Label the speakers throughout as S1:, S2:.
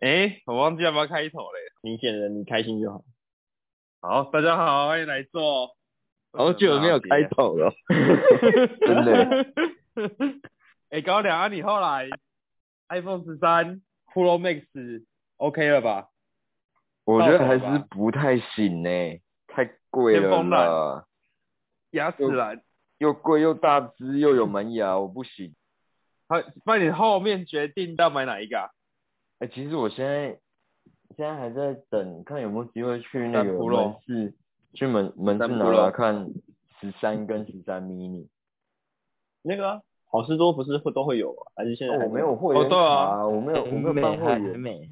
S1: 哎，我忘记要不要开头嘞。
S2: 明显的，你开心就好。
S1: 好，大家好，欢迎来做。
S2: 好久没有开头了， 真的。
S1: 哎，高粱啊，你后来 iPhone 十三 Pro Max OK 了吧？
S2: 我觉得还是不太行呢、太贵
S1: 先
S2: 了
S1: 锋了
S2: 啦，
S1: 牙齿蓝，
S2: 又贵又大只又有门牙， 我不行。
S1: 好，那你后面决定要买哪一个啊？
S2: 哎、其实我现在现在还在等，看有没有机会去那
S1: 三
S2: 个
S1: 骷
S2: 门
S1: 髅
S2: 市去门门市
S1: 三
S2: 拿
S1: 骷
S2: 拿
S1: 髅
S2: 看十三跟十三 mini。
S3: 那个啊、好事多不是会都会有吗，还是现在
S2: 哦
S3: 还
S2: 我没有会
S1: 哦
S2: 员卡
S1: 对啊
S2: 啊、我没有我没有办会员。
S3: 美，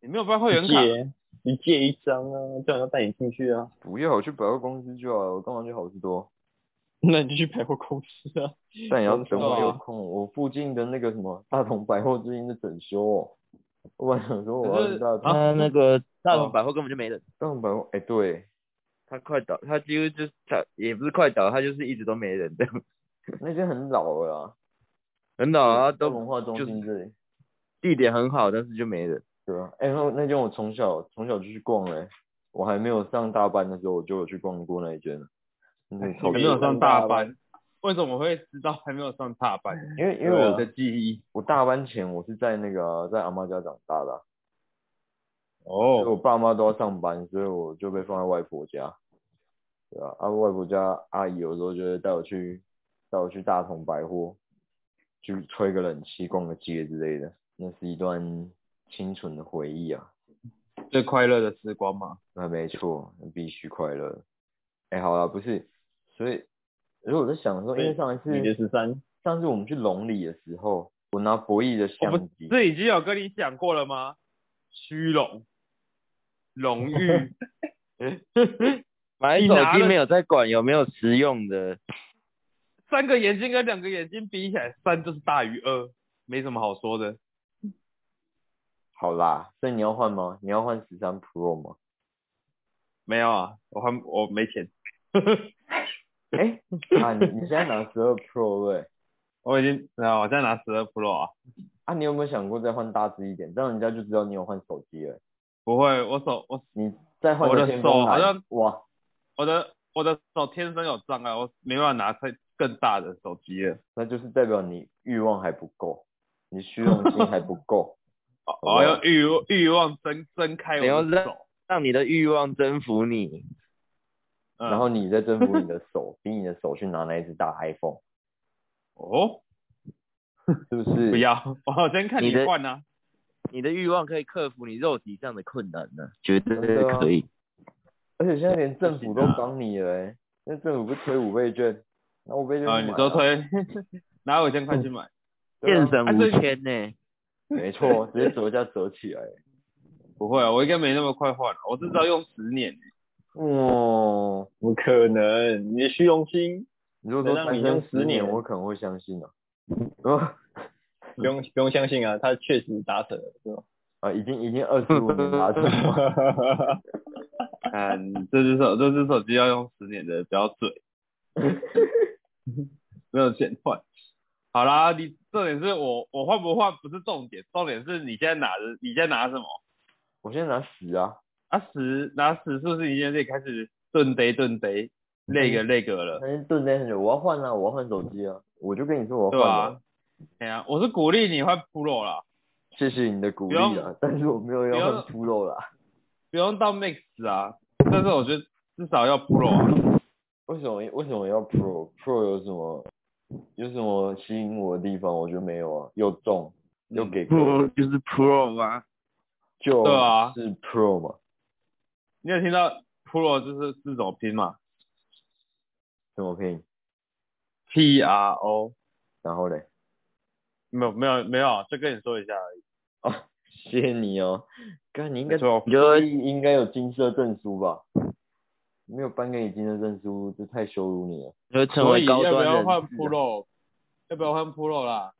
S1: 你没有办会员卡？
S3: 借你借一张啊，叫人家带你进去啊，
S2: 不要，我去百货公司就好了，我干嘛去好事多？
S3: 那你就去百货公司啊。
S2: 但也要
S3: 我知
S2: 等
S1: 道
S2: 我
S1: 啊
S2: 有空。我附近的那个什么大同百货最近在整修哦，我本来想说我
S1: 可
S2: 要
S1: 是啊
S2: 去大同、
S4: 他那个大
S2: 哦
S4: 同百货根本就没人，
S2: 大同百货，哎、对，
S4: 他快倒，他几乎就是他也不是快倒，他就是一直都没人这 样，
S2: 那些很老了啦，
S4: 很老啊，
S2: 在
S4: 都
S2: 文化中
S4: 就是
S2: 心这里，
S4: 地点很好，但是就没人。
S2: 对啊，哎、那那间我从小从小就去逛嘞、我还没有上大班的时候我就有去逛过那一间了，真的超
S1: 还没有上大班，嗯为什么会知道还没有上大班？
S2: 因为因为
S1: 对啊
S2: 我的记忆，我大班前我是在那个啊、在阿妈家长大的啊、所以
S1: 哦，
S2: 我爸妈都要上班，所以我就被放在外婆家。对啊，啊外婆家阿姨有时候就会带我去带我去大同百货，去吹个冷气、逛个街之类的。那是一段清纯的回忆啊，
S1: 最快乐的时光嘛。
S2: 那没错，必须快乐。哎、好了，不是，所以如果我在想说，因为上一次
S3: 你的十三，
S2: 上次我们去龙里的时候，我拿博弈的
S4: 哦
S1: 我
S2: 相
S1: 不
S2: 机，
S1: 这已经有跟你讲过了吗？虚荣、荣 誉，
S4: 买手
S1: 你拿
S4: 机
S1: 了
S4: 没有在管有没有实用的，
S1: 三个眼睛跟两个眼睛比起来，三就是大于二，没什么好说的。
S2: 好啦，所以你要换吗？你要换十三 Pro 吗？
S1: 没有啊，我还我没钱，
S2: 哎、啊，你你现在拿十二 Pro 欸对不对？
S1: 我已经啊，我在拿十二 Pro 啊，
S2: 啊，你有没有想过再换大只一点，这样人家就知道你有换手机了。
S1: 不会，我手我
S2: 你再换
S1: 我的
S2: 个先锋
S1: 手好
S2: 还
S1: 像
S2: 哇，
S1: 我的我的手天生有障碍，我没办法拿出更大的手机了。
S2: 那就是代表你欲望还不够，你虚荣心 还不
S1: 哦
S2: 够。哇
S1: 我要欲欲望睁睁开
S4: 你要
S1: 我的
S4: 让
S1: 手，
S4: 让你的欲望征服你。
S1: 嗯
S2: 然后你再征服你的手，逼你的手去拿那一只大 iPhone，
S1: 哦，
S2: 是不是？
S1: 不要， 我先看
S4: 你
S1: 你
S4: 的
S1: 换啊。
S4: 你的欲望可以克服你肉体上的困难呢、绝对
S2: 真的啊
S4: 可以。
S2: 而且现在连政
S1: 不
S2: 府都
S1: 行啊
S2: 帮你了、欸，那政府不是推五倍券，那五倍券、
S1: 啊，你说，推， 拿五千块去买。
S3: 嗯
S2: 对啊
S4: 现省
S1: 啊这
S4: 五千呢，
S2: 没错，直接折价折起来、欸
S1: 不会啊，我应该没那么快换啊，我至少用十年。
S2: 哇、哦，
S3: 怎么可能？你的虚荣心，
S2: 你如果说
S3: 能让
S2: 单
S3: 你
S2: 身
S3: 用
S2: 十
S3: 十
S2: 年，
S3: 年
S2: 我可能会相信 啊。哦
S3: 不用不用相信啊，他确实达成了，是吧？
S2: 啊，已经已经二十五年拿出了。
S1: 嗯，这只手这只手机要用十年的，不要 嘴。没有钱换。好啦，你重点是我我换不换不是重点，重点是你现在拿的你现在拿什么？
S2: 我现在拿十啊，
S1: 啊十拿十是不是已经在开始顿呆顿呆那
S2: 嗯
S1: 个那个了？
S2: 但是顿呆很久，我要换啊，我要换手机啊，我就跟你说我要
S1: 对
S2: 换
S1: 啊
S2: 了，。
S1: 哎呀、我是鼓励你换 Pro 啦，
S2: 谢谢你的鼓励
S1: 不
S2: 啊
S1: 用，
S2: 但是我没有
S1: 不
S2: 要
S1: 用
S2: 换猪肉啦，
S1: 不用到 Max 啊，但是我觉得至少要 Pro 啊。
S2: 为什么为什么要 Pro Pro 有什么有什么吸引我的地方？我觉得没有啊，又重又给力，
S4: 就是 Pro 吗？
S2: 就
S1: 对啊
S2: 是 Pro 嘛，
S1: 你有听到 Pro 就是是怎么拼吗
S2: 怎么拼？
S1: ？P R O
S2: 然后嘞，
S1: 没有没有没有，就跟你说一下而已。
S2: 谢谢你哦，哥你应该
S1: 没错
S2: 你就应该有金色证书吧？没有颁给你金色证书，这太羞辱你了，
S4: 你会成
S1: 所以
S4: 为
S1: 要
S4: 高
S1: 不
S4: 端
S1: 要
S4: 人
S1: 换
S4: 士啊
S1: Pro？要不要换 Pro 啦？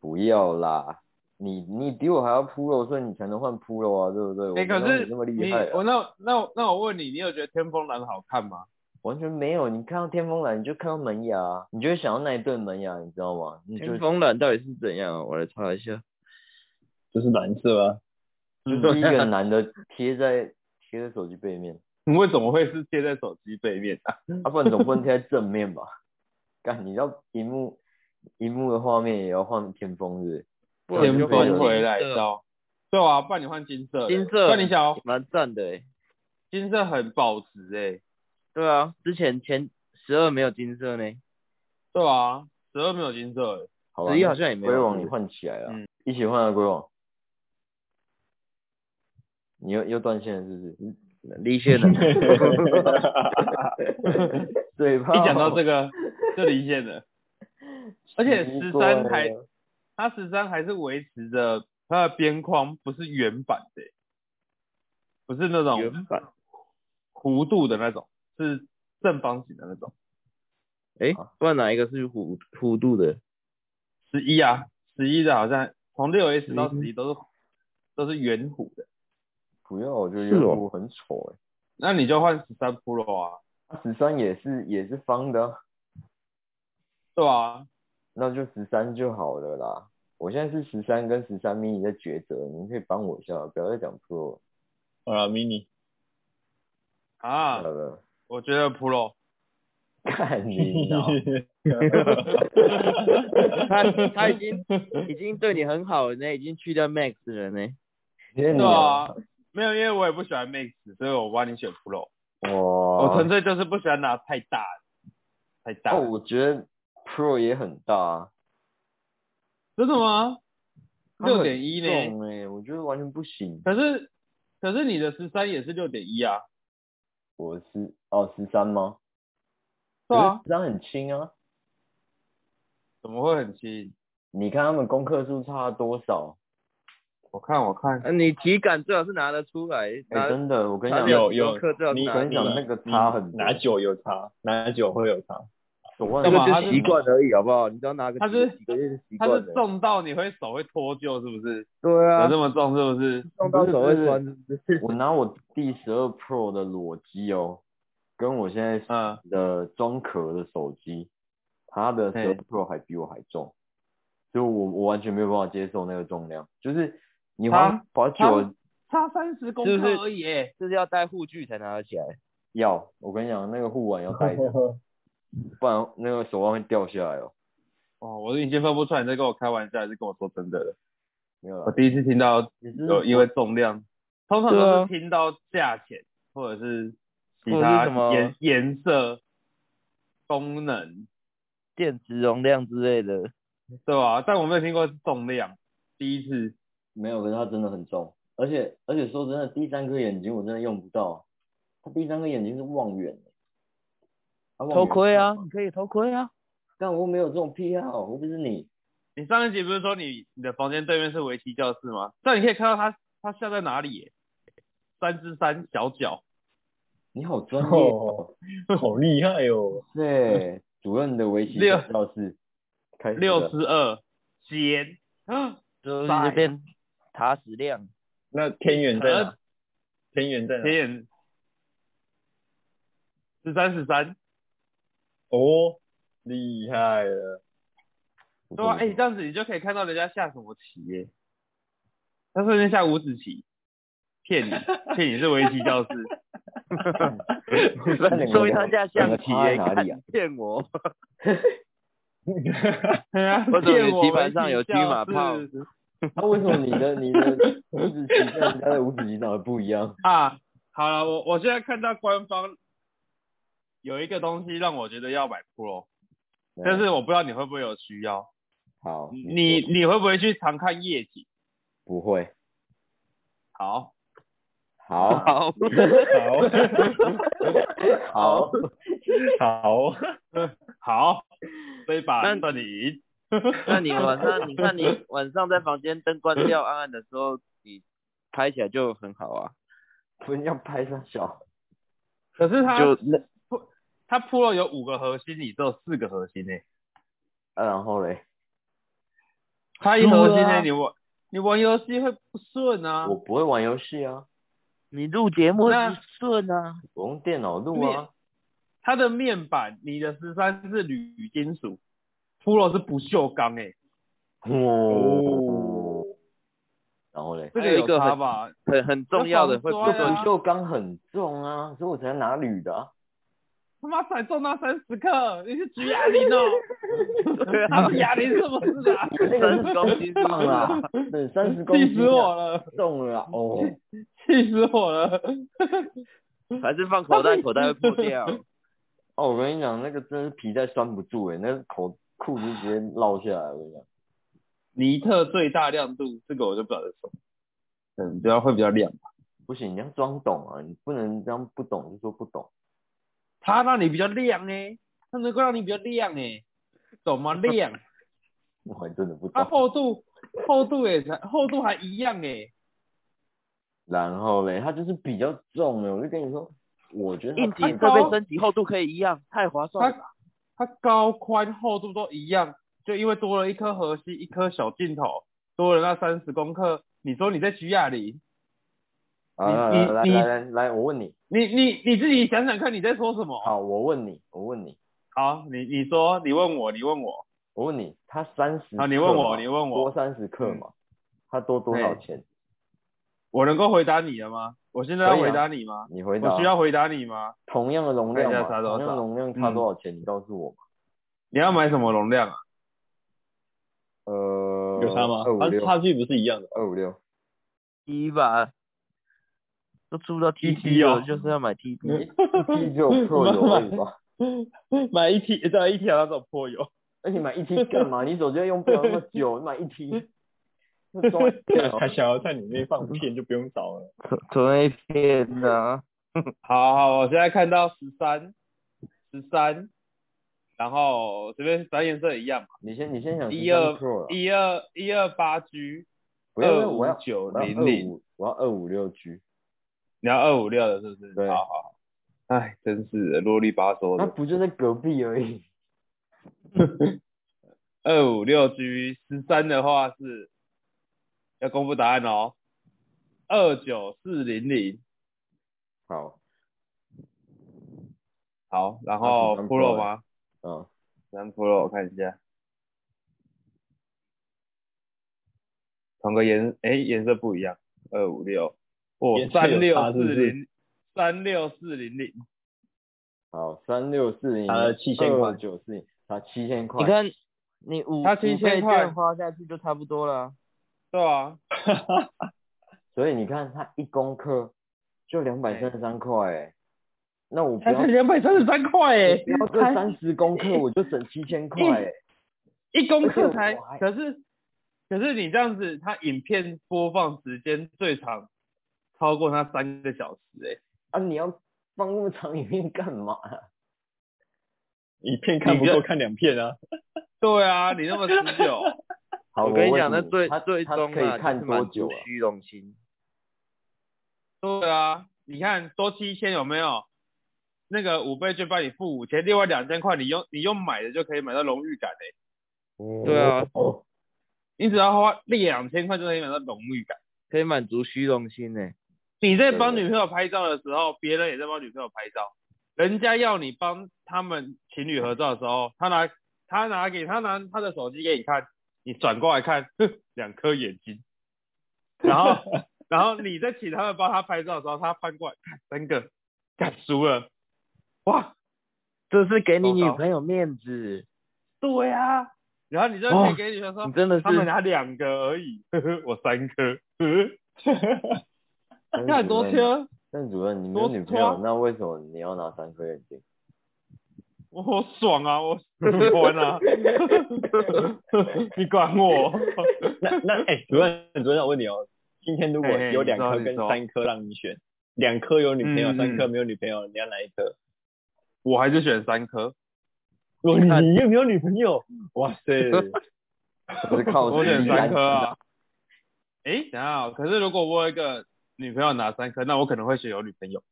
S2: 不要啦。你你比我还要 Pro，所以你才能换 Pro 啊，对不对？我
S1: 哎、
S2: 没
S1: 可
S2: 有
S1: 是
S2: 你那么厉害、啊。
S1: 我那那我那我问你，你有觉得天风蓝好看吗？
S2: 完全没有，你看到天风蓝，你就看到门牙啊，你就会想到那一对门牙，你知道吗？你就
S4: 天风蓝到底是怎样啊？我来查一下。
S3: 就是蓝色啊。
S2: 就
S1: 嗯
S2: 第一个男的贴在贴在手机背面，
S3: 你为什么会是贴在手机背面啊？
S2: 啊，不然总不能贴在正面吧？ 干，你要荧幕荧幕的画面也要换偏锋是
S1: 不
S2: 然
S1: 然
S2: 就
S1: 就
S2: 变
S1: 换
S2: 成
S1: 回来
S4: 金色
S1: 招。对啊，不然你换金色的。
S4: 金色
S1: 不然你想哦，
S4: 蛮赞的诶。
S1: 金色很保值哎、
S4: 对啊，之前前十二没有金色呢，
S1: 对啊，十二没有金色、欸，
S2: 好吧？
S4: 十一好像也没有。
S2: 龟王你换起来了，
S1: 嗯
S2: 一起换了龟王。你又又断线了是不 是？
S4: 离线了，
S2: 嘴炮。
S1: 一讲到这个就离线了。而且十三
S2: 啊
S1: 还，它十三还是维持着它的边框不是圆版的欸、不是那种
S4: 原版。
S1: 弧度的那种，是正方形的那种。
S4: 诶，哎不然哪一个是弧弧度的？
S1: 十一啊，十一的好像从六 S 到十一都是都是圆弧的，
S2: 不要，我觉得
S4: 是哦
S2: 圆弧很丑
S1: 那你就换十三 Pro 啊，
S2: 哎、十三也是也是方的啊、
S1: 对啊，
S2: 那就十三就好了啦。我现在是十三跟十三 mini 在抉择，你们可以帮我一下，不要再讲 Pro 了
S3: 好了，mini，
S1: 啊，
S2: 好了，呃
S1: 我觉得 Pro 啊
S2: 看 你脑，
S4: 他他已经已经对你很好了呢，已经去掉 Max 了呢。
S2: 天
S1: 对
S2: 哪
S1: 啊，， 没有，因为我也不喜欢 Max，所以我帮你选 Pro，
S2: 哇！
S1: 我
S2: 我
S1: 纯粹就是不喜欢拿太大的，太大
S2: 哦，
S1: 的，
S2: 我觉得 Pro 也很大啊，
S1: 真的吗？
S2: 它很
S1: 六点一呢？
S2: 重欸我觉得完全不行。
S1: 可是可是你的十三也是六点一啊，
S2: 我是哦十三吗？
S1: 对啊，
S2: 十三很轻啊。
S1: 怎么会很轻？
S2: 你看他们功课数差多少？
S1: 我看我看，
S3: 哎
S4: 啊，你体感最好是拿得出来，
S2: 哎、
S4: 拿
S2: 真的，我跟你
S4: 拿
S2: 讲，
S3: 有有
S4: 课最好是
S3: 你
S4: 拿
S2: 我
S4: 得
S2: 跟你
S4: 出
S2: 讲
S4: 来。
S2: 那个差很多
S3: 拿九有差，拿九会有差。
S2: 手腕
S1: 干嘛
S4: 那
S1: 他
S4: 个
S1: 是
S4: 就习惯而已，好不好？你只要拿个
S1: 他是
S4: 几个月就习
S1: 它
S4: 惯
S1: 是
S4: 了。
S1: 重到你会手会脱臼是不是？
S4: 对
S1: 有
S4: 啊
S1: 这，么重是不是？
S4: 重到手会酸，是不是？
S2: 我拿我第十二 Pro 的裸机哦，跟我现在
S1: 嗯，
S2: 的中壳的手机，它的
S1: 嘿
S2: 十二 Pro 还比我还重，所以我我完全没有办法接受那个重量。就是你滑滑久
S1: 差三十公
S4: 是不是
S1: 克而已耶。
S4: 就是要带护具才拿得起来。
S2: 要，我跟你讲，那个护腕要戴 着，不然那个手腕会掉下来哦。
S1: 哦，我已经分不出来你在跟我开玩笑还是跟我说真的了。
S2: 没有
S1: 我
S2: 啦，
S1: 第一次听到
S2: 你是
S1: 有因为重量，通常
S4: 对
S1: 都
S4: 啊
S1: 是听到价钱或者是其
S4: 或者是
S1: 他
S4: 什么
S1: 颜颜色、功能，
S4: 电池容量之类的，
S1: 对吧？但我没有听过是重量，第一次。
S2: 没有，可是它真的很重，而且而且说真的，第三颗眼睛我真的用不到，它第三颗眼睛是望远的，它望远
S4: 偷窥啊，
S2: 干嘛
S4: 你可以偷窥啊。
S2: 但我又没有这种癖好，我不是你，
S1: 你上一集不是说你你的房间对面是围棋教室吗？但你可以看到它它下在哪里耶？三之三小角，
S2: 你好专业哦
S3: 哦，好厉害哦！
S2: 对，主任的围棋
S1: 六
S2: 教室开始
S1: 六
S2: 了
S1: 之二尖，啊
S4: 就是
S1: 塞
S4: 这边塔矢亮，
S3: 那天元在哪？天元
S1: 天
S3: 在哪？
S1: 眼十三十三，
S3: 哦，厉害了！
S2: 我
S1: 对啊，哎、
S2: 真的
S1: 这样子你就可以看到人家下什么棋耶、他瞬间下五子棋，骗你，骗你是围棋 教室，
S2: 那你
S4: 说明他家象棋
S2: 那个
S4: 耶，
S2: 差在哪里啊
S4: 干骗我，
S1: 或
S4: 或者
S1: 骗
S4: 你
S1: 我
S4: 棋盘上有车马炮
S1: 围棋教室
S2: 那为什么你的你的五子棋跟人家的五子棋长得不一样？
S1: 啊！好了，我我现在看到官方有一个东西让我觉得要买 Pro，但
S3: 嗯
S1: 是我不知道你会不会有需要，
S2: 嗯好，
S1: 你你会不会去常看夜景？
S2: 不会，
S1: 好，
S2: 好，
S4: 好，
S2: 好，
S3: 好，
S1: 好，这一把
S4: 那
S1: 算你赢。
S4: 那你晚上，你看你晚上在房间灯关掉暗暗的时候，你拍起来就很好啊。
S2: 不要拍上小，
S1: 可是它
S4: 就
S1: 它 Pro 有五个核心，你只有四个核心呢、
S2: 啊然后嘞，
S1: 它一核心
S4: 输
S1: 呢、
S4: 了啊
S1: 你玩你玩游戏会不顺啊
S2: 我。不会玩游戏啊，
S4: 你录节目
S1: 那
S4: 是顺啊，
S2: 我用电脑录啊，
S1: 它的面板，你的十三是铝金属，Pro 是不锈钢诶、
S2: 哦，然后嘞，
S1: 这
S4: 还
S1: 个
S4: 有一
S1: 有
S4: 个
S1: 差
S4: 很
S1: 吧？
S4: 很很重要的
S1: 那
S4: 会
S1: 防
S4: 不
S1: 对摔啊
S4: 会
S2: 不锈钢很重啊，所以我才拿铝 的、啊。
S1: 他妈才重到三十克，你是举哑铃哦？
S4: 对啊
S1: 他？们哑铃什么事啊？
S2: 那个
S4: 三
S2: 是
S4: 十公
S2: 棒
S4: 斤是不是啊？
S2: 啦，对，三十公
S1: 气
S2: 斤
S1: 死
S2: 啊
S1: 我了，
S2: 重了啊哦，
S1: 气死我了！
S4: 还是放口袋，口袋会破掉。
S2: 哦，我跟你讲，那个真是皮带拴不住哎、那个口裤子直接落下来，我跟你讲。
S1: 尼特最大亮度，这个我就不晓得什么，嗯，比较会比较亮。
S2: 不行，你要装懂啊，你不能这样不懂就说不懂。
S1: 它让你比较亮哎、它能够让你比较亮哎、懂吗？ 亮，
S2: 我还真的不
S1: 它
S2: 懂。
S1: 厚度厚度也才厚度还一样哎、
S2: 然后嘞，它就是比较重欸了，我就跟你说，我觉得它
S4: 应急
S2: 看
S4: 设备
S1: 高
S4: 升级厚度可以一样，太划算
S1: 它
S4: 了吧。
S1: 它高宽厚度都一样，就因为多了一颗核心，一颗小镜头，多了那三十公克。你说你在举哑铃，
S2: 啊，
S1: 你
S2: 来来
S1: 你
S2: 来来来，我问你，
S1: 你你你自己想想看你在说什么？
S2: 好，我问你，我问你，
S1: 好，你你说，你问我，你问我，
S2: 我问你，它三十，
S1: 好，你问我，你问
S2: 多
S1: 我，
S2: 三十克嘛，它多多少
S1: 嘿
S2: 钱？
S1: 我能够回答你了吗？我现在要
S2: 可以啊
S1: 回答你吗？
S2: 你回答
S3: 啊
S1: 我需要回答你吗？
S2: 同样的容量
S1: 看一下
S2: 嘛，
S1: 差多
S2: 同样的
S1: 少
S2: 容量差
S1: 嗯
S2: 多少钱？你告诉我嘛。
S1: 你要买什么容量啊？
S2: 呃，
S3: 有差吗
S2: 二？五
S1: 啊
S3: 它
S2: 六，
S3: 差距不是一样的。
S2: 二 五六，
S4: T 吧，都出到 TT
S1: TT
S4: 了，
S1: 哦
S4: 就是要买 TT。
S2: 一 T 只有 Pro 有而已吧？
S1: 买一 T，对，一 T 要找破油，
S2: 那哎你买一 T 干嘛？你手机要用不了那 么久，你买一 T，那装啊
S3: 他想要在里面放片就不用找了。
S4: 存存 A 片啊，
S1: 好好，我现在看到十三，十三，然后这边反正颜色一样嘛，
S2: 你先你先想
S1: 一
S2: 13
S1: 二
S2: Pro 啦，
S1: 一二一二八 G，
S2: 不要不
S1: 二
S2: 要，
S1: 五
S2: 啊我要
S1: 九
S2: 我要
S1: 零零，
S2: 25我要二五六 G，
S1: 你要二五六的是不是？
S2: 对
S1: 好好，哎，真是的啰里吧嗦
S2: 那
S1: 的，
S2: 不就在隔壁而已？
S1: 二五六 G 十三的话是要公布答案哦，二九四零零，
S2: 好，
S1: 好，然后
S2: 那13
S1: Pro
S2: Pro
S1: 吗？
S2: 嗯，
S1: 三 Pro 我看一下，同个颜，哎、颜色不一样，二五六，我
S3: 颜色
S1: 三
S3: 有
S1: 六
S3: 差是
S1: 四
S3: 不是
S1: 零，三六四零零，
S2: 好，三六四零，
S3: 差了7000块
S2: 九四零，差七千块。
S4: 你看你五
S1: 它
S4: 五倍
S1: 7000块
S4: 券花下去就差不多了。
S1: 对啊，
S2: 所以你看它一公克就两百三十三块，哎，那我不
S1: 才
S2: 要
S1: 才两百三十三块哎，
S2: 不要这三十公克我就省七 千块，哎。
S1: 一公克
S2: 而
S1: 才
S2: 且我还，
S1: 可是可是你这样子，它影片播放时间最长超过它三个小时哎、
S2: 啊，你要放那么长影片干嘛、
S3: 一片看不
S1: 你
S3: 够，
S1: 这
S3: 看两片啊。
S1: 对啊，你那么持 久，
S2: 好，
S4: 我跟你
S2: 问
S4: 讲，那最
S2: 他
S4: 最
S2: 他
S4: 终
S2: 可
S4: 啊，
S2: 以看
S4: 就是
S2: 多
S4: 满
S2: 久
S4: 足
S2: 啊？
S4: 虚荣心。
S1: 对啊，你看多七千有没有？那个五倍券帮你付五千，另外两千块你用你用买的就可以买到荣誉感诶、
S3: 嗯
S4: 对啊，
S2: 哦，
S1: 你只要花两千块就可以买到荣誉感。
S4: 可以满足虚荣心呢、
S1: 你在帮女朋友拍照的时候，别人也在帮女朋友拍照，人家要你帮他们情侣合照的时候，他拿他拿给他拿他的手机给你看，你转过来看，哼，两颗眼睛，然 后然后你在请他们帮他拍照的时候，他翻过来看三个，看输了，哇，
S4: 这是给
S1: 糟
S4: 你
S1: 糕
S4: 女朋友面子，
S1: 对呀、啊，然后你就可以给女生说，
S4: 你真的是
S1: 他们拿两个而已，呵呵，我三颗，呵呵
S2: 但是
S1: 看
S2: 主
S1: 多
S2: 任
S1: 缺，
S2: 但主任，你没有
S1: 多
S2: 女朋友，
S3: 啊
S1: 抓
S2: 那为什么你要拿三颗眼镜？
S1: 我我爽啊，我喜欢 啊， 你管我？
S3: 那那哎，主任主任，我问你哦，今天如果
S1: 嘿嘿
S3: 有两颗
S1: 你说
S3: 跟
S1: 你说
S3: 三颗让你选，两颗有女朋友，
S1: 嗯
S3: 三颗没有女朋友，你要哪一颗？
S1: 我还是选三颗，
S3: 我
S4: 看
S3: 你又没有女朋友，哇塞！
S2: 不是靠
S1: 我
S2: 自
S1: 选
S2: 己
S1: 三
S2: 来
S1: 颗啊。诶，等一下哦，可是如果我有一个女朋友拿三颗，那我可能会选有女朋友。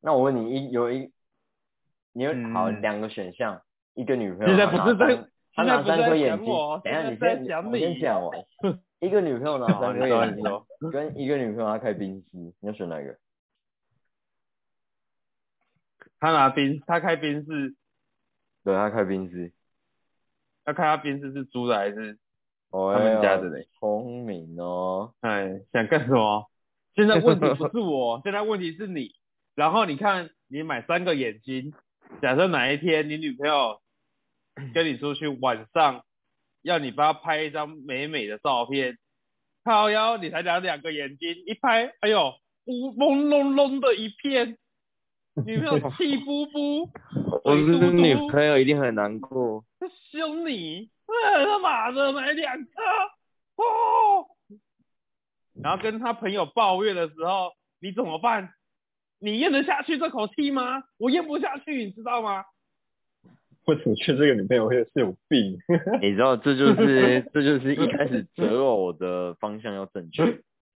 S2: 那我问你，一有一，你有
S1: 嗯
S2: 好两个选项，一个女朋友，
S1: 现在
S2: 啊她拿
S1: 不是在
S2: 三他
S1: 现在
S2: 拿
S1: 不是
S2: 三颗
S1: 在
S2: 眼
S1: 讲
S2: 镜，
S1: 我，
S2: 等一下你
S1: 现在在
S2: 先，
S1: 讲
S2: 我先
S1: 你。
S2: 讲完。 一个女朋友拿
S1: 好，
S2: 三
S1: 你
S2: 颗
S1: 说
S2: 眼
S1: 你
S2: 镜，
S1: 说，
S2: 跟一个女朋友她开宾士，你要选哪一个？
S1: 他拿冰，他开冰是，
S2: 对，她开宾士，
S1: 要看他冰是是租的还是
S2: 哦
S1: 他们家的嘞，
S2: 聪明 哦，
S1: 哎，想干什么？现在问题不是我，现在问题是你。然后你看，你买三个眼睛，假设哪一天你女朋友跟你出去，晚上要你帮她拍一张美美的照片，靠腰你才拿两个眼睛，一拍，哎呦，乌隆隆隆的一片，女朋友气呼呼，
S4: 我
S1: 嘴嘟
S4: 是女
S1: 嘟
S4: 朋友一定很难过。
S1: 凶你，呃他妈的买两颗哦。然后跟他朋友抱怨的时候，你怎么办？你咽得下去这口气吗？我咽不下去，你知道吗？
S3: 我怎么觉得这个女朋友会是有病？
S2: 你知道这就是 这就是一开始择偶的方向要正确，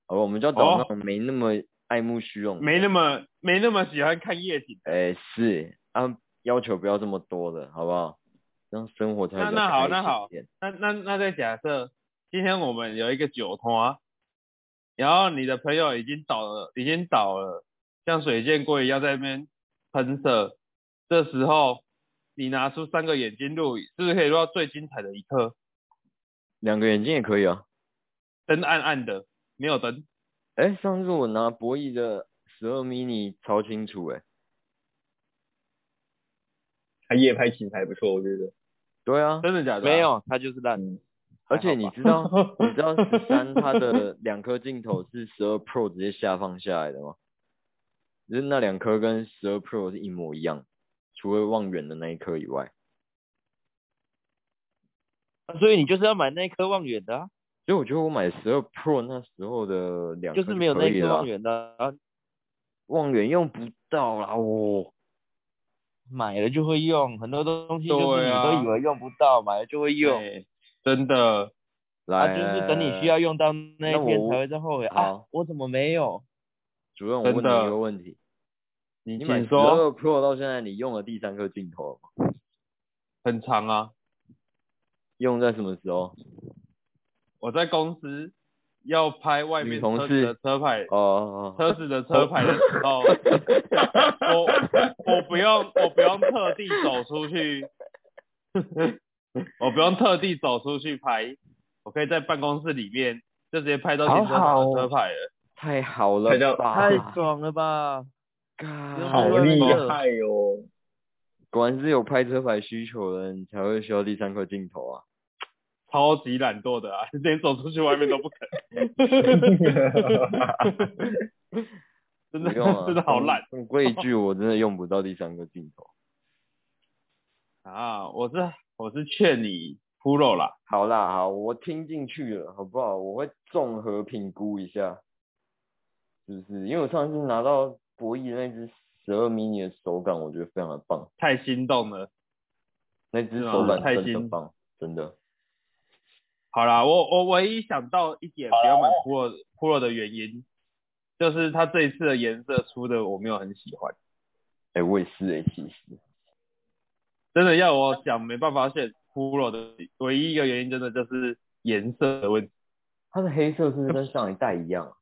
S2: 好吧，我们就要找那种没那么爱慕虚荣的，
S1: 没那么没那么喜欢看夜景。
S2: 哎、是啊，要求不要这么多的，好不好？这样生活才
S1: 那
S2: 比较
S1: 那好
S2: 开
S1: 那
S2: 心
S1: 好
S2: 一点
S1: 那那那再假设今天我们有一个酒托，然后你的朋友已经倒了，已经倒了，像水箭龟一样在那边喷射，这时候你拿出三个眼睛录影，是不是可以录到最精彩的一刻？
S2: 两个眼睛也可以啊。
S1: 灯暗暗的，没有灯，
S2: 哎、上次我拿博弈的十二 mini 超清楚、哎，
S3: 他夜拍其实还不错，我觉得。
S2: 对啊，
S1: 真的假的、哎
S4: 没，有，他就是烂。
S3: 嗯，
S2: 而且你知 道你知道十三它的两颗镜头是十二 Pro 直接下放下来的吗？就是那两颗跟十二 Pro 是一模一样，除了望远的那一颗以外，
S4: 所以你就是要买那颗望远的、啊，
S2: 所以我觉得我买十二 Pro 那时候的两颗
S4: 就是没有
S2: 可
S4: 那
S2: 以
S4: 颗
S2: 了啊
S4: 望，远的、啊，
S2: 望远用不到啦，哦，
S4: 买了就会用，很多东西就是
S1: 对
S4: 你
S1: 啊
S4: 都以为用不到，买了就会
S2: 啊
S4: 用，
S1: 对，真的，
S4: 啊，
S2: 来，
S4: 就是等你需要用到那
S2: 那
S4: 一天
S2: 我
S4: 才会在后悔啊
S2: 好，
S4: 我怎么没有？
S2: 主任，我
S1: 真
S2: 问你
S1: 的
S2: 一个问题，
S1: 你
S2: 你买
S1: 请
S2: 十二
S1: 说，
S2: Pro 到现在，你用了第三颗镜头了吗？
S1: 很长啊。
S2: 用在什么时候？
S1: 我在公司要拍外面
S2: 女同
S1: 车子的
S2: 事
S1: 车牌，
S2: 哦哦哦，
S1: 车子的车牌的时候，我我不用我不用特地走出去，我不用特地走出去拍，我可以在办公室里面就直接拍到停车
S4: 好好
S1: 场
S4: 哦
S1: 的车牌了。
S2: 太好了
S3: 拍照
S2: 吧，
S4: 太爽了吧！
S2: 干
S3: 好厉害哦！
S2: 果然是有拍车牌需求的人才会需要第三颗镜头啊。
S1: 超级懒惰的啊，连走出去外面都不肯， 真的、
S2: 不用啊，
S1: 真的好懒
S2: 这种。这种规矩我真的用不到第三颗镜头。
S1: 啊！我是我是劝你 pro 啦，
S2: 好啦，好，我听进去了，好不好？我会综合评估一下，是不是？因为我上次拿到博弈那只十二 mini 的手感，我觉得非常的棒，
S1: 太心动了。
S2: 那只
S1: 是吗
S2: 手感
S1: 太
S2: 真的
S1: 新
S2: 棒，真的。
S1: 好啦，我我唯一想到一点不要买 Pro Pro 的原因，就是它这一次的颜色出的我没有很喜欢，
S2: 哎、我也是哎、其实
S1: 真的要我想没办法选 Pro 的唯一一个原因，真的就是颜色的问题，
S2: 它的黑色是不是跟上一代一样啊？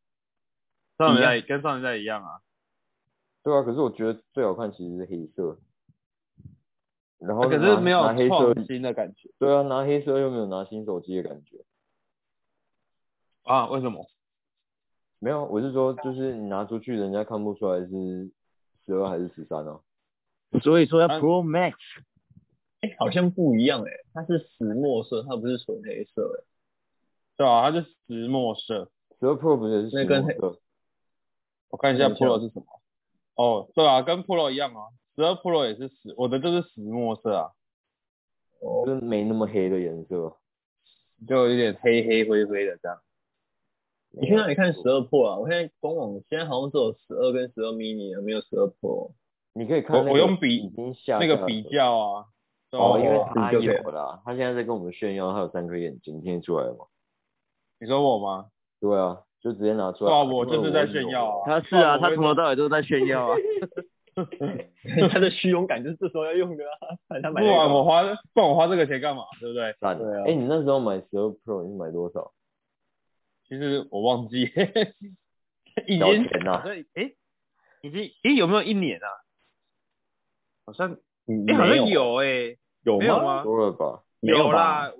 S1: 上一代跟上一代一样啊，
S2: 对啊，可是我觉得最好看其实是黑色，然后
S1: 啊可
S2: 拿
S1: 是没有
S2: 拿黑色
S1: 创新的感觉
S2: 对啊，拿黑色又没有拿新手机的感觉。
S1: 啊？为什么？
S2: 没有，我是说，就是你拿出去，人家看不出来是十二还是十三哦。
S4: 所以说要
S1: 啊
S4: Pro Max，
S3: 哎、好像不一样哎、它是石墨色，它不是纯黑色哎、
S1: 对啊，它是石墨色，
S2: 十二 Pro 不是也是
S3: 那
S2: 十
S3: 跟
S2: 墨色？
S1: 我看一下
S3: 等一下
S1: Pro 是什么。哦，对啊，跟 Pro 一样啊，十二 Pro 也是石，我的就是石墨色啊，
S2: 就是没那么黑的颜色。
S1: 就有点黑黑灰灰的这样。
S3: 你去哪里看十二 Pro 啊？我现在官网现在好像只有十二跟十二 mini 啊，没有十二 Pro。
S2: 你可以看、那个
S1: 我我用比
S2: 已经下
S1: 那
S2: 架
S1: 个
S2: 了
S1: 比较啊，对啊
S2: 哦，因为
S3: 哦
S2: 他
S3: 比较
S2: 有啦，他现在在跟我们炫耀他有三颗眼睛，听得出来吗？
S1: 你说我吗？
S2: 对啊，就直接拿出
S1: 对
S2: 来。
S1: 啊，我就是在炫耀啊。
S4: 他是啊，
S1: 不然
S4: 他
S1: 我会
S4: 从头到尾都在炫耀啊。
S3: 它的虚荣感就是这时候要用的啊，反正
S1: 不
S3: 买那
S1: 然
S3: 个
S1: 我花，不然我花这个钱干嘛？对不对？
S2: 赞。
S3: 对啊
S2: 哎、你那时候买十二 Pro 你是买多少？
S1: 其实我忘记， 已
S2: 小
S1: 经
S2: 钱呐、啊
S3: 啊
S1: 好像诶，已经诶有没有一年啊？好像
S3: 嗯
S1: 诶好像
S3: 没有
S4: 哎
S1: 有诶，
S3: 有
S1: 没有
S3: 吗？
S1: 吗？
S2: 多了吧？
S3: 没有吧
S1: 啦，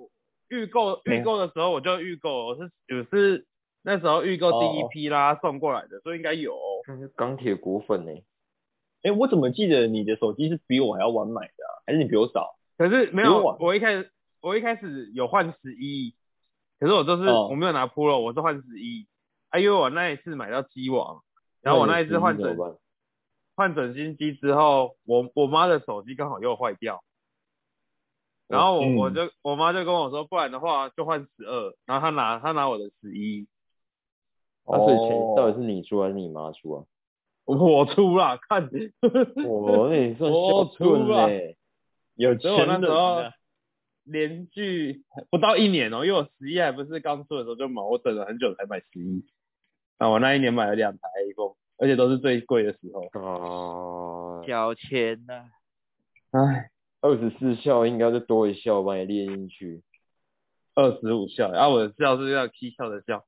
S1: 预购
S3: 没
S1: 预
S3: 有
S1: 购的时候我就预购，我是我是那时候预购第一
S3: 哦
S1: 批啦、送过来的，所以应该有。
S2: 那是钢铁果粉呢、
S3: 哎、我怎么记得你的手机是比我还要晚买的、啊？还是你比我早？
S1: 可是没
S3: 因为
S1: 有啊
S3: 我，
S1: 我一开始我一开始有换十一，可是我就是、
S3: 哦
S1: 我没有拿 Pro，我是换十一，啊，因为我那一次买到机网，然后我那一次换
S2: 怎
S1: 整
S2: 么办？
S1: 换整新机之后，我我妈的手机刚好又坏掉，然后我、
S3: 嗯
S1: 我就我妈就跟我说，不然的话就换十二，然后她拿她拿我的十一，
S2: 那所以钱
S3: 哦
S2: 到底是你出还是你妈出啊？
S1: 我出啦，看，
S2: 我那算孝顺
S1: 我出啊
S2: 嘞，
S3: 有
S1: 所
S3: 钱
S1: 以我那时
S3: 人
S1: 候
S3: 啊
S1: 连续不到一年哦，因为我十一还不是刚出的时候就买，我等了很久才买十一。那我那一年买了两台 iPhone，而且都是最贵的时候。
S2: 啊，
S4: 小钱啊呐、
S1: 唉，
S2: 二十四孝应该就多一孝，把你列进去。
S1: 二十五孝，然、后我的孝是要七孝的孝。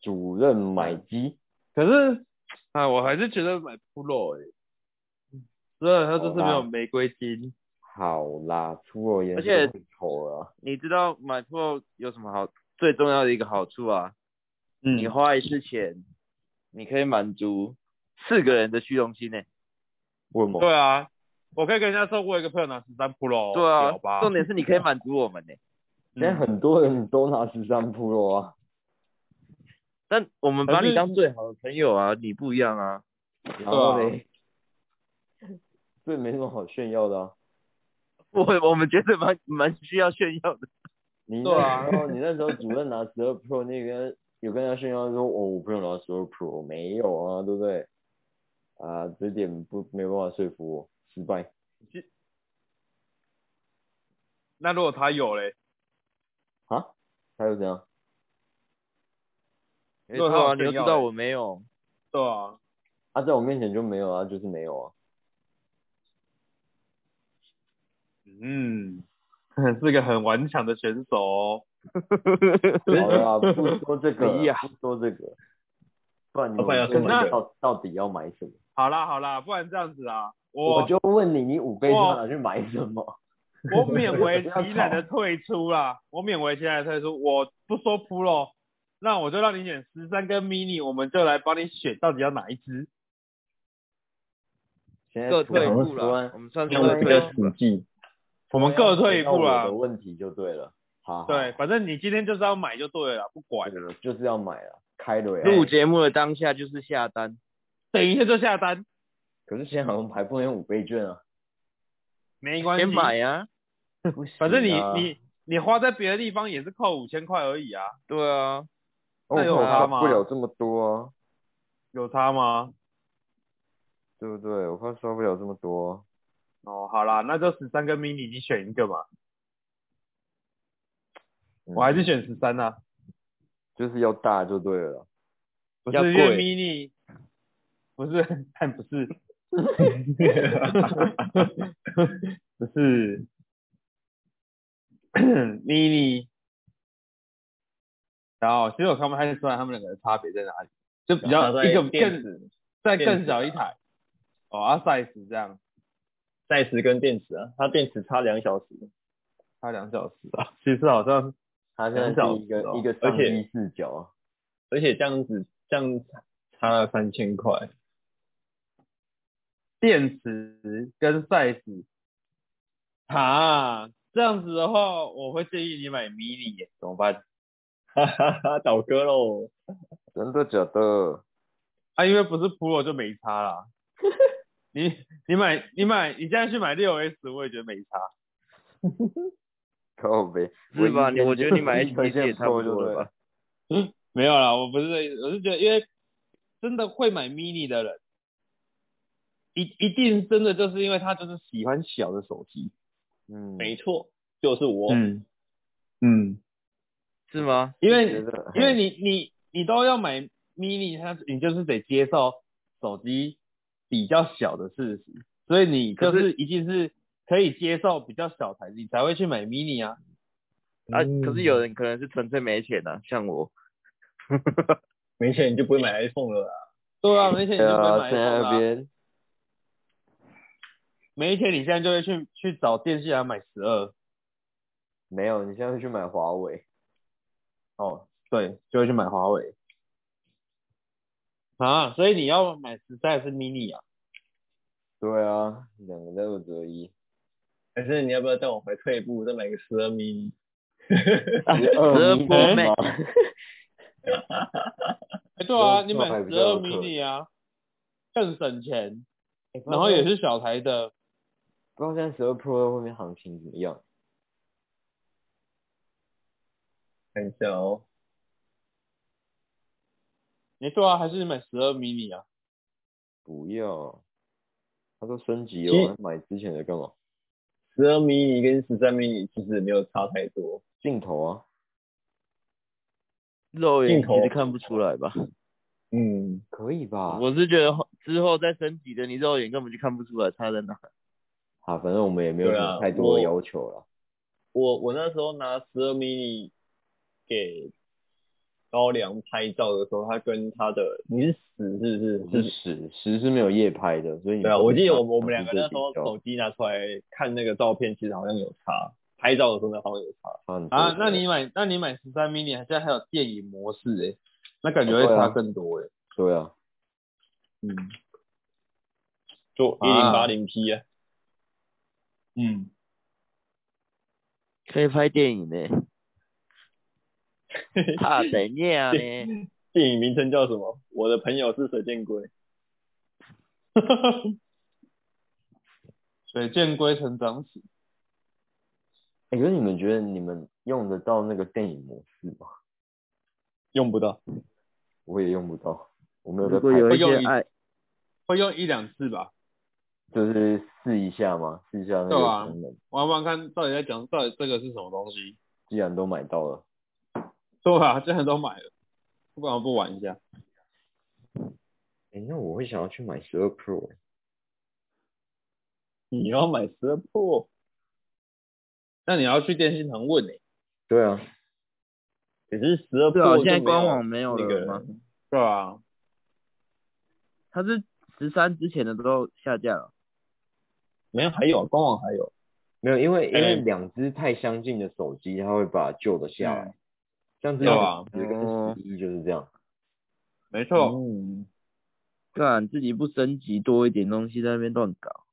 S2: 主任买机，
S1: 可是，啊，我还是觉得买 Pro 哎、欸，虽然它就是没
S4: 哦
S1: 有玫瑰金，
S2: 好啦，出我颜
S4: 而且
S2: 色丑了啊。
S4: 你知道买 Pro 有什么好？最重要的一个好处啊，你
S1: 嗯，
S4: 花一次钱，你可以满足四个人的虚荣心呢、
S2: 为什么？
S1: 对啊，我可以跟人家说，我有一个朋友拿十三 Pro，
S4: 对啊
S1: 屌吧，嗯
S4: 重点是你可以满足我们呢、
S2: 现在很多人都拿十三 Pro 啊，
S4: 但我们把你当最好的朋友啊，你不一样啊。
S2: 然后
S1: 对啊
S2: 嘞，这没什么好炫耀的啊。
S4: 我我们觉得蛮蛮需要炫耀的。
S2: 你
S1: 对啊
S2: 那时候你那时候主任拿十二 Pro 那个有跟他炫耀说，哦，我朋友拿十二 Pro 没有啊，对不对？啊，这点不没办法说服我，失败。
S1: 那如果他有嘞，
S2: 他又怎样？
S4: 没
S1: 对
S4: 错
S1: 他
S4: 啊，
S1: 有
S4: 你
S1: 炫
S4: 又知
S1: 耀
S4: 道
S1: 欸
S4: 我没有。
S1: 对啊，
S2: 他、在我面前就没有啊，就是没有啊。
S1: 嗯， 是个很顽强的选手哦。
S2: 好啦，不说这个
S4: 哎呀
S2: 了，不说这个，不然你
S3: 老板要
S2: 们
S3: 说
S1: 哪个
S2: 到到底要买什么？
S1: 好啦好啦，不然这样子啊，
S2: 我
S1: 我
S2: 就问你，你五倍
S1: 哇
S2: 要拿去买什么？
S1: 我勉 为
S2: 不要吵
S1: 其难的退出啦，我勉为其难的退出，我不说 Pro，那我就让你选十三跟 Mini，我们就来帮你选到底要哪一只。
S2: 现在
S4: 各
S2: 突然
S4: 退一步
S2: 突然
S4: 了，我们算是
S3: 用的
S4: 各
S3: 比
S4: 退
S3: 较
S4: 一步
S3: 实
S4: 了。
S3: 际。
S1: 我们各退一
S2: 回
S1: 步
S2: 啊到我
S1: 啦
S2: 的。问题就对了，好，好
S1: 对，，反正你今天就是要买就对了啦，不管，
S2: 对就是要买了，开了呀。
S4: 录节目的当下就是下单，
S1: 等一下就下单，
S2: 可是现在好像还不能用五倍券啊。
S1: 没关系。
S4: 先买啊。
S1: 反正你
S2: 行啊
S1: 你你花在别的地方也是扣五千块而已啊，
S4: 对啊，
S1: 那有
S2: 我
S1: 差
S2: 花
S1: 吗
S2: 不了这么多啊，
S1: 有差吗？
S2: 对不对？我怕刷不了这么多啊、
S1: 哦，好啦，那就十三跟 mini 你选一个嘛，
S2: 嗯
S1: 我还是选十三啊呐，
S2: 就是要大就对了啦。
S1: 不
S4: 要
S1: 是因为
S4: 贵
S1: mini，不是，但不是，不是 mini。然后其实我看不太出来他们两个的差别在哪里，就比较
S3: 差在
S1: 一个
S3: 电
S1: 更
S3: 池
S1: 再
S3: 电
S1: 更
S3: 池
S1: 小
S3: 啊
S1: 一台，哦，啊 size 这样
S3: 赛时跟电池啊，它电池差两小时。
S1: 差两小时啊，其实好像
S2: 它现在是一个、
S3: 两小时哦
S2: 一个上帝视角啊，
S3: 而且这样子这样差了三千块，
S1: 电池跟 size，啊，这样子的话，我会建议你买 mini 耶，怎么办？
S3: 哈哈哈，倒戈喽！
S2: 真的假的？
S1: 啊，因为不是 pro 就没差 啦。你你买你买你现在去买六 S，我也觉得没差。
S2: 靠呗，
S4: 是吧
S2: 我以前
S4: 我觉啊得你买
S2: 就是推荐
S4: HTC 也差不
S2: Pro 就
S4: 多
S2: 对
S4: 了吧
S2: 了。
S1: 没有啦，我不是这意思，我是觉得因为真的会买 mini 的人，一一定真的就是因为他就是喜欢小的手机。
S2: 嗯，
S3: 没错，就是我。
S1: 嗯嗯，
S4: 是吗？
S1: 因为
S2: 觉得
S1: 因为你你你都要买 mini，它你就是得接受手机比较小的事实，所以你就
S4: 可
S1: 是一定是可以接受比较小台，你才会去买 mini 啊。
S4: 啊，可是有人可能是纯粹没钱啊，像我。
S3: 没钱你就不会买 iPhone 了啦。
S1: 对啊，没钱你
S2: 对
S1: 就不会
S2: 啊，
S1: 买
S2: 现在
S1: iPhone
S2: 那
S1: 啊，
S2: 边
S1: 没钱你现在就会去去找电信来买十二，
S2: 没有，你现在去买华为。哦，对，就会去买华为。
S1: 啊，所以你要买十三是 mini 啊？
S2: 对啊，两个都有折一，
S3: 还是你要不要再往回退一步，再买个十二 mini？
S2: 十
S4: 12
S2: 二
S4: Pro Max
S1: 哎、对啊，
S2: 这种
S1: 你买
S2: 这种还比
S1: 十
S2: 较
S1: 二
S2: 有可能
S1: mini 啊，更省钱，
S2: 然
S1: 然
S3: 嗯
S1: 后也是小台的，
S2: 不知道现在十二 Pro 后面行情怎么样？
S3: 看一下哦，
S1: 哎、对啊，还是买十二 mini 啊？
S2: 不要，他都升级了，买之前的干嘛？
S3: 十二 mini 跟十三 mini 其实也没有差太多，
S2: 镜头啊，
S4: 肉眼
S3: 镜头
S4: 其实看不出来吧？
S3: 嗯，
S2: 可以吧？
S4: 我是觉得后之后再升级的，你肉眼根本就看不出来差在哪。
S2: 啊，反正我们也没有
S3: 对
S2: 什
S3: 啊
S2: 么太多的
S3: 我
S2: 要求了。
S3: 我我那时候拿十二 mini 给高粱拍照的时候，他跟他的你是十是不是？
S2: 是十十是没有夜拍的，所以你
S3: 对啊，
S2: 不能
S3: 我记得
S2: 拿
S3: 我们我们两个
S2: 手机
S3: 那
S2: 对
S3: 时候
S2: 比较
S3: 手机拿出来看那个照片，其实好像有差，拍照的时候呢好像有差。
S2: 差很多
S1: 啊，
S2: 对
S1: 那你买那你买十三 mini 现在还有电影模式
S3: 欸
S1: 哎、那感觉
S2: 哦
S1: 会
S2: 对啊
S1: 差更多哎、
S2: 对啊，
S1: 嗯
S3: 就一零八
S1: 啊
S3: 零 P 啊，
S1: 嗯，
S4: 可以拍电影呢、怕怎样呢？
S3: 电影名称叫什么？我的朋友是水箭龟。
S1: 水箭龟成长史，
S2: 哎、可是你们觉得你们用得到那个电影模式吗？
S3: 用不到，
S2: 我也用不到，我没有在
S4: 如
S2: 拍
S4: 果，有一
S1: 会
S4: 些
S1: 用一
S4: 爱，
S1: 会用一两次吧，
S2: 就是试一下嘛，试一下那
S1: 对啊
S2: 个功能。
S1: 玩玩看到底在讲到底这个是什么东西，
S2: 既然都买到了，
S1: 对吧、啊？既然都买了，不管不玩一下？
S2: 哎、那我会想要去买十二 Pro，欸
S3: 你要买十二 Pro，
S1: 那你要去电信堂问哎、
S2: 对啊，
S3: 可是十二
S4: 对啊，
S3: Pro
S4: 现在
S3: 就没有
S4: 官网没有
S3: 那个
S4: 了吗？
S1: 对啊，
S4: 它是十三之前的都下架了，
S3: 没有还
S1: 啊
S3: 有官网还有，
S2: 没有，因为因
S3: 哎
S2: 为两只太相近的手机，它会把旧的下
S1: 嗯
S2: 来，像之
S1: 对啊
S2: 前有一个十一就是这样，
S1: 没错。
S3: 嗯，
S4: 干啊自己不升级多一点东西在那边乱搞，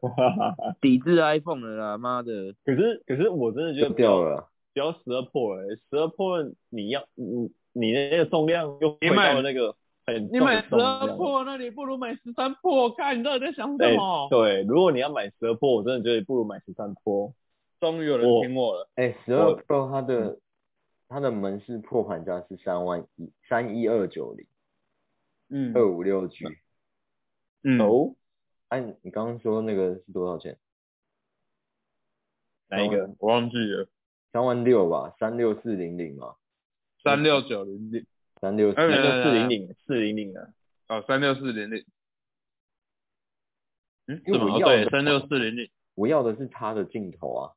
S3: 哈哈哈。
S4: 抵制 iPhone 了啦，妈的！
S3: 可是可是我真的觉
S2: 就
S3: 得不
S2: 掉
S3: 要
S2: 了啊。
S3: 不要十二 Pro，十欸二 Pro 你要你你那个重量又回
S1: 你买
S3: 到那个很
S1: 你
S3: 重的
S1: 买十
S3: 重
S1: 二
S3: 量
S1: Pro，那你不如买哎十三 Pro，看你到底在想什
S3: 对
S1: 么？
S3: 对，如果你要买十二 Pro，我真的觉得不如买十三 Pro。
S1: 终于有人
S3: 我
S1: 听我了，
S2: 哎、十二
S3: 我嗯
S2: Pro 它的它的门市破盘价是三万一三一二九零
S1: 嗯
S2: 二五六 G，
S1: 嗯，
S3: 哦，
S2: 哎、你你刚刚说那个是多少钱？
S3: 哪一个？
S1: 我忘记了，
S2: 三万六吧，三六四零零嘛，
S1: 三六九零零
S2: 三六四
S1: 哎
S3: 那
S1: 没有
S3: 个四零零，四零零啊，
S1: 哦，三六四零零，嗯，是
S2: 因为
S1: 吗？
S2: 我
S1: 哦
S2: 要
S1: 对，
S2: 的
S1: 三六四零零，
S2: 我要的是它的镜头啊，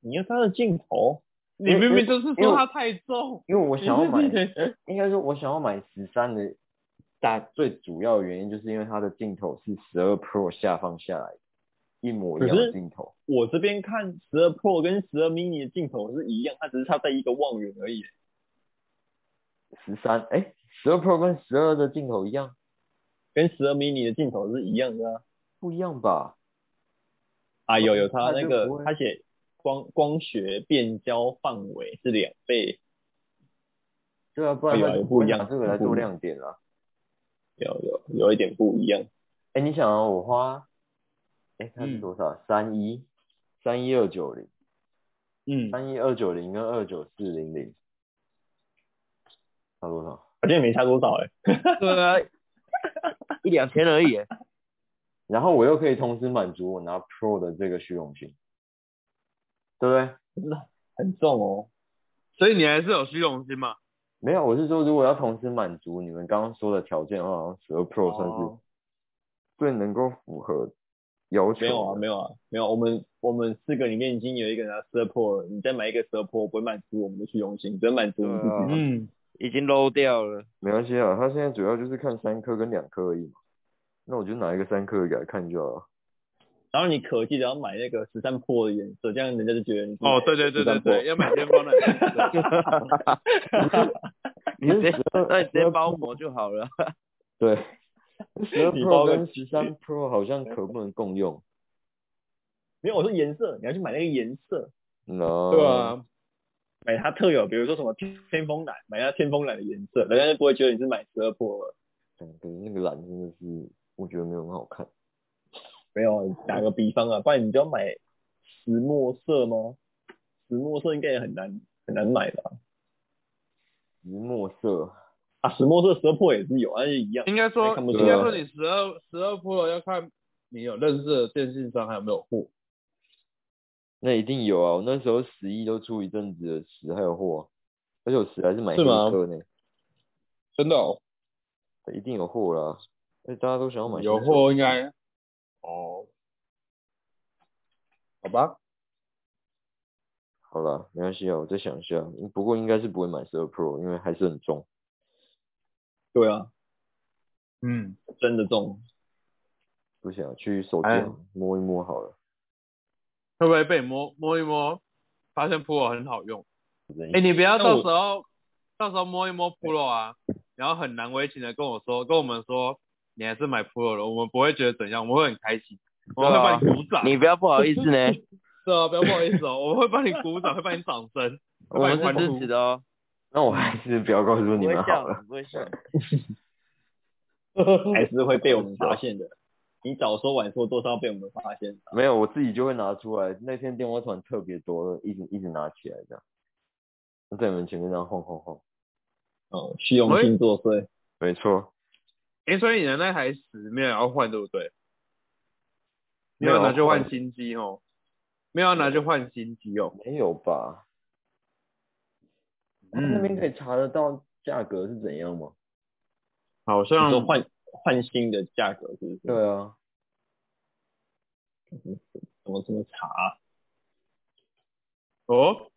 S3: 你要它的镜头，
S1: 你明明就是
S2: 因为
S1: 说它太重，
S2: 因为我想要买，
S1: 对
S2: 应该说我想要买十三的大最主要的原因就是因为它的镜头是十二 Pro 下方下来一模一样
S3: 可是
S2: 的镜头，
S3: 我这边看十二 Pro 跟十二 mini 的镜头是一样，它只是差在一个望远而已。
S2: 十三哎，十二 Pro 跟十二的镜头一样，
S3: 跟十二 mini 的镜头是一样的啊。
S2: 不一样吧？
S3: 啊，有有，它
S2: 那
S3: 那
S2: 就不
S3: 个
S2: 会
S3: 它写光光学变焦范围是两倍，
S2: 对啊，不然
S3: 哎呀
S2: 它
S3: 也
S2: 就
S3: 不一
S2: 会拿
S3: 样
S2: 这个来
S3: 不
S2: 做
S3: 一
S2: 亮点啊啦。
S3: 有有有一点不一样。
S2: 哎，你想啊，我花，哎，它是
S1: 嗯
S2: 多少？三一三一二九零，
S1: 嗯，
S2: 三一二九零跟二九四零零，差多少？
S3: 好像没差多少哎、
S4: 对啊，一两千而已耶，
S2: 然后我又可以同时满足我拿 Pro 的这个虚荣心，对不对？
S3: 很重哦。
S1: 所以你还是有虚荣心嘛？
S2: 没有，我是说，如果要同时满足你们刚刚说的条件的话，好像十二 Pro 算是
S3: 哦
S2: 最能够符合要求的。
S3: 没有啊，没有啊，没有。我们我们四个里面已经有一个人拿 s u r p o 你再买一个 s u r p o 不会满足我们的虚荣心，只能满足我们自
S2: 对啊
S3: 己。
S1: 嗯，
S4: 已经 low 掉了。
S2: 没关系啊，他现在主要就是看三颗跟两颗而已嘛。那我就拿一个三颗给他看就好了。
S3: 然后你可记得要买那个十三破的颜色，这样人家就觉得你是
S1: 哦，对对对对对，要买天风 的颜色，
S4: 你直接那你直接包膜就好了。
S2: 对，十二
S3: 你包
S2: Pro
S3: 个
S2: 跟十三 Pro 好像可不能共用。
S3: 没有，我说颜色，你要去买那个颜色，
S2: 嗯哦
S1: 对啊，
S3: 买它特有，比如说什么天风蓝，买它天风蓝的颜色，人家就不会觉得你是买十二破了。
S2: 嗯可是那个蓝真的是，我觉得没有很好看。
S3: 没有，打个比方啊，不然你就要买石墨色吗？石墨色应该也很难很难买吧？
S2: 石墨色，
S3: 啊，石墨色十二破也是有，而且一样。
S1: 应该说
S3: 看不出
S1: 应
S3: 来
S1: 该说你十二十二 Pro 要看你有认识的电信商还有没有货，
S2: 那一定有啊！我那时候十一都出一阵子了，十还有货啊、而且我十还是买
S1: 是
S2: 黑
S1: 吗
S2: 色呢，
S1: 真的哦，
S2: 一定有货啦。而且大家都想要买
S1: 有
S2: 黑色，
S1: 货应该哦，好吧，
S2: 好啦，没关系啊，我再想一下。不过应该是不会买十二 Pro，因为还是很重。
S3: 对啊，
S1: 嗯，
S3: 真的重。
S2: 不想去手机
S1: 哎
S2: 行摸一摸好了。
S1: 会不会被摸摸一摸，发现 Pro 很好用？
S2: 人
S1: 哎、你不要
S3: 那
S1: 到
S3: 我
S1: 时候到时候摸一摸 Pro 啊，然后很难为情的跟我说，跟我们说你还是买 Pro 了，我们不会觉得怎样，我们会很开心，我们会帮你鼓掌，
S4: 你不要不好意思 呢，
S1: 对啊，不要不好意思哦，我们会帮你鼓掌，会帮你掌声，
S4: 我们是支持的哦，
S2: 那我还是不要告诉
S4: 不
S2: 你
S4: 会
S2: 们好
S4: 笑
S2: 了。，
S4: 不会笑。
S3: 还是会被我们发现的。你早说晚说，多少被我们发现的。
S2: 没有，我自己就会拿出来。那天电话突然特别多，一直一直拿起来这样，在你们前面这样晃晃晃。
S3: 哦，虚荣心作祟。
S2: 没错，
S1: 哎、所以你的那台十没有要换对不对？没
S2: 没
S1: 有
S2: 有
S1: 拿
S2: 要
S1: 去换
S2: 换
S1: 新机哦，没有拿去换新机哦，
S2: 没有吧？
S1: 嗯
S2: 那边可以查得到价格是怎样吗？
S1: 好
S3: 你
S1: 像
S3: 说换换新的价格是不是？
S2: 对啊，
S3: 怎么这么差啊、
S1: 哦，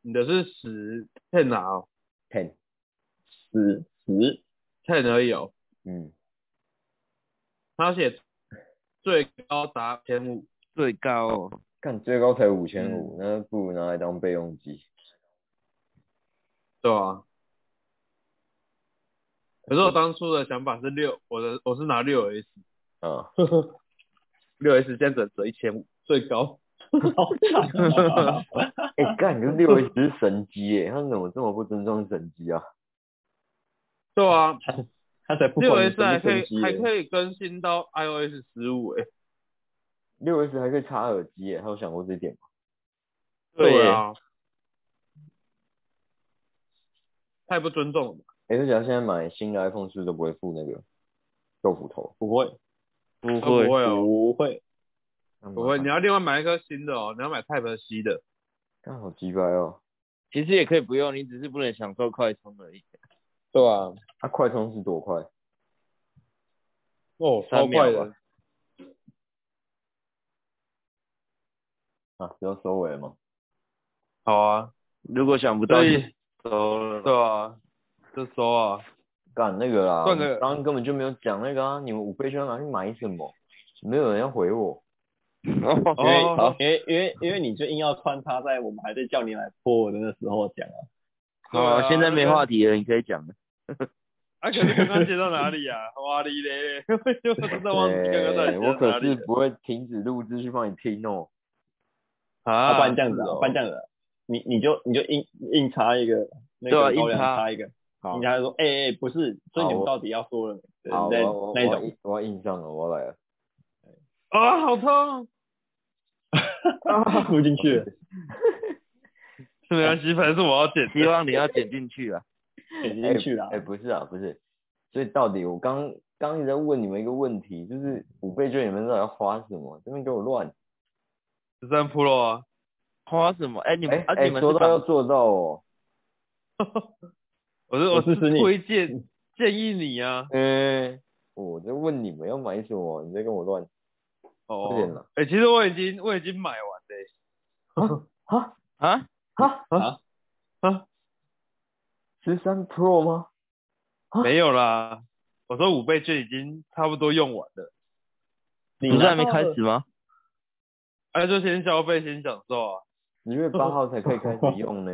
S1: 你的是十 ten 啊、哦、
S2: ten，
S1: 嗯
S3: 十十
S1: ，ten 而已哦，
S2: 嗯，
S1: 他写最高达千五。
S4: 最高哦，
S2: 看最高才五千五，那不如拿来当备用 机。
S1: 对啊。可是我当初的想法是六，我的我是拿六 S，
S2: 啊，
S1: 六 S 现在只值一千五，最高。
S3: 好惨啊！
S2: 哎、干，这六 S 是神机耶，他怎么这么不尊重神机啊？
S1: 对啊，
S3: 他才不
S1: 六
S3: 管
S1: S
S3: 你什么
S1: 还可
S3: 手机
S1: 以还
S3: 耶，
S1: 可以更新到 iOS 十五哎。
S2: 六 S 还可以插耳机耶，他有想过这一点吗？
S4: 对耶
S1: 啊，太不尊重了吧。
S2: 哎、欸，而且他现在买新的 iPhone 是不是都不会附那个豆腐头？
S3: 不会
S4: 不
S1: 会
S4: 会，
S1: 哦
S3: 不会，
S1: 不会，你要另外买一颗新的哦，你要买 Type C 的。
S2: 干好鸡掰哦！
S4: 其实也可以不用，你只是不能享受快充而已。
S1: 对啊，
S2: 啊，快充是多快？
S1: 哦，超
S4: 三秒
S1: 快
S4: 吧
S1: 的。
S2: 啊，只要收尾了吗？
S1: 好啊，
S4: 如果想不到
S1: 所
S4: 就
S1: 以
S4: 收了，
S1: 对啊，就收啊。
S2: 干那个啦，
S1: 算了
S2: 我刚刚根本就没有讲那个啊！你们五倍券要拿去买什么？没有人要回我。
S3: 因为、
S1: 哦
S3: 因为因为因为你就硬要穿插在我们还在叫你来破的那时候讲啊，
S1: 对啊
S4: 哦，现在没
S1: 那个
S4: 话题了，你可以讲了。
S1: 啊，可是刚刚接到哪里啊？ 哇哩嘞，我真的忘记刚刚到底
S2: 对，
S1: 接到
S2: 我
S1: 哪
S2: 可
S1: 里啊
S2: 是
S1: 了
S2: 不会停止录制去帮你听哦。
S1: 啊
S3: 啊，不然这样子
S1: 是
S3: 啊，
S1: 哦
S3: 不然这样子啊，你你就你就硬硬插一个那
S4: 对啊
S3: 个
S4: 硬
S3: 高粱
S4: 插
S3: 插一个，
S2: 好
S3: 人家就说哎哎、欸不是，所以你
S2: 好
S3: 们
S2: 我
S3: 到底要说了没？对
S2: 好，
S3: 你在
S2: 我我
S3: 那一
S2: 我要
S3: 种
S2: 印我要印上了，我要来了。
S1: 啊，好痛！
S3: 录进去了，
S1: 是没关系，反正是我要剪
S4: 希望你要剪进去啊。
S3: 点进去了
S2: 哎、。不是啊，不是。所以到底我刚刚一直在问你们一个问题，就是五倍券你们到底要花什么？这边给我乱。
S1: 十三 Pro 啊。
S4: 花什么？哎，你
S2: 哎、
S4: 们
S2: 哎、
S4: 啊，你们
S2: 说
S4: 是
S2: 到要
S4: 绑
S2: 做到哦。
S1: 我是
S3: 我
S1: 是
S3: 支持你
S1: 推荐建议你啊。
S2: 嗯、我在问你们要买什么，你在跟我乱。快点
S1: 哦
S2: 了。
S1: 哎、其实我已经我已经买完了、
S2: 啊
S4: 啊？
S2: 啊
S3: 啊
S2: 啊！十三 Pro 吗？啊
S1: 没有啦。我说五倍券已经差不多用完了。
S3: 你
S4: 不是
S3: 拿
S4: 还没
S3: 到
S4: 开
S3: 了
S4: 始吗？
S1: 那就先消费，先享受啊。
S2: 十月八号才可以开始用呢。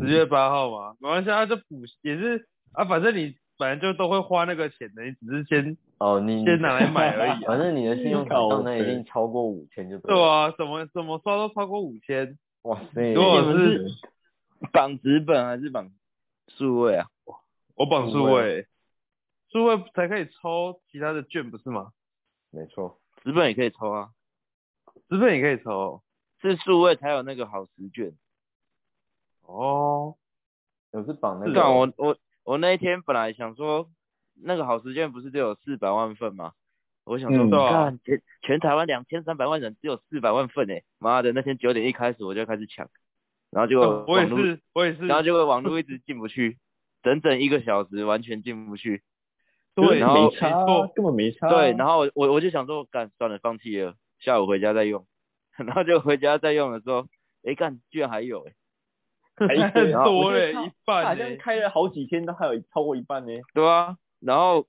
S1: 十月八号嘛，没关系，啊，就补也是啊，反正你本来就都会花那个钱的，你只是先
S2: 哦，你
S1: 先拿来买而已啊。
S2: 反正你的信用卡
S3: 靠
S2: 账单
S3: 北
S2: 已经超过五千就
S1: 对
S2: 了。
S1: 啊，怎么怎么刷都超过五千，
S2: 哇塞，
S1: 如果
S4: 你们
S1: 是
S4: 绑纸本还是绑数位啊？
S1: 我绑
S2: 数
S1: 数
S2: 位
S1: 位，数位才可以抽其他的券不是吗？
S2: 没错，
S4: 纸本也可以抽啊，
S1: 纸本也可以抽
S4: 是数位才有那个好时券。
S1: 哦，
S2: 我是绑那
S4: 是
S2: 个
S4: 啊，我我我那一天本来想说，那个好时券不是只有四百万份吗？我想说，
S3: 嗯
S1: 对啊
S4: 看全全台湾两千三百万人，只有四百万份哎、妈的，那天九点一开始我就开始抢，然后结
S1: 嗯
S4: 果
S1: 我也
S4: 网络，
S1: 是，我也是，
S4: 然后结果网络一直进不去，整整一个小时完全进不去。
S1: 对，
S4: 然后
S3: 没
S1: 没
S3: 差啊，
S1: 错，
S3: 根本没差啊。
S1: 哦
S4: 对，然后我我我就想说，干算了，放弃了，下午回家再用。 然后就回家再用的时候，哎干，居然还有哎、
S3: 还 一堆啊
S1: 多
S3: 我觉
S1: 嘞一
S3: 得他他好
S1: 半欸
S3: 像
S1: 嘞，
S3: 开了好几天，都还有超过一半呢。
S4: 对啊，然后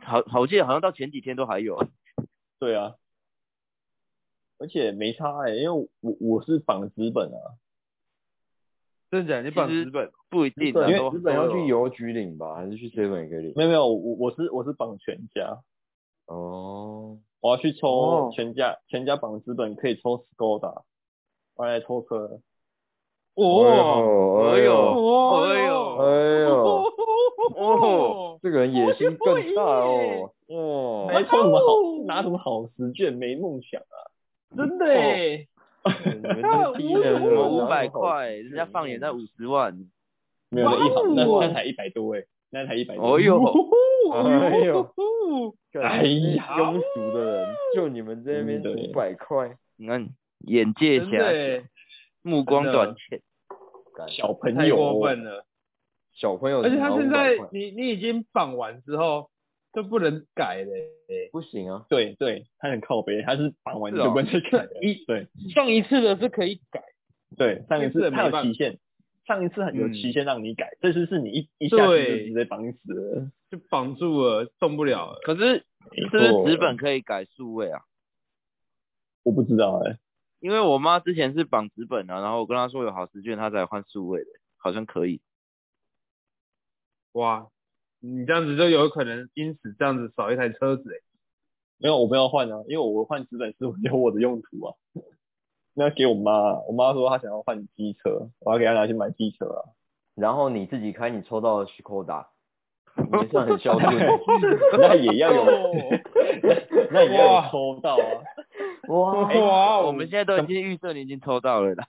S4: 好好我记得好像到前几天都还有、
S3: 对啊，而且没差哎、因为我我是绑资本啊，
S1: 真的假的？你
S4: 其
S1: 绑
S4: 实
S1: 纸本，
S4: 不一定
S2: 对
S4: 啊，
S2: 因
S4: 都
S2: 为日本要
S4: 都有
S2: 去邮局领吧，还是去 seven 也可以领？
S3: 没有没有，我我是我是绑全家，
S2: 哦，
S3: 我要去抽
S1: 哦
S3: 全家、全家绑资本可以抽 Skoda，我要来抽车，
S1: 哦，
S2: 哦，
S4: 哎呦
S1: 哦
S4: 哎呦
S2: 哎 呦，
S1: 哦，
S2: 这个人野心更大哦，
S3: 我
S2: 哦，
S3: 还抽什么
S1: 哦
S3: 好拿什么好十卷没梦想啊，
S1: 真的欸耶，
S2: 你们这批人啊
S4: 什么五百块，人家放眼在五十万，
S3: 没有那一
S1: 哇
S3: 行
S1: 哦
S3: 那那才一百多哎、那才一百多，
S4: 哦呦，
S2: 哎呦
S1: 哦
S3: 哎呀
S2: 庸俗的人，就你们这边
S3: 真的
S2: 五百块，
S4: 你看眼界
S1: 真
S4: 狭
S1: 的
S4: 小，
S1: 耶，
S4: 目光
S1: 真的
S4: 短浅，
S2: 干
S3: 小朋
S1: 太
S3: 友
S1: 过分了。
S2: 小朋友
S1: 而且他
S2: 拿
S1: 现
S2: 500
S1: 在
S2: 块
S1: 你你已经绑完之后就不能改了耶。
S2: 不行啊，
S3: 对对，他很靠北，他是绑完
S4: 是
S3: 就
S4: 哦
S3: 不会改的。
S1: 一
S3: 对
S1: 上一次的是可以改，
S3: 对，上一
S1: 这
S3: 次
S1: 没
S3: 他有
S1: 办
S3: 期
S1: 法
S3: 限，上一次很有
S1: 嗯
S3: 期限让你改，这次是你一一下子就
S1: 对
S3: 直接绑死了。
S1: 就绑住了，动不了了。
S4: 可是
S3: 没
S4: 是不是
S3: 错
S4: 纸本可以改数位啊？
S3: 我不知道哎、
S4: 因为我妈之前是绑纸本啊，然后我跟她说有好时券，她才换数位的，好像可以。
S1: 哇，你这样子就有可能因此这样子少一台车子耶
S3: 没有，我不要换啊，因为我换资本是有我的用途啊。那给我妈，我妈说她想要换机车，我要给她拿去买机车啊。
S2: 然后你自己开，你抽到 s h i k o d a 你算很 孝顺，
S3: 那也要 有，
S1: 哦
S3: 那也要
S1: 哇
S3: 有抽到啊。
S2: 哇，
S1: 哇哦，
S4: 我们现在都已经预设你已经抽到了啦。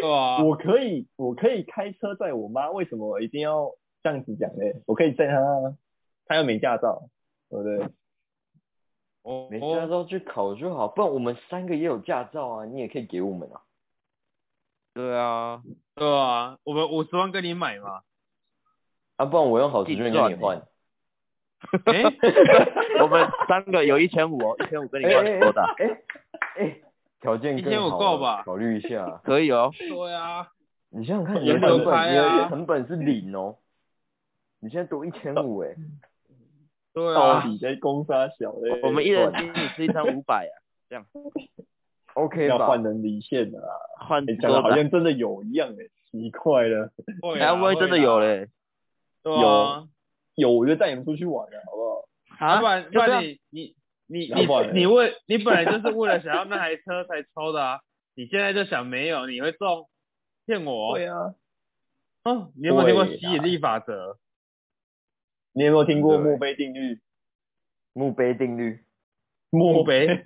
S1: 对啊，
S3: 我可以，我可以开车载我妈，为什么一定要这样子讲呢？我可以载她啊，她又没驾照，对不对？
S1: 我
S2: 没驾照去考就好，不然我们三个也有驾照啊，你也可以给我们啊。
S4: 对啊，
S1: 对啊，我们五十万跟你买 嘛，
S2: 啊，不然我用好时券跟你
S4: 计
S2: 换
S4: 算。
S1: 哎、
S4: 我们三个有一千五哦，一千五跟你
S2: 哎
S4: 换
S2: 哎
S4: 多大？
S2: 哎哎， 条件更好
S1: 1500够吧
S2: 考虑一下。
S4: 可以哦，
S1: 对啊，
S2: 你想想 看，你
S3: 也
S2: 的成
S1: 没有
S2: 本，
S1: 开
S2: 你
S1: 啊
S2: 的成本是零哦。你现在多一千五哎，
S1: 对
S3: 到
S1: 啊，
S3: 底在攻杀小欸嘞？
S4: 我们一人请你吃一餐五百啊，
S2: ，OK
S3: 要
S2: 吧
S3: 换？能离线的啊！
S4: 换
S3: 你讲的
S4: 多
S3: 好
S4: 大？
S3: 像真的有一样哎、奇怪了，
S1: 会
S4: 台
S1: 啊
S4: 湾真的有，嘞。
S1: 会啊对啊
S3: 有，有我就带你们出去玩了，好不好？
S4: 啊
S1: 不然不
S4: 就这
S1: 然
S4: 样
S1: 你你你
S3: 要不然
S1: 你你为你本来就是为了想要那台车才抽的啊，你现在就想没有，你会中，骗我？
S3: 对啊，
S1: 嗯，你有没有听过
S3: 对
S1: 吸
S3: 啊
S1: 引力法则？
S3: 你有没有听过
S2: 对
S3: 墨菲定律？
S2: 墓碑定律
S1: 墓 碑，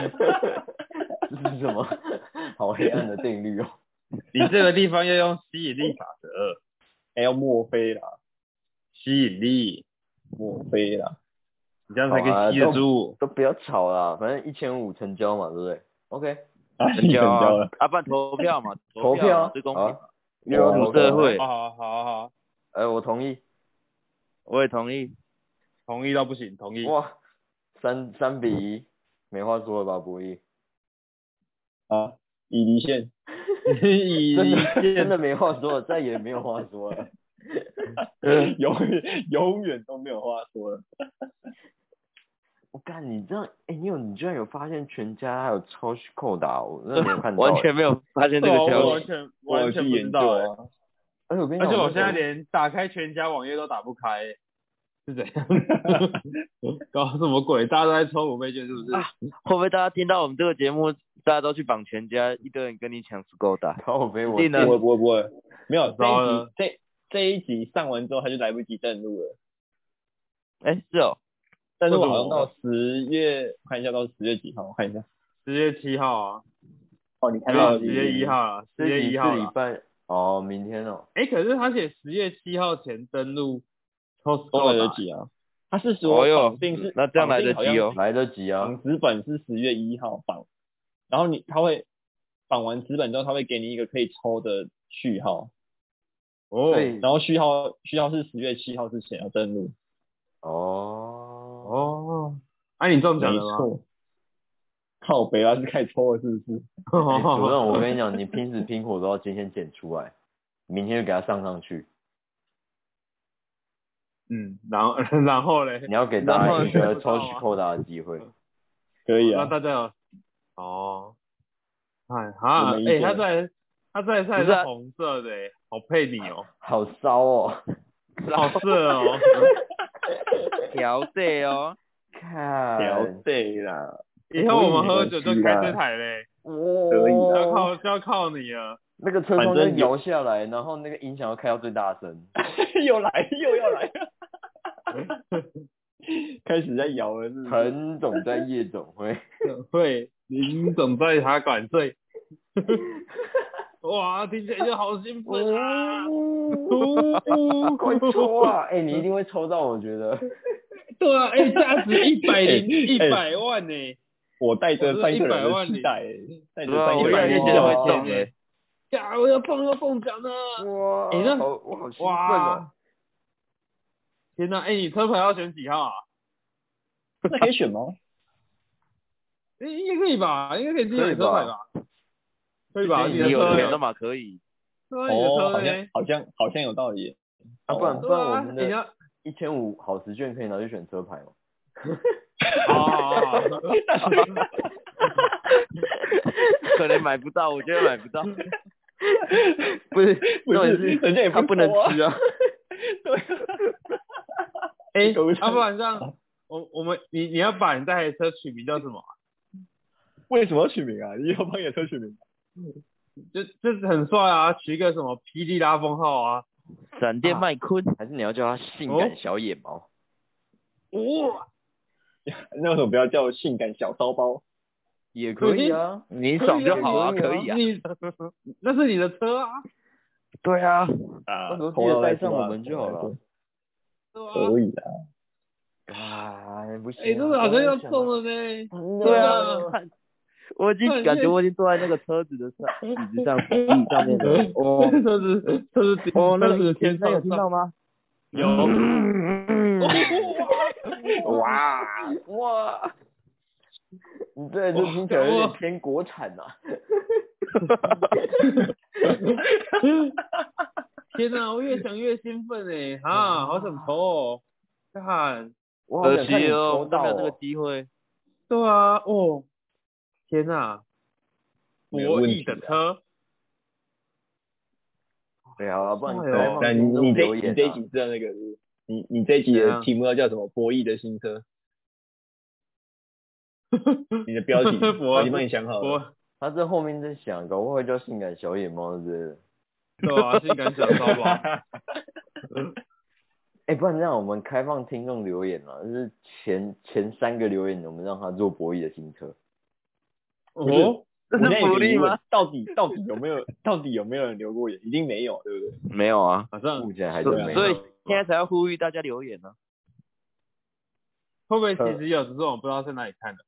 S2: 这是什么？ 好黑暗的定律哦。
S1: 你这个地方要用吸引力法则，
S3: 哎，要墨菲啦，
S1: 吸引力，
S3: 墨菲啦，
S1: 你这样才可
S3: 啊
S1: 以吸得住。
S2: 都不要吵啦，反正一千五成交嘛，对不对？OK，
S3: 啊，
S4: 成
S3: 你
S4: 交
S3: 成交
S4: 啊
S3: 了，，
S4: 啊，不然投票嘛，
S2: 投
S4: 票
S2: 票
S4: 嘛最公平。
S2: 啊。
S4: 民主
S3: 啊
S4: 社会，
S1: 哦好啊好好好，
S2: 呃，我同意。
S4: 我也同意。
S1: 同意到不行，同意。
S2: 哇，三三比一，没话说了吧，博弈？
S3: 啊，已离线，
S1: 以
S2: 真的真的没话说了，再也没有话说了。
S3: 嗯 永远永远都没有话说了。
S2: 我干，你这样，哎、你有你居然有发现全家还有超虚扣打，我真的没有 看到、
S4: 完全没有发现这个
S1: 对啊
S4: 消
S1: 我
S4: 息。
S1: 完全
S3: 我有
S1: 完全
S3: 去
S1: 不知
S3: 研究
S1: 道、欸。
S3: 啊，
S2: 哎、我跟你
S1: 而
S2: 讲，
S1: 且我
S2: 那
S1: 现在
S2: 个
S1: 连打开全家网页都打不开、欸，是怎样？ 搞什么鬼？大家都在抽五倍券是不是？
S4: 会不会大家听到我们这个节目，大家都去绑全家，一堆人跟你抢 Skoda？
S2: 靠背我
S4: 一定的
S3: 不会不会不会，没有这
S1: 糟
S3: 一
S1: 了
S3: 集这这一集上完之后他就来不及登录了，
S4: 哎、是哦，
S3: 但是我
S1: 为什
S3: 好
S1: 么
S3: 像到十月，看一下到十月几号，我看一下，
S1: 十月七号啊，
S3: 哦，你看
S1: 没有
S3: 到
S1: 十月一，号啊，十
S2: 这
S1: 月
S2: 集
S1: 一
S2: 是
S1: 号
S2: 礼
S1: 啦。
S2: 拜哦，明天哦，
S1: 哎、可是他写十月七号前登录，抽
S3: 都来
S1: 的
S3: 得及啊，他是
S4: 哦
S3: 说
S4: 哟
S3: 绑定是，
S4: 那这样来得
S3: 绑定好像
S4: 及哦。
S2: 来得及啊，
S1: 嗯
S3: 绑纸本是十月一号绑，然后你他会绑完纸本之后，他会给你一个可以抽的序号，
S1: 哦
S2: 所以
S3: 然后序号序号是十月七号之前要登录，
S2: 哦
S1: 哦，哎、你中
S3: 没
S1: 奖了吗？
S3: 错。靠北啊，是开始抽了是不是？
S1: 哦
S2: 哎主任，我跟你讲，你拼死拼活都要今天剪出来，明天就给他上上去，
S1: 嗯，然后 然后嘞，
S2: 你要给大家 一
S1: 然
S2: 个
S1: 后
S2: 抽取扣打的机会。
S3: 可以
S1: 那
S3: 啊，
S1: 大家有哦，哎哈，
S3: 我没意
S1: 哎、
S3: 见
S1: 他在他在赛
S4: 不是啊
S1: 是红色的、欸，好配你哦，
S2: 好骚哦！
S1: 好色哦，
S4: 调色哦，
S3: 聊
S2: 看，
S3: 对啦，
S1: 以后我们喝酒就开这台嘞，
S3: 可以
S1: 就
S3: 啊
S1: 要
S2: 哇，
S1: 靠就要靠你了，
S2: 那个车窗
S3: 反
S2: 就
S3: 正有
S2: 摇下来，然后那个音响要开到最大声。
S3: 又来又要来，开始在摇了是不是？
S2: 陈总在夜总 会，
S1: 会林总在茶馆醉， 哇，听起来就好兴奋啊！
S2: 呜快抽啊！哎、你一定会抽到，我觉 得。
S1: 对啊，哎、价值一百零一
S3: 哎
S1: 百万呢、
S3: 我带着三个人
S1: 我是100万
S3: 的
S1: 里
S3: 期待，欸带着
S4: 对啊，
S3: 三
S4: 我
S3: 个
S4: 越来
S3: 人
S4: 越觉
S3: 的期
S4: 得
S2: 哦
S4: 会
S3: 待，
S4: 中哎、
S1: 呀，我要中要中奖了！
S2: 哇
S1: 哎那
S2: 好我好兴奋哦！
S1: 哇，天哪、哎、你车牌要选几号啊？
S3: 那可以选吗？
S1: 应应该可以吧？应该可以自己买车牌吧？可以吧？
S2: 你
S1: 的
S4: 啊你有
S1: 车
S4: 钱的
S1: 嘞？
S4: 嘛可以，
S1: 对啊，你的
S3: 哦，
S1: 车
S3: 好像
S1: 嘞？
S3: 好像好像有道理耶。
S2: 啊，不然不
S1: 对
S2: 然我
S1: 啊，
S2: 们
S1: 你要
S2: 的一千五好时券可以拿去选车牌 吗？
S1: 哦，
S4: 可能买不到，我觉得买不到。
S2: 不是，
S3: 不
S2: 重点
S3: 是，
S2: 是
S3: 人家也
S2: 他不能
S3: 抽啊
S2: 吃啊。
S1: 哎，
S3: 狗
S1: 要
S3: 不、
S1: 不然这样，我我们你你要把你这台车取名叫什么啊？
S3: 为什么要取名啊？你要帮野车取名？
S1: 就就是很帅啊，取一个什么霹雳拉风号啊？
S4: 闪电麦昆，
S2: 还是你要叫他性
S3: 哦
S2: 感小野猫？
S1: 哇，
S3: 那为什么不要叫性感小骚包？
S2: 也可以啊。
S4: 你爽就好啊，可以啊。
S1: 你那是你的车啊，
S4: 对啊，
S3: 啊
S2: 到时候
S3: 偷
S2: 记得
S3: 到
S2: 带
S3: 再
S2: 上
S3: 说啊
S2: 我们就好了。
S1: 对啊。
S3: 可以啊，
S2: 啊，不行啊！
S1: 哎，这个好像要中
S2: 了。
S1: 了呢。
S4: 对
S2: 对
S4: 啊
S1: 啊，
S4: 我已经感觉我已经坐在那个车子的上椅子上椅上面了。哦
S1: 这是这是
S4: 哦，那
S1: 这
S4: 个
S1: 是
S4: 天
S1: 天
S4: 上有嗯
S1: 上
S4: 听到吗？
S1: 有。
S2: 哇哇！你这就听起来有点偏国产呐、啊。
S1: 天哪，我越想越兴奋哎，啊，好想投哦，看，
S2: 我好
S4: 可
S2: 想看你
S4: 惜
S2: 抽
S4: 哦，
S2: 到
S4: 都没有这个
S2: 哦。
S4: 机会。
S1: 对啊，哦，天哪，
S3: 没有问
S1: 博
S3: 题
S1: 弈
S3: 啊
S1: 的车，
S2: 对
S3: 哦
S2: 啊，不然你
S1: 哎呦
S2: 再放
S3: 那你
S2: 听众
S3: 你这
S2: 留言、
S3: 你
S2: 啊
S3: 这一集的那个是，你你这一集
S1: 怎
S3: 的
S1: 样
S3: 题目要叫什么？博弈的新车。你的标题
S1: 博
S3: 已经帮你想好了。
S1: 博
S2: 他这后面在想，搞不好会叫性感小野猫之类的。
S1: 对啊，性感小骚包，
S2: 哎、不然这样，我们开放听众留言啊，就是前前三个留言，我们让他做博弈的新车。
S1: 哦，
S3: 我现在
S4: 这是
S3: 有个
S4: 福利
S3: 疑问
S4: 吗？
S3: 到底到底有没有到底有没有人留过言？一定没有，对不对？
S4: 没有啊，
S1: 马上
S2: 目前还是
S4: 所
S3: 对啊
S2: 没
S4: 所以
S2: 有。
S4: 现在才要呼吁大家留言啊呢。
S1: 会不会其实有，只是我不知道在哪里看的，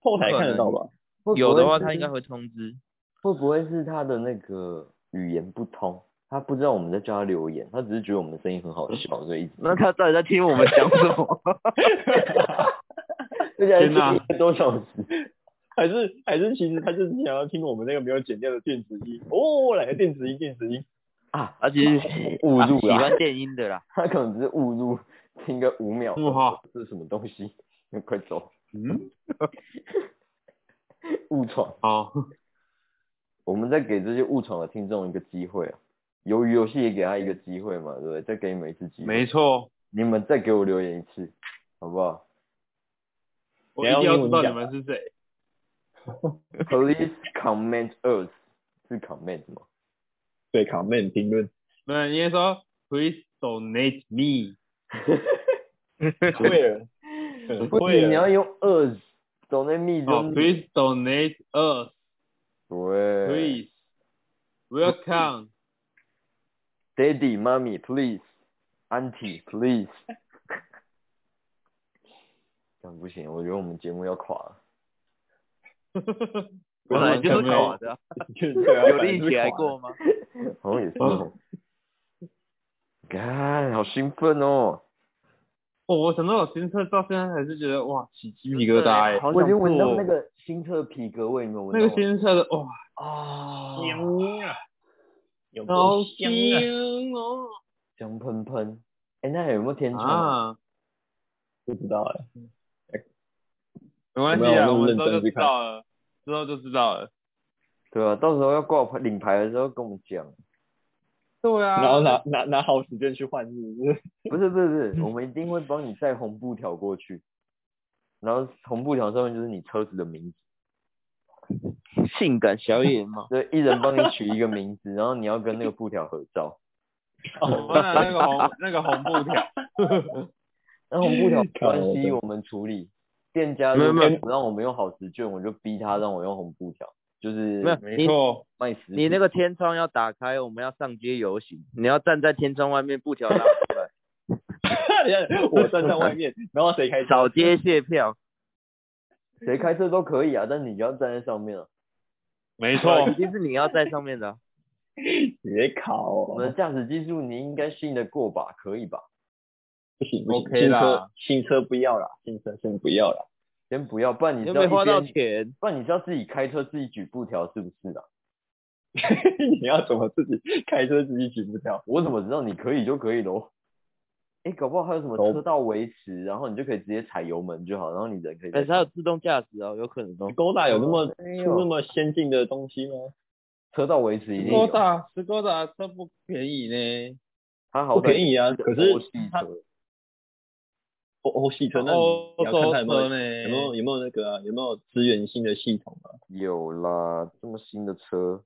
S3: 后台看得到吧？
S2: 会不会
S4: 有的话，
S2: 是
S4: 他应该会通知。
S2: 会不会是他的那个语言不通？他不知道我们在叫他留言，他只是觉得我们的声音很好笑，所以一直。
S4: 嗯那他到底在听我们讲 什么？
S2: 而且还
S1: 天哪
S2: 是一个多小
S4: 啊
S2: 时，
S3: 还是还是其实他就是想要听我们那个没有剪掉的电子音哦，来电子音电子音，
S4: 而且
S2: 误入啊
S4: 喜
S2: 啦
S4: 欢电音的啦，
S2: 他可能只是误入听个五秒，
S1: 木 号，
S2: 这是什么东西？快走，
S1: 嗯，
S2: 误闯。
S1: 好，
S2: 我们再给这些误闯的听众一个机会啊，由于游戏也给他一个机会嘛，对不对？再给你们一次机会，
S1: 没错，
S2: 你们再给我留言一次，好不好
S1: 我一定要知道你们是谁。
S2: ？Please comment us，是 comment 吗？
S3: 对 comment 评论，
S1: 没有，应该说 please donate me。
S3: 会了，可能
S2: 不
S3: 会
S2: 是，你要
S3: 了，
S2: 用 us，懂那密
S1: 啊哦
S2: 宗。
S1: ，please donate us, please.
S2: 对
S1: Welcome.
S2: ，Daddy、Mommy、Please、Auntie、Please。但不行，我觉得我们节目要垮了。
S4: 本来就是垮的啊，
S3: 就 对啊，
S4: 有立起来过 吗？
S2: 好像也是
S1: 哦
S2: 哦。干，好兴奋哦！
S1: 哦，我想到我新测到现在还是觉得哇起鸡皮疙瘩哎、
S4: 好
S2: 我已
S4: 想
S2: 经闻到
S4: 吐哦
S2: 那个新特皮革味，你们闻
S1: 那
S2: 到
S1: 个
S2: 吗？
S1: 新测的哇
S2: 啊，
S1: 香啊，
S3: 有
S1: 好
S3: 多香啊？
S1: 香哦
S2: 香喷喷。哎，那有没有天窗啊？
S1: 啊！
S3: 不知道哎，
S1: 没关系
S3: 我没有
S1: 啊，
S3: 那
S1: 我
S3: 么
S1: 们
S3: 认
S1: 之
S3: 真
S1: 后就
S3: 去
S1: 知
S3: 看
S1: 道了，之后就知道了。
S2: 对啊，到时候要挂牌领牌的时候跟我们讲。
S1: 对啊，
S3: 然后拿拿拿好时间去换日，
S2: 不是不是
S1: 嗯
S2: 不是，我们一定会帮你带红布条过去，然后红布条上面就是你车子的名字，
S4: 性感小野猫，
S2: 对，一人帮你取一个名字，然后你要跟那个布条合照，
S1: 我拿那个 红那个红布条，
S2: 那红布条没
S3: 看
S2: 关系
S3: 我
S2: 我们处理。店家
S1: 没有
S2: 如果
S1: 没有
S2: 不让我们用好时券，我就逼他让我用红布条，就是
S4: 没有
S1: 没错，
S2: 卖食
S4: 你那个天窗要打开，我们要上街游行，你要站在天窗外面，布条拿出来，
S3: 我站在外面，然后谁开车？
S4: 扫街谢 票，
S2: 品谁开车都可以啊，但你要站在上面啊。
S1: 没错
S4: 一，定是你要在上面的啊，
S3: 别考哦，
S2: 我们的驾驶技术你应该信得过吧？可以吧？
S3: 不行不行
S1: OK
S3: 新车
S1: 啦
S3: 新车不要啦，新车先不要啦。
S2: 先不要，不然你
S4: 又
S2: 知
S4: 没
S2: 道
S4: 花到
S2: 一边，
S4: 钱，
S2: 不然你知道自己开车自己举布条是不是啊？
S3: 你要怎么自己开车自己举不掉？
S2: 我怎么知道你可以就可以喽？哎，搞不好还有什么
S3: 都
S2: 车道维持，然后你就可以直接踩油门就好，然后你人可以在
S4: 但是它
S2: 上。
S4: 有自动驾驶哦，有可能哦。
S3: 勾大有那么出
S2: 没有
S3: 那么先进的东西吗？
S2: 车道维持一
S1: 石
S2: 定
S1: 锅
S2: 有，
S1: 打石锅打这不便宜呢。
S2: 它好
S3: 不
S2: 歹
S3: 便宜啊，
S2: 是
S3: 可
S2: 欧
S3: 是
S2: 系
S3: 它
S2: 车，
S3: 欧欧系车，那
S1: 欧
S3: 你要看
S1: 洲
S3: 它有没
S1: 车
S3: 有
S1: 呢？
S4: 哎
S3: 有没有有没有那个啊，有没有资源性的系统啊？
S2: 有啦，这么新的车，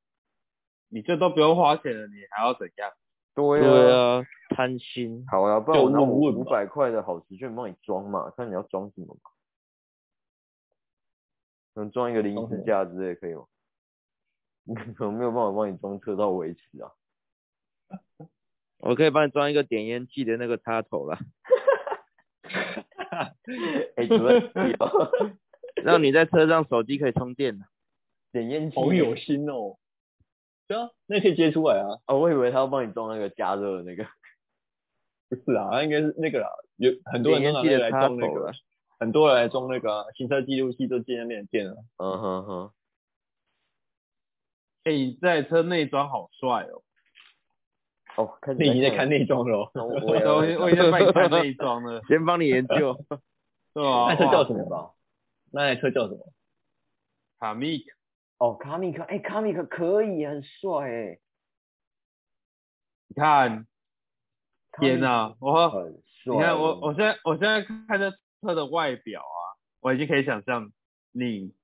S1: 你这都不用花钱了，你还要怎样？
S2: 对
S4: 对
S2: 啊，
S4: 啊，贪心，
S2: 好啦，不然
S3: 就
S2: 我拿
S3: 问
S2: 我
S3: 问
S2: 五
S3: 吧
S2: 百块的好时券帮你装嘛，看你要装什么嘛，能装一个临
S3: 装什
S2: 时
S3: 么
S2: 架之类可以吗？我 没有办法帮你装车道维持啊，
S4: 我可以帮你装一个点烟器的那个插头啦，
S2: 哎、主任，你 要
S4: 让你在车上手机可以充电。啊
S2: 点
S4: 嗯
S2: 烟器
S3: 好有心哦。对啊，那可以接出来啊。
S2: 哦，我以为他要帮你装那个加热的那个。
S3: 不是啊，它应该是那个啦，有很多人都拿那
S4: 点烟
S3: 个来
S4: 器的插
S3: 装那
S4: 头
S3: 个啊
S4: 啦，
S3: 很多人来装那个啊，行车记录器都进那边的店啊。
S2: 嗯哼哼，
S1: 哎、你这台车内装好帅哦！
S2: 哦，开始
S3: 你已经在看内装了哦，
S2: 那我
S1: 我
S2: 我也要
S1: 我我已经帮你看内装了，
S4: 先帮你研 究，
S1: 对吧、
S3: 那
S1: 啊？
S3: 车叫
S1: 哇
S3: 什么吧？那台车叫什么？
S1: 卡密
S2: 哦，卡米克，哎、卡米克可以，很帅哎、
S1: 你看，
S2: 卡
S1: 天啊哪、
S2: 米克
S1: 我
S2: 很
S3: 啊
S2: 帅。
S1: 你看我我现在我现在看这车的外表啊，我已经可以想象你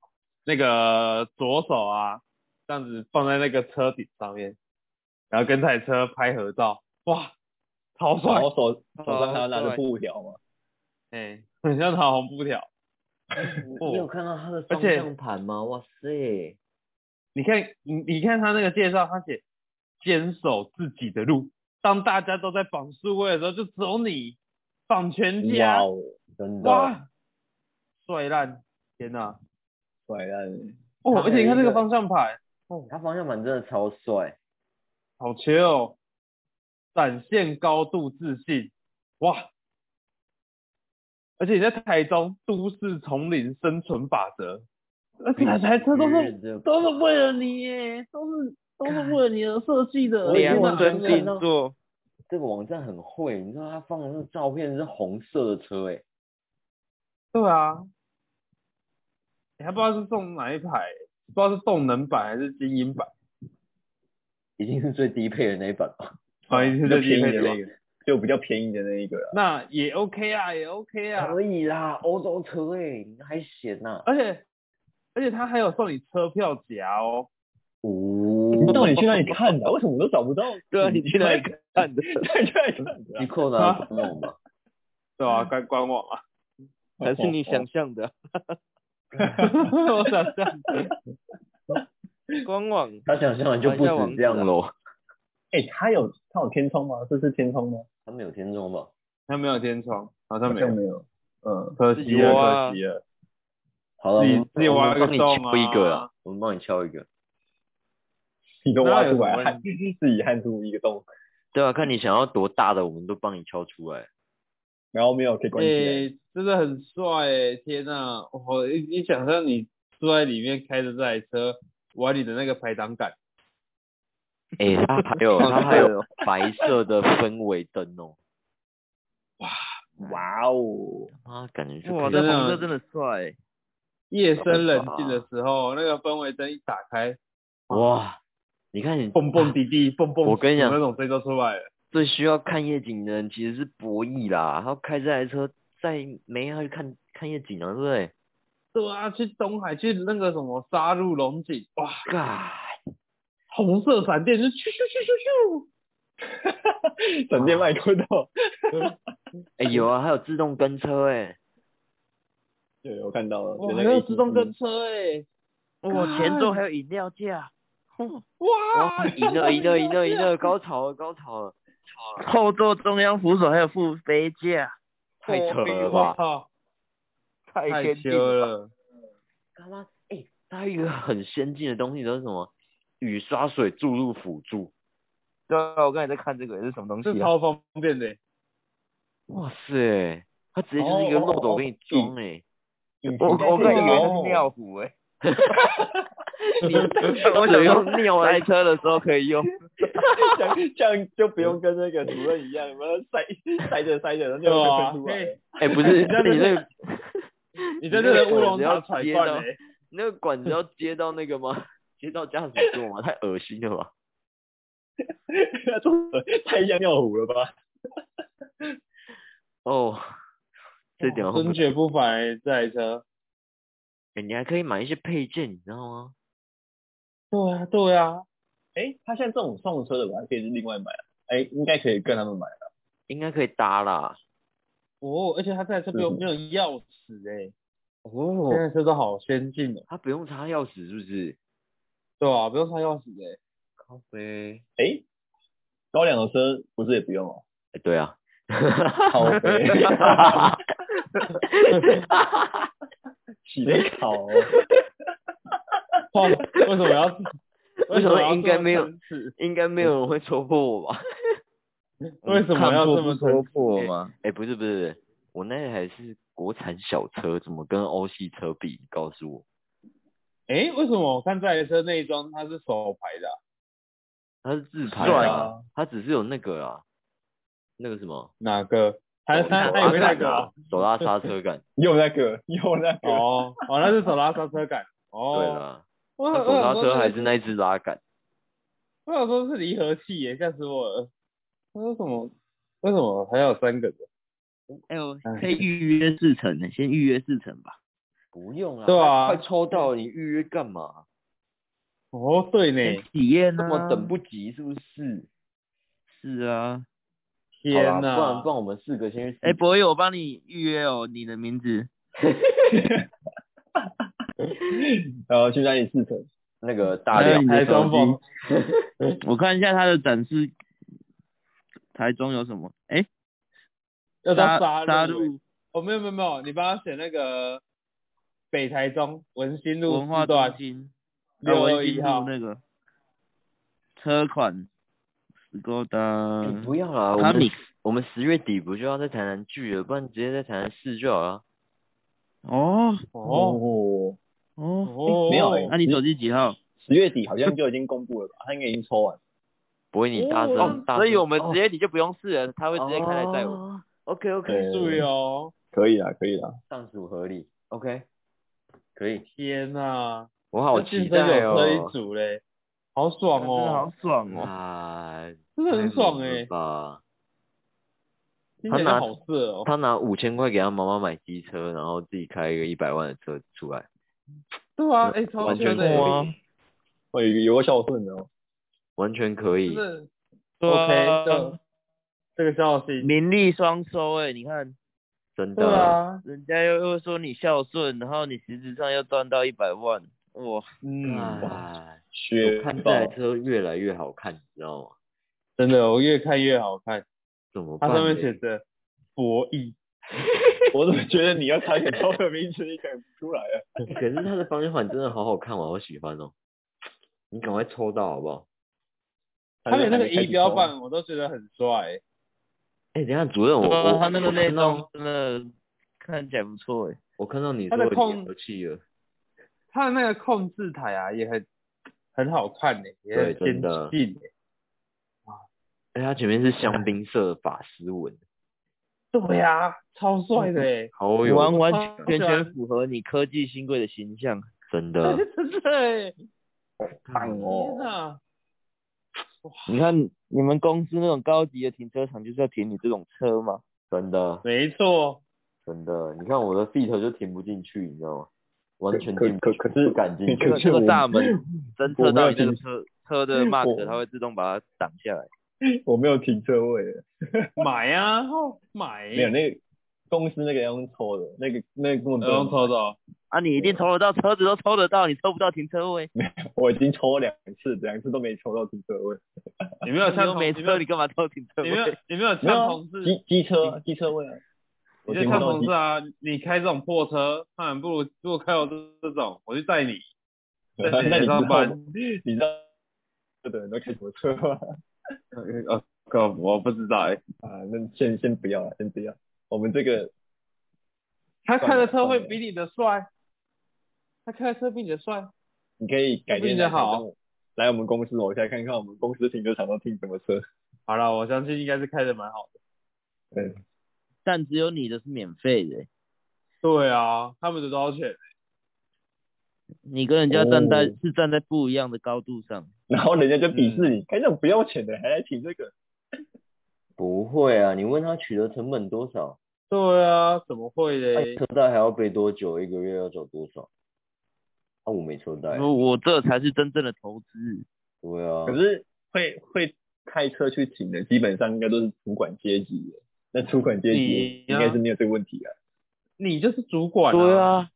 S1: 那个左手啊，这样子放在那个车顶上面，然后跟这台车拍合照，哇，超帅
S3: 然！后手手上还要拿
S4: 哦对
S3: 着布条嘛。
S1: 哎、很像桃红布条。
S2: 你你有看到他的
S1: 而
S2: 方
S1: 且
S2: 向盘吗？哇塞，
S1: 你看，你你看他那个介绍，他写坚守自己的路。当大家都在绑数位的时候，就只有你绑全
S2: 啊
S3: 哇
S1: 家，
S3: 哦，
S2: 真的，
S1: 哇，帅烂！天哪！
S3: 帅烂！
S1: 哦，
S2: 他还有
S1: 而且你看
S2: 一
S1: 那
S2: 个
S1: 个方向盘，
S2: 他方向盘真的超 帅。
S1: 好切哦，展现高度自信，哇！而且你在台中都市丛林生存法则，嗯而
S2: 哎
S1: 且台台车都是
S2: 是
S1: 都是为了你耶，都是都是为了你而设计的，
S4: 量
S1: 天哪
S4: 身定做，
S2: 这个网站很会，你知道他放的那个照片是红色的车、欸，哎，
S1: 对啊，你还不知道是送哪一排，不知道是动能版还是精英版，
S2: 一定是最低配的那一版吧？
S1: 好意思，
S3: 比较
S1: 这低
S3: 便
S1: 配
S3: 宜的
S1: 的
S3: 那
S1: 吧。
S3: 个，就比较便宜的那一个啦。
S1: 那也 OK 啊，也 OK 啊，
S2: 可以啦，欧洲车哎、你还闲呐、
S1: 而且而且他还有送你车票夹哦，
S2: 哦
S3: 你到底去哪里看的？为什么我都找不到？
S4: 对 啊，你去哪里看的？
S3: 对，去哪里看的
S2: 你
S3: 啊？
S2: 扣哪里弄吧？
S1: 对
S2: 嗯
S1: 吧、啊？官官网啊，
S4: 还是你
S2: 哦
S3: 哦
S4: 想象的？啊
S1: 我想这样子，
S4: 官网
S2: 他想象的就不止这样喽，
S3: 哎、他有他有天窗吗？这是天窗吗？
S2: 他们有天窗吧？
S1: 他没有天窗，好像
S3: 好
S1: 没有
S3: 像，没有。嗯，
S1: 可
S4: 自
S1: 惜
S4: 己
S1: 哦
S4: 挖啊
S3: 可惜了。
S2: 好了，
S1: 自己
S2: 我们
S1: 自己挖一个
S2: 哦我
S1: 洞
S2: 们帮
S1: 啊
S2: 你敲一个啦，我们帮你敲一个，
S3: 你都挖出
S1: 那有什么
S3: 来，
S1: 问
S3: 汗自己汗出一个洞，
S2: 对啊，看你想要多大的，我们都帮你敲出来。
S3: 然后没有可以关起来。
S1: 诶、哎真的很帅诶、天呐、我一一想象你坐在里面开着这台车，玩你的那个排挡杆，
S2: 哎、它还有它还有白色的氛围灯哦，
S3: 哇哦！
S2: 啊，感觉就可
S4: 哇，
S2: 以
S4: 这
S1: 真的
S4: 红色真的帅欸，
S1: 夜深人静
S2: 啊
S1: 的时候，那个氛围灯一打 开，
S2: 哇，你看你
S1: 蹦蹦滴滴，蹦蹦，
S2: 我跟你讲
S1: 那种声音都出来了。
S2: 最需要看夜景的人其实是博弈啦，他开这台车在没他去看看夜景啊，对不对？
S1: 对啊，去东海去那个什么杀入龙井，哇，
S2: 嘎，
S1: 红色闪电就咻咻咻咻咻，
S3: 闪电麦克道，
S2: 哎、有啊，还有自动跟车哎、
S3: 对我看到了。
S1: 哇，
S3: 就
S1: 还
S3: 那个
S1: 有
S3: ATV
S1: 自动跟车欸诶、
S4: 哇，前座还有饮料架，哼
S1: 哇，
S2: 哇，赢了赢了赢了赢了，高潮了高潮了，
S4: 后座中央扶手还有副杯架，
S2: 太扯了
S1: 我
S2: 吧！
S1: 靠，
S4: 太
S1: 太
S4: 先
S1: 羞
S4: 进了吧。
S1: 了，
S2: 他妈，哎、它有一个很先进的东西，叫什么？雨刷水注入辅助，
S4: 对啊，我刚才在看这个是什么东
S1: 这
S4: 西啊？
S1: 超方便 的、
S2: 哇塞，它直接就是
S1: 哦
S2: 一个漏斗给你装哎、
S4: 我我刚才以为那
S3: 哦
S4: 是尿壶哎，
S2: 我想用尿
S4: 塞
S2: 来，
S4: 车的时候可以用。
S3: 这样这样就不用跟那个主任一样，你们塞塞着塞着，然后
S1: 对
S3: 就
S1: 啊
S3: 喷出来了。
S2: 哎、不是， 那你那个
S1: 你在这个乌龙茶踩断了、
S2: 那个管子要接到那个吗？ 接到驾驶座吗？太恶心了吧！
S3: 那种
S1: 欸
S3: 太像尿壶了吧？
S2: 哦，这点我不
S1: 真绝不凡、欸、这台车。
S2: 哎你还可以买一些配件，你知道吗？
S1: 对啊，对啊，
S3: 哎，他现在这种送车的，我还可以另外买啊。哎，应该可以跟他们买啊。
S2: 应该可以搭啦。
S1: 哦，而且它这台车没有
S3: 嗯
S1: 没有钥匙哎、
S2: 哦
S1: 现在车都好先进哦，
S2: 它不用插钥匙是不是？
S1: 对啊，不用插钥匙哎、
S2: 靠背。
S3: 哎，高粱的车不是也不用哦？
S2: 哎、对啊。
S3: 好肥，洗得烤哦。
S1: 哇为什么要？
S2: 为什
S1: 么要
S2: 么应该
S1: 这么
S2: 没有
S1: 层次？
S2: 应该没有人会戳破我吧？
S1: 为什么要这么层次？
S4: 破吗？
S2: 哎、不是不是，我那台是国产小车，怎么跟欧系车比？你告诉我，
S1: 哎、为什么我看这台车内装它是手牌的啊、
S2: 它是自拍
S4: 帅
S2: 啊
S3: 啊，
S2: 它只是有那个啊，那个什么，
S1: 哪个？还
S2: 手
S1: 它
S2: 手
S1: 它有
S2: 拉
S1: 没有那
S2: 杆
S1: 个啊
S2: 啊？，手拉刹车杆。
S3: 又那个，又那个，
S1: 哦哦，那是手拉刹车杆。哦，
S2: 对啦，
S1: 我
S2: 那
S1: 想
S2: 手刹
S1: 说
S2: 车还
S1: 这
S2: 是那一只拉杆。
S1: 我想说是离合器耶，吓死我了！为什么？为什么还有三个的？
S4: 哎呦，可以预约试乘的，先预约试乘吧。
S2: 不用啦
S1: 对啊
S2: 快抽到了，你预约干嘛？
S1: 哦，对呢
S3: 哎
S4: 先，体验
S2: 这
S4: 啊。
S2: 么等不嗯及是不是？
S4: 是啊。
S1: 天
S2: 好啦不然
S1: 哪
S2: 不！然我们四个先去试。
S4: 哎，博宇，我帮你预约哦，你的名字。
S3: 然后去哪里试车？
S2: 那个大
S1: 哎还
S4: 还
S1: 有
S4: 有
S2: 量
S4: 你
S1: 台
S4: 的手
S1: 中
S4: 机
S1: 风，
S4: 我看一下它的展示，台中有什么？哎，
S1: 要到
S4: 沙
S1: 沙
S4: 沙
S1: 路耶。
S4: 鹿
S1: 哦，没有没有没有，你帮他选那个北台中文心路
S4: 文化
S1: 四
S4: 中
S1: 段
S4: 心，啊
S1: 六
S4: 文
S1: 二
S4: 心
S1: 一
S4: 路
S1: 号。
S4: 那个车款
S2: 哎
S4: ，Skoda
S2: 不要啦，我们
S4: Comic。
S2: 我们十月底不就要在台南聚了，不然直接在台南试就好了。
S4: 哦
S1: 哦
S3: 哦，
S4: 哦，
S1: 哦，
S3: 没有
S4: 那你手机几号？
S3: 十月底好像就已经公布了吧？他应该已经抽完了。
S4: 不会你大声、
S1: 哦
S4: 大声，所以我们直接你就不用试了，他会直接开来载我。
S2: 我。OK OK，
S3: 对
S1: 注意哦！
S3: 可以啦，可以啦。
S2: 尚属合理。OK，可以。
S1: 天哪、
S2: 我好
S1: 那
S2: 期
S1: 健
S2: 待
S1: 身有。
S2: 哦
S1: 车一组嘞，好爽
S4: 真的
S1: 哦
S4: 好，爽哦！
S2: 啊，
S1: 真的很爽哎、
S2: 啊！
S1: 听起来就
S2: 他拿
S1: 好色哦。
S2: 他拿五千块给他妈妈买机车，然后自己开一个一百万的车出来，
S1: 对啊，哎、超
S2: 完
S1: 车
S2: 全
S1: 的耶、
S2: 哇，
S3: 哦，有有个孝顺的哦，
S2: 完全可以
S1: 真。的
S4: 对啊
S1: OK 的，这个消息，
S4: 名利双收哎、你看
S2: 真
S1: 对
S2: 的，
S1: 啊，
S4: 人家又又说你孝顺，然后你实质上又赚到一百万，哇！
S1: 嗯，
S2: 哎
S3: 学
S2: 我看这
S3: 宝
S2: 台车越来越好看，你知道吗？
S1: 真的，我越看越好看。
S2: 怎么
S1: 它
S2: 办
S1: 上
S2: 呢？
S1: 面写着博弈，
S3: 我怎么觉得你要开很高的名字，你讲不出来啊？
S2: 可是它的方向盘真的好好看，我好喜欢哦。你赶快抽到好不好？
S1: 它连那个仪表
S3: 还没开始
S1: 板我都觉得很帅、
S2: 哎、等一下主任，我
S4: 对啊
S2: 我
S4: 他那个
S2: 我
S4: 内
S2: 看
S4: 装
S2: 到
S4: 真的看起来不错哎、
S2: 我看到你
S1: 它
S2: 说
S1: 的
S2: 我
S1: 控
S2: 有气了，
S1: 它的那个控制台啊也很很好看呢、也
S2: 对
S1: 很
S2: 真
S1: 先
S2: 的
S1: 进、欸。
S2: 哎、它前面是香槟色的法丝纹，
S1: 对呀、超帅的、欸，
S2: 好有
S4: 完
S1: 我
S4: 完全
S1: 超喜欢
S4: 全符合你科技新贵的形象。
S2: 真 的，
S1: 真的、欸，
S3: 棒
S1: 天
S3: 哦，
S1: 哪！
S4: 你看你们公司那种高级的停车场就是要停你这种车吗？
S2: 真的
S1: 没错，
S2: 真的，你看我的 fit 就停不进去，你知道吗？完全
S3: 可
S2: 进
S3: 可可是
S2: 不敢进去
S3: 可是
S4: 那
S3: 我
S4: 个大门侦测到你那
S3: 我没有
S4: 个
S3: 停
S4: 车车的 mark，
S3: 我
S4: 它会自动把它挡下来。
S3: 我没有停车位了，
S1: 买啊，买，
S3: 没有那个公司那个要用抽的，那个那个根本不
S1: 不用
S3: 能
S1: 抽走，
S4: 啊，你一定抽得到，车子都抽得到，你抽不到停车位。
S3: 我已经抽两次，两次都没抽到停车位。
S1: 你没有
S4: 你
S1: 像
S4: 又
S1: 同
S4: 没
S1: 你没有
S4: 车，你干嘛抽停车
S1: 你没有
S4: 位？
S1: 你没有
S3: 没有
S1: 像
S3: 啊
S1: 同事，
S3: 机机车啊机车位啊，
S1: 你
S3: 我
S1: 就
S3: 停
S1: 看
S3: 不到
S1: 同
S3: 机
S1: 事啊，你开这种破车，那还不如如果开我这这种，我就载你。在 这
S3: 那你
S1: 里
S3: 知道
S1: 上
S3: 吗
S1: 班？
S3: 你知道这的人都开什么车吗？
S1: 呃，哥，我不知道哎、
S3: 啊，那先先不要了，先不要。我们这个
S1: 他开的车会比你的帅，他开的车比你的帅，
S3: 你可以改天
S1: 那
S3: 来
S1: 比较好
S3: 跟我来我们公司楼下看看我们公司停车场都停什么车。
S1: 好了，我相信应该是开的蛮好的。
S3: 对，
S4: 但只有你的是免费的欸、
S1: 对啊，他们的多少钱？
S4: 你跟人家站在、
S3: 哦
S4: 是站在不一样的高度上。
S3: 然后人家就鄙视你，开这种不要钱的还来停这个，
S2: 不会啊，你问他取得成本多少，
S1: 对啊，怎么会
S2: 他
S1: 嘞？
S2: 车贷还要背多久，一个月要缴多少？啊，我没车
S1: 哎
S2: 贷，
S4: 我我这才是真正的投资。
S2: 对啊，
S3: 可是会会开车去停的，基本上应该都是主管阶级的。那主管阶级
S1: 你
S3: 应
S1: 啊
S3: 该是没有这个问题啊。
S1: 你就是主管、啊。
S4: 对，啊，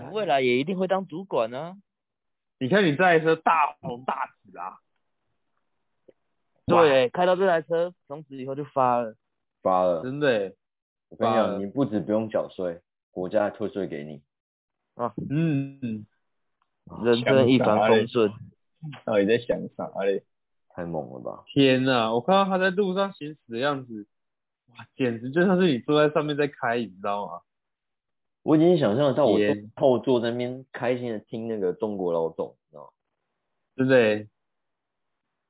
S4: 你
S2: 哎
S4: 未来也一定会当主管啊。
S1: 你看你这台车大红大紫啊，哇
S4: 对欸，开到这台车，从此以后就发了。
S2: 发了，
S1: 真的欸。
S2: 我跟你
S1: 发了
S2: 讲，你不止不用缴税，国家还退税给你，
S1: 嗯，
S4: 人生一
S1: 欸
S4: 帆风顺。
S3: 到底在想啥嘞？
S2: 太猛了吧？
S1: 天哪！我看到他在路上行驶的样子，哇，简直就像是你坐在上面在开，你知道吗？
S2: 我已经想象得到我坐
S1: 天
S2: 后座在那边开心的听那个中国老总，你知道吗？
S1: 对不对？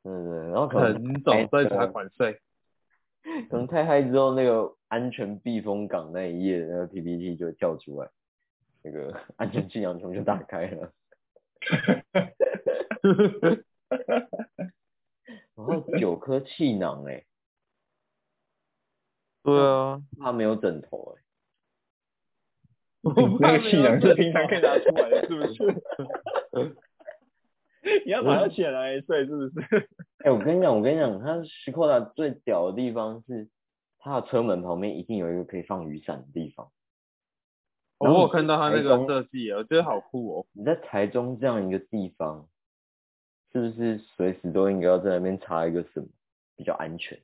S2: 对对对，然后
S1: 嗯
S2: 可能
S1: 陈总在查管税，
S2: 可能太嗨之后，那个安全避风港那一页的那个 PPT 就会跳出来，那个 安全气囊全部就打开了，然后九颗气囊哎、
S4: 对啊，
S2: 他没有枕头哎、
S1: 我怕没
S3: 那
S1: 有
S3: 个气囊是
S1: 人
S3: 平常可以拿出来的，是不是？你要把它起来睡，是 不是？
S2: 哎、我跟你讲，我跟你讲，他石扣达最屌的地方是，他的车门旁边一定有一个可以放雨伞的地方。
S1: 我有看到他那
S2: 然
S1: 个
S2: 后
S1: 设计，我觉得好酷哦。
S2: 你在台中这样一个地方，是不是随时都应该要在那边查一个什么比较 安全？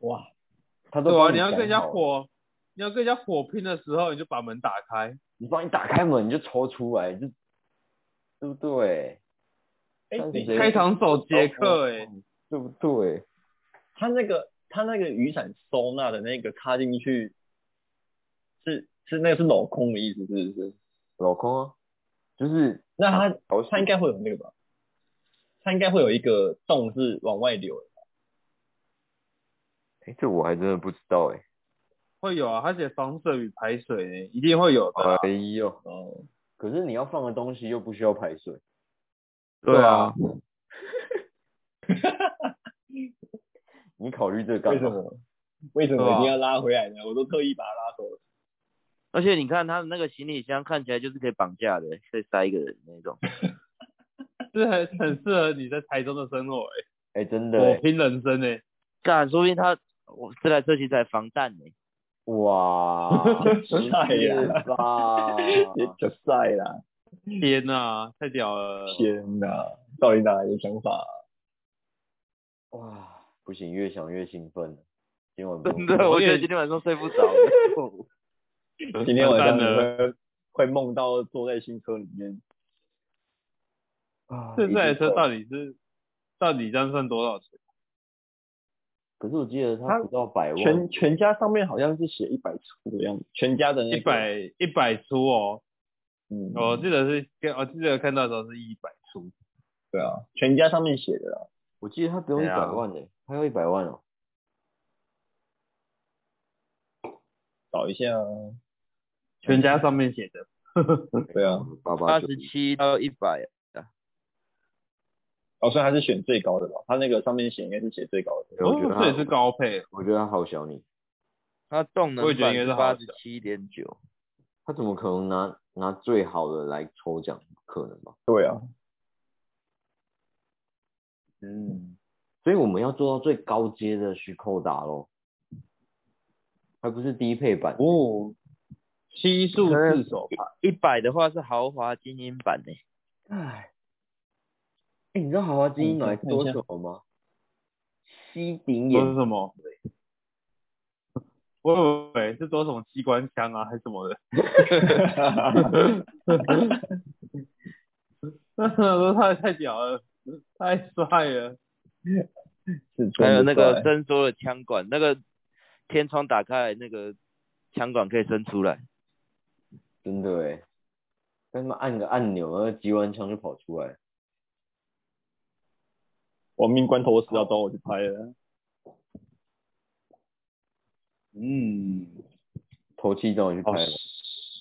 S3: 哇，
S2: 他都
S1: 对啊，
S2: 帮
S1: 你要
S2: 讲
S1: 跟人家
S2: 好了，
S1: 火，你要跟人家火拼的时候，你就把门打开。
S2: 你帮你打开门，你就抽出来，就对不对？
S3: 哎、
S2: 但是
S3: 你
S2: 谁
S1: 开场走捷
S3: 哦
S1: 克
S3: 欸
S1: 哎、
S2: 对不对？
S3: 它那个它那个雨伞收纳的那个插进去，是是那个是镂空的意思，是不是？
S2: 镂空啊，就是
S3: 那它
S2: 好
S3: 它应该会有那个吧？它应该会有一个洞是往外流的，
S2: 哎、这我还真的不知道哎、
S1: 会有啊，它写防水与排水、一定会有 的啊、
S2: 哎呦，
S3: 哦，
S2: 可是你要放的东西又不需要排水，
S1: 对啊，
S2: 你考虑这个干
S3: 为
S2: 嘛
S3: 什？么？为什么一定要拉回来呢？我都特意把它拉走了。
S4: 而且你看他的那个行李箱看起来就是可以绑架的，可以塞一个人那种。
S1: 这很很适合你在台中的生活、欸，
S2: 哎、真的、
S1: 火
S2: 欸，
S1: 拼人生诶、
S4: 干，说不定他我这台车其实还防弹呢、
S2: 哇，
S3: 晒
S2: 是
S3: 呀
S2: 吧？
S3: 也就晒啦，
S1: 天呐、太屌了！
S3: 天哪，到底哪来的想法啊、
S2: 哇，不行，越想越兴奋了，今晚不
S1: 哦
S4: 真的，我觉得今天晚上睡不着了。
S3: 啊今天晚上你
S1: 完蛋
S3: 会会梦到坐在新车里面，
S2: 啊
S1: 这这台车
S2: 到，
S1: 到底是到底这样算多少钱？
S2: 可是我记得它
S3: 它
S2: 不到百万，
S3: 全全家上面好像是写一百出的样子，全家的那个
S1: 一，百哦一百出哦，
S3: 嗯，
S1: 我记得是跟我记得看到的时候是一百出，
S3: 对啊，全家上面写的啦，
S2: 我记得它不用一
S1: 对啊
S2: 百万呢、欸，它要一百万哦、
S3: 找一下啊，
S1: 全家上面写的，
S3: 对啊，
S2: 八八
S4: 八
S2: 九
S4: 十，七到一百，啊
S3: 哦，所以他是选最高的吧？他那个上面写应该是写最高的，
S2: 对我觉得
S1: 哦这也是
S2: 它，
S1: 高配，
S2: 我觉得它好小你，
S4: 他动能
S1: 我也觉得应该是好
S4: 八
S1: 的
S4: 十七点九，
S2: 它怎么可能拿拿最好的来抽奖？不可能吧？
S3: 对啊，
S2: 嗯，所以我们要做到最高阶的虚扣打咯，还不是低配版。
S1: 哦，七速自手牌，
S4: 一百的话是豪华精英版呢、
S2: 哎、哎，你知道豪华精英买多什么吗？吸顶
S1: 这是
S2: 眼，
S1: 什么？我以为是多什么机关枪啊，还是什 么的，那都太太屌了，太帅了，
S3: 是真的
S4: 还有那个
S3: 帅
S4: 伸缩的枪管，那个天窗打开来，那个枪管可以伸出来。
S2: 真的哎，但他妈按个按钮，那个机关枪就跑出来。
S3: 亡命关头死要找我去拍了，
S2: 嗯，头七找你去拍
S3: 好
S2: 吧。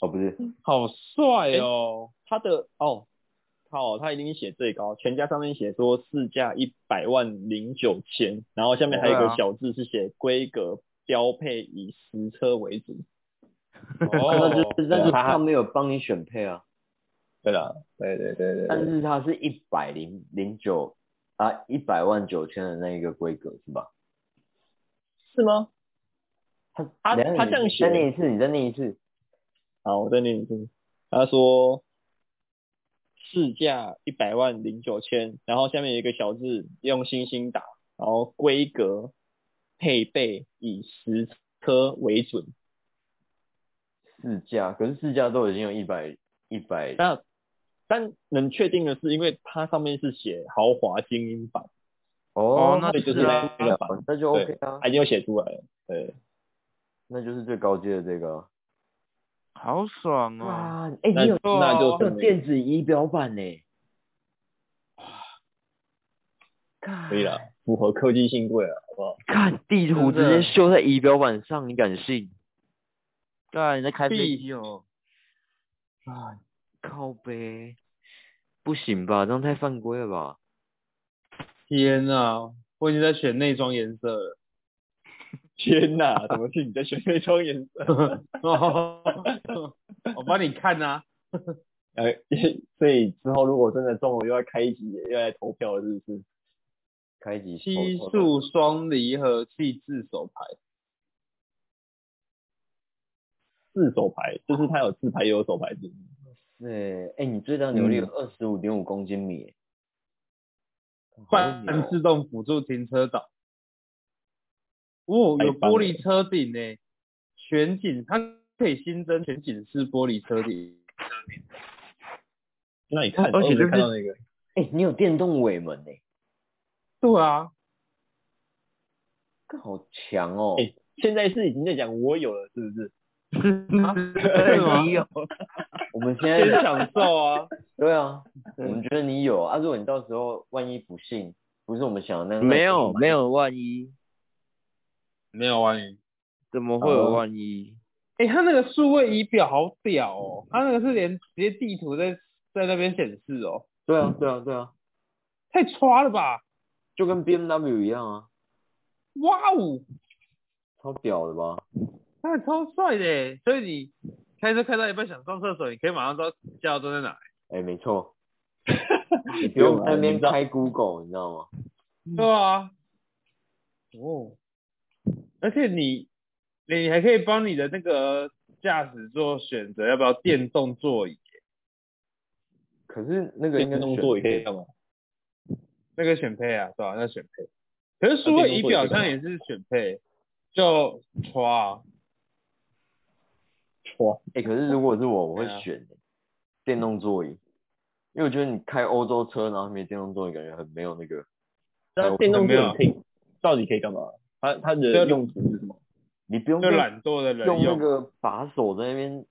S2: 哦，不是，
S1: 好帅哦！
S3: 他的哦，靠，他一定写最高，全家上面写说市价一百万零九千，然后下面还有一
S4: 对
S3: 个
S4: 啊
S3: 小字是写规格标配以实车为 主。
S2: 那
S1: 哦，
S2: 就是那就是
S3: 他
S2: 啊他没有帮你选配啊，
S3: 对啦，对对对对
S2: 但
S3: 对，
S2: 是它是一百零零九啊，一百万九千的那一个规格是吧？
S3: 是吗？
S2: 他
S3: 他
S2: 等一下
S3: 他这样
S2: 你
S3: 写
S2: 再念一次，你再念一次。
S3: 好，我再念一次。他说市价一百万零九千，然后下面有一个小字用星星打，然后规格配备以实车为准。
S2: 试驾，可是试驾都已经有一百一百，
S3: 那但能确定的是，因为它上面是写豪华精英版，
S4: 哦
S2: 哦，
S4: 那
S3: 所以就是哎
S4: 是
S3: 那
S4: 啊
S3: 个版，
S2: 那就 OK 啊，
S3: 它已经有写出来了。对，
S2: 那就是最高阶的这个啊。
S4: 好爽哦！
S2: 哇，哎，
S3: 嗯那
S2: 你有
S3: 那就
S2: 你有
S3: 是那个
S2: 电子仪表板呢？
S3: 可以了，符合科技新贵啊了，好不好？
S2: 看地图直接秀在仪表板上，你敢信？
S4: 干，啊你在开飞
S1: 必
S4: 机哦？
S2: 啊，靠呗，不行吧？这样太犯规了吧？
S1: 天啊，我已经在选内装颜色 了。
S3: 天哪，怎么是 你在选那双颜色？
S1: 哦，我帮你看啊，
S3: 呃， 所以之后如果真的中了，又要开一集，又要来投票了，是不是？
S2: 开启
S1: 七
S2: 头头
S1: 速双离合器自手牌，
S3: 自手牌，就是它有自牌也有手牌制。
S2: 对，哎、你最大扭力有
S3: 嗯
S2: 二十五点五公斤米，
S1: 半
S2: 好
S1: 自
S2: 牛
S1: 动辅助停车岛。哦，
S3: 太
S1: 有
S3: 棒
S1: 玻
S3: 了
S1: 璃车顶呢，全景，它可以新增全景式玻璃车顶。
S3: 那你看，
S2: 而且
S3: 我只
S2: 就是
S3: 看到那个，
S2: 哎、你有电动尾门哎、
S1: 对啊，
S2: 欸，好强哦、
S3: 哎现在是已经在讲我有了，是不是？
S1: 啊是吗？
S2: 我们现
S1: 先
S2: 在
S1: 享受啊，
S2: 对啊，我们觉得你有啊，如果你到时候万一不幸，不是我们想的那样，
S4: 没有没有万一，
S1: 没有万一。
S4: 怎么会有万一？
S1: 哎、它那个数位仪表好屌哦，它那个是连直接地图在在那边显示哦，
S2: 对啊对啊对啊，
S1: 太刷了吧！
S2: 就跟 B M W 一样啊，
S1: 哇哦，
S2: 超屌的吧？
S1: 那超帅的耶！所以你开车开到一半想上厕所，你可以马上知道加油站在哪。
S2: 哎、没错，你不
S3: 不用
S2: 用
S3: 啊
S2: 在那边
S3: 你知道
S2: 开 Google，你知道吗？嗯
S1: 对啊，哦，而且你你还可以帮你的那个驾驶座选择要不要电动座椅，
S2: 可是那个应
S3: 电
S2: 该是
S3: 动
S2: 选
S3: 座椅可以干嘛？
S1: 那个选配啊，对吧、那选配。可是数位仪表好像也是选配，就刷、啊。
S3: 哇，
S2: 哎、可是如果是我，我会
S1: 对啊
S2: 选电动座椅，因为我觉得你开欧洲车，然后没电动座椅，感觉很没有那个。
S3: 那电动座椅可以到底可以干嘛？它它
S2: 啊
S3: 的用途是什么？
S2: 你不用
S1: 就
S2: 再
S1: 懒惰的人
S2: 用那
S1: 用，
S2: 个把手在那边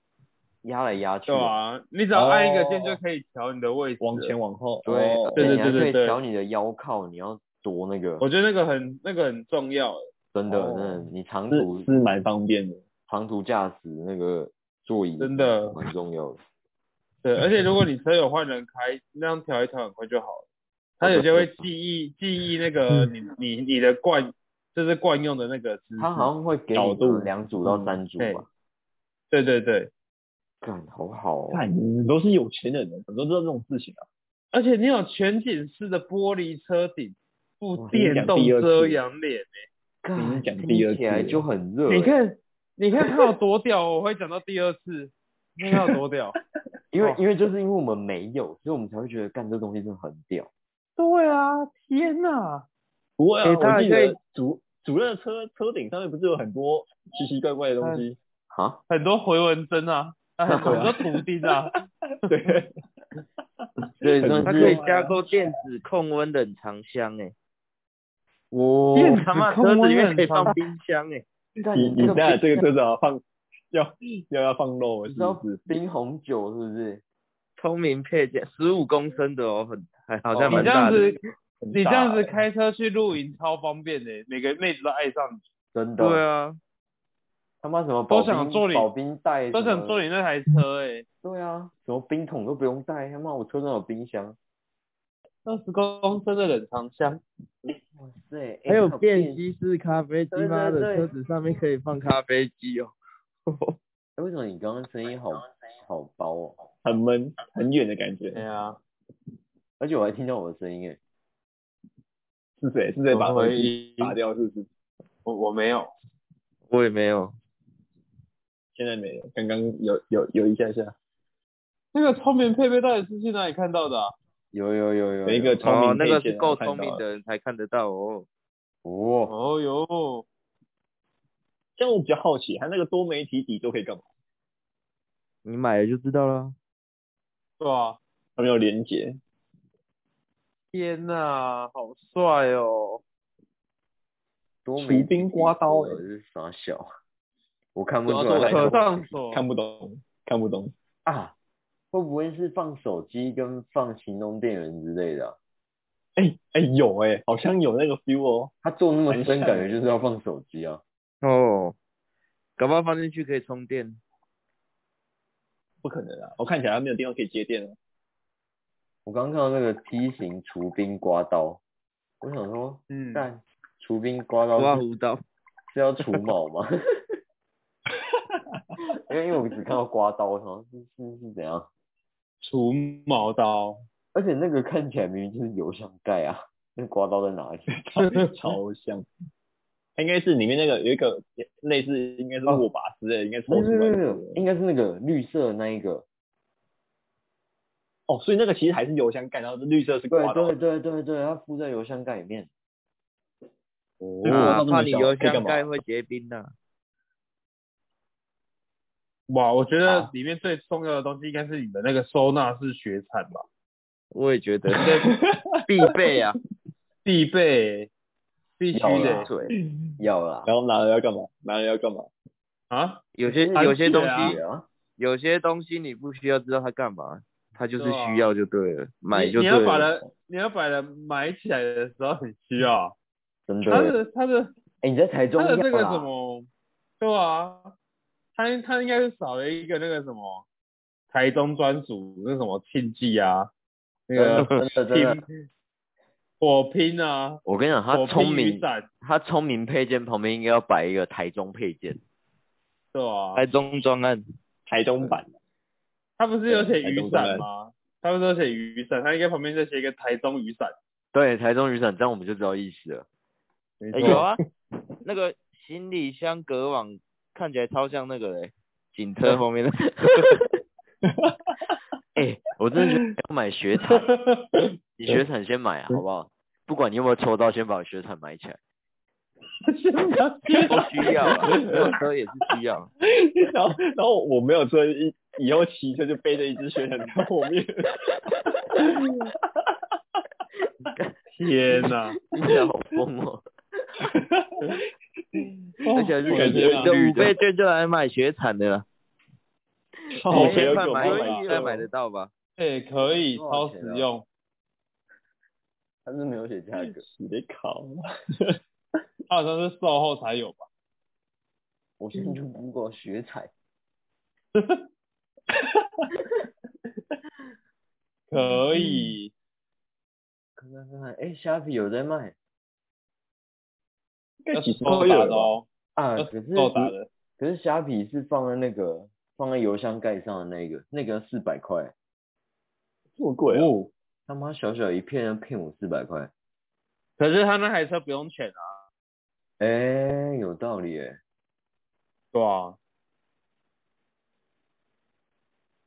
S2: 压来压去
S1: 对
S2: 的，
S1: 啊，你只要按一个
S2: 哦
S1: 键就可以调你的位置。
S3: 往前。往后？
S2: 对
S3: 哦
S1: 对对对
S2: 而且你还可
S1: 对
S2: 以调你的腰靠，你要多那个，
S1: 我觉得那个很那个很重要，
S2: 真的
S3: 哦
S2: 真的，你长
S3: 是
S2: 途
S3: 是蛮方便的。
S2: 长途驾驶那个座椅
S1: 真的
S2: 蛮重要的。
S1: 对。而且如果你车友换人开，那样调一调很快就好了。它有些会记忆记忆那个你你你的惯，就是惯用的那个姿势。
S2: 它好像会给
S3: 角
S2: 你呃
S3: 度
S2: 两组到
S3: 嗯
S2: 三组
S1: 对
S2: 吧，
S1: 对对对，
S2: 干好好哦，
S3: 看，你们都是有钱人，我都知道这种事情啊。
S1: 而且你有全景式的玻璃车顶，附
S2: 哇
S1: 电动遮阳帘、
S3: 已
S2: 干
S3: 经讲
S2: 听
S3: 第二
S2: 起来
S3: 次
S2: 就很热欸。
S1: 你看你看它有多屌，我会讲到第二次，你看它有多屌。
S2: 因为
S1: 哦
S2: 因为就是因为我们没有，所以我们才会觉得干这东西真的很屌。
S1: 对啊，天哪！
S3: 不会啊，
S2: 诶它
S3: 我
S2: 还
S3: 记
S2: 可以
S3: 得主主任的车车顶上面不是有很多奇奇怪怪的东西？
S2: 哈，
S1: 很多回纹针啊，啊很多很多图钉啊，
S2: 嗯
S3: 对，
S2: 对，
S3: 很
S2: 真
S4: 它
S2: 的
S4: 可以
S2: 是
S4: 加购电子控温冷藏箱哎、
S2: 我
S1: 电
S4: 他妈哦车子里面可以放冰箱哎、
S2: 干
S3: 你你
S2: 嗯这个
S3: 当然
S2: 冰
S3: 这个车子要放要要要放肉，
S2: 你
S3: 是
S2: 知道
S3: 不是？
S2: 冰红酒是不是？
S4: 聪明配件十五公升的哦，很还好像
S3: 哦
S1: 你
S4: 蛮
S1: 这
S4: 大
S1: 样
S4: 的。
S1: 子
S3: 很
S1: 你这样子
S3: 大欸
S1: 开车去露营超方便的，每个妹子都爱上你，
S2: 真的。
S4: 对啊，
S2: 他妈什
S1: 都
S2: 么保
S1: 想
S2: 冰
S1: 坐你
S2: 保冰袋，
S1: 都想坐。你那台车哎，
S2: 对啊，什么冰桶都不用带，他妈我车上有冰箱。
S1: 二十公升的冷藏箱，
S2: 哇塞，欸
S4: 还有
S2: 它
S4: 便携式咖啡机，
S2: 对
S4: 妈
S2: 对
S4: 的，
S2: 对
S4: 车子上面可以放咖啡机哦。
S2: 欸为什么你哎刚刚声音好好薄哦？
S3: 很闷很远的感觉
S2: 嗯
S1: 对。啊，
S2: 而且我还听到我的声音哎，
S3: 是谁？是谁把
S1: 怎么
S3: 耳
S1: 会
S3: 机拔掉？是不是？
S1: 我我没有，
S4: 我也没有，
S3: 现在没有，刚刚有有有一下下，
S1: 那个聪明佩佩到底是去哪里看到的啊？
S2: 有有有有
S3: 有一个聪
S4: 哦
S3: 明，
S4: 那
S3: 配
S4: 个
S3: 件
S4: 是
S3: 啊
S4: 够
S3: 看
S4: 聪
S3: 到
S4: 明
S3: 了
S4: 的人才看得到哦。
S2: 哦，
S1: 哦哟，
S3: 像我比较好奇，它那个多媒体底座可以干嘛？
S4: 你买了就知道了。
S1: 对啊，
S3: 它没有连接，
S1: 天哪，好帅哦！
S2: 多
S3: 除
S2: 美
S3: 冰刮刀
S2: 我
S3: 欸
S2: 啊是傻小，我看不
S3: 主要
S2: 出
S3: 是我
S2: 来
S3: 看
S1: 可
S3: 不懂
S1: 上
S2: 哦
S1: 锁，
S3: 看不懂，看不懂。
S2: 啊，会不会是放手机跟放行动电源之类的啊、
S3: 哎、哎、有哎、好像有那个 feel 哦。
S2: 他做那么
S3: 很
S2: 深，
S3: 像
S2: 感觉就是要放手机啊。
S4: 哦，搞不好放进去可以充电。
S3: 不可能啊！我看起来它没有地方可以接电 啊。
S2: 我刚看到那个梯形除冰刮刀，我想说，
S1: 嗯，
S2: 但除冰刮
S3: 哦
S2: 刀
S4: 刮
S2: 是
S4: 胡刀，
S2: 是要除毛吗？ 因为因为我只看到刮刀，我想说是是是怎样？
S1: 除毛刀，
S2: 而且那个看起来明明就是油箱盖啊，那刮刀在哪里？
S3: 超像。它应该是里面那个有一个类似，应该是握把之类的，应该抽
S2: 哦没有
S3: 出
S2: 没有
S3: 来
S2: 没有
S3: 的。，
S2: 应该是那个绿色的那一个。
S3: 哦，所以那个其实还是油箱盖，然后绿色是
S2: 对
S3: 刮刀。
S2: 对对对对，它附在油箱盖里面。
S4: 啊，
S3: 哦那么
S4: 怕你
S3: 小
S4: 油
S3: 可以干
S4: 箱
S3: 嘛
S4: 盖会结冰啊的、
S1: 哇，我觉得
S3: 好
S1: 里面最重要的东西应该是你的那个收纳式雪铲吧，
S4: 我也觉 得这必备啊，
S1: 必备，必须
S2: 有
S1: 的
S2: 啦
S4: 水。
S2: 要啦，
S3: 然后拿了要干嘛？拿了要干嘛？
S1: 啊，
S4: 有些
S2: 还
S4: 有些东
S1: 啊
S4: 西，
S2: 啊，
S4: 有些东西你不需要知道它干嘛，它就是
S1: 对啊
S4: 需要就对了，买
S1: 你
S4: 就
S1: 你
S4: 对
S1: 要把
S4: 了。
S1: 它你要把它埋起来的时候很需要，
S2: 真
S1: 它
S2: 的。
S1: 的它的
S2: 哎、你在台中
S1: 它
S2: 要
S1: 的
S2: 啦？
S1: 那个什么，对啊，它它应该是少了一个那个什么台中专属那什么庆忌啊，那个
S2: 真的真的 真的，
S1: 拼 火拼啊，
S4: 我跟你讲，它
S1: 火
S4: 聪
S1: 拼雨
S4: 明，
S1: 伞，
S4: 它聪明配件旁边应该要摆一个台中配件，
S1: 对啊，
S4: 台中专案。
S3: 台中版的，
S1: 他不是有写
S3: 台
S1: 雨
S3: 中
S1: 伞
S3: 人
S1: 吗？他不是有写雨伞，他应该旁边再写一个台中雨伞。
S4: 对，台中雨伞，这样我们就知道意思了。
S2: 没
S4: 哎、
S2: 错
S4: 有啊，那个行李箱隔网看起来超像那个嘞、警车后面的。哎、我真的觉得要买雪铲，你雪铲先买啊，好不好？不管你有没有抽到，先把雪铲买起来，都需要啊，没有车也是需要。
S3: 然后然后我没有车，以以后骑车就背着一只雪铲在后面，
S1: 天哪！
S4: 你讲好疯 哦！而且还是
S3: 我感
S4: 感
S3: 觉
S4: 觉
S3: 到
S4: 的五倍券就来买雪铲的了，
S3: 好
S4: 一千块买
S1: 哦有可
S4: 一
S1: 能
S4: 应该买得到吧？
S1: 哎、可以，
S4: 多少
S1: 超
S4: 钱啊
S1: 实用。
S2: 他是没有写价格，
S3: 你得考，
S1: 它好像是售后才有吧？
S2: 我现在就 Google 学彩，
S1: 可以，
S2: 看看看看，哎、虾皮有在卖
S3: 应该
S1: 要
S3: 几
S1: 是
S3: 十
S1: 够
S3: 块有
S1: 打的
S3: 吧？
S1: 哦，
S2: 啊，
S1: 要
S2: 可是
S1: 够打的。
S2: 可是虾皮是放在那个放在邮箱盖上的那个，那个四百块，
S3: 这么贵哦？
S1: 哦，
S2: 他妈小小一片要骗我四百块，
S1: 可是他那台车不用钱啊。
S2: 哎、有道理哎、
S1: 对啊。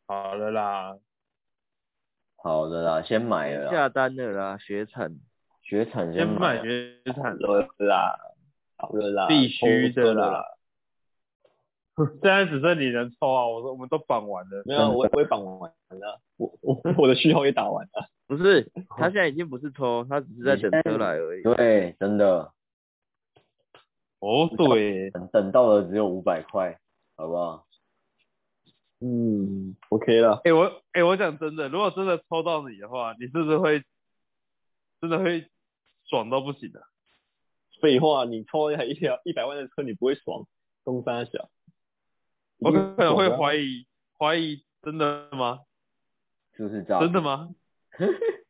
S1: 好了啦，
S2: 好的啦，先买了啦，
S4: 下单了啦，雪铲。
S2: 学产
S1: 先
S2: 买
S1: 买
S2: 了，
S1: 雪
S3: 好
S1: 铲，
S3: 了啦，好了啦，
S1: 必须
S3: 抽
S1: 的
S3: 中了
S1: 啦。。现在只剩你能抽啊！我说我们都绑完了。
S3: 没有，我我也绑完了，我我我的序号也打完了，
S4: 不是，他现在已经不是抽，他只是在等车来而已。
S2: 对，真的，
S1: 哦，对，
S2: 等等到了只有五百块，好不好？
S3: 嗯，OK 了，
S1: 哎、我哎、我讲真的，如果真的抽到你的话，你是不是会真的会爽到不行啊的、
S3: 废话，你抽一台一条一百万的车，你不会爽，东山小，
S1: 我可能会
S3: 疑，
S1: 怀疑怀疑，真的吗？
S2: 是不是诈
S1: 真
S2: 骗
S1: 的？吗？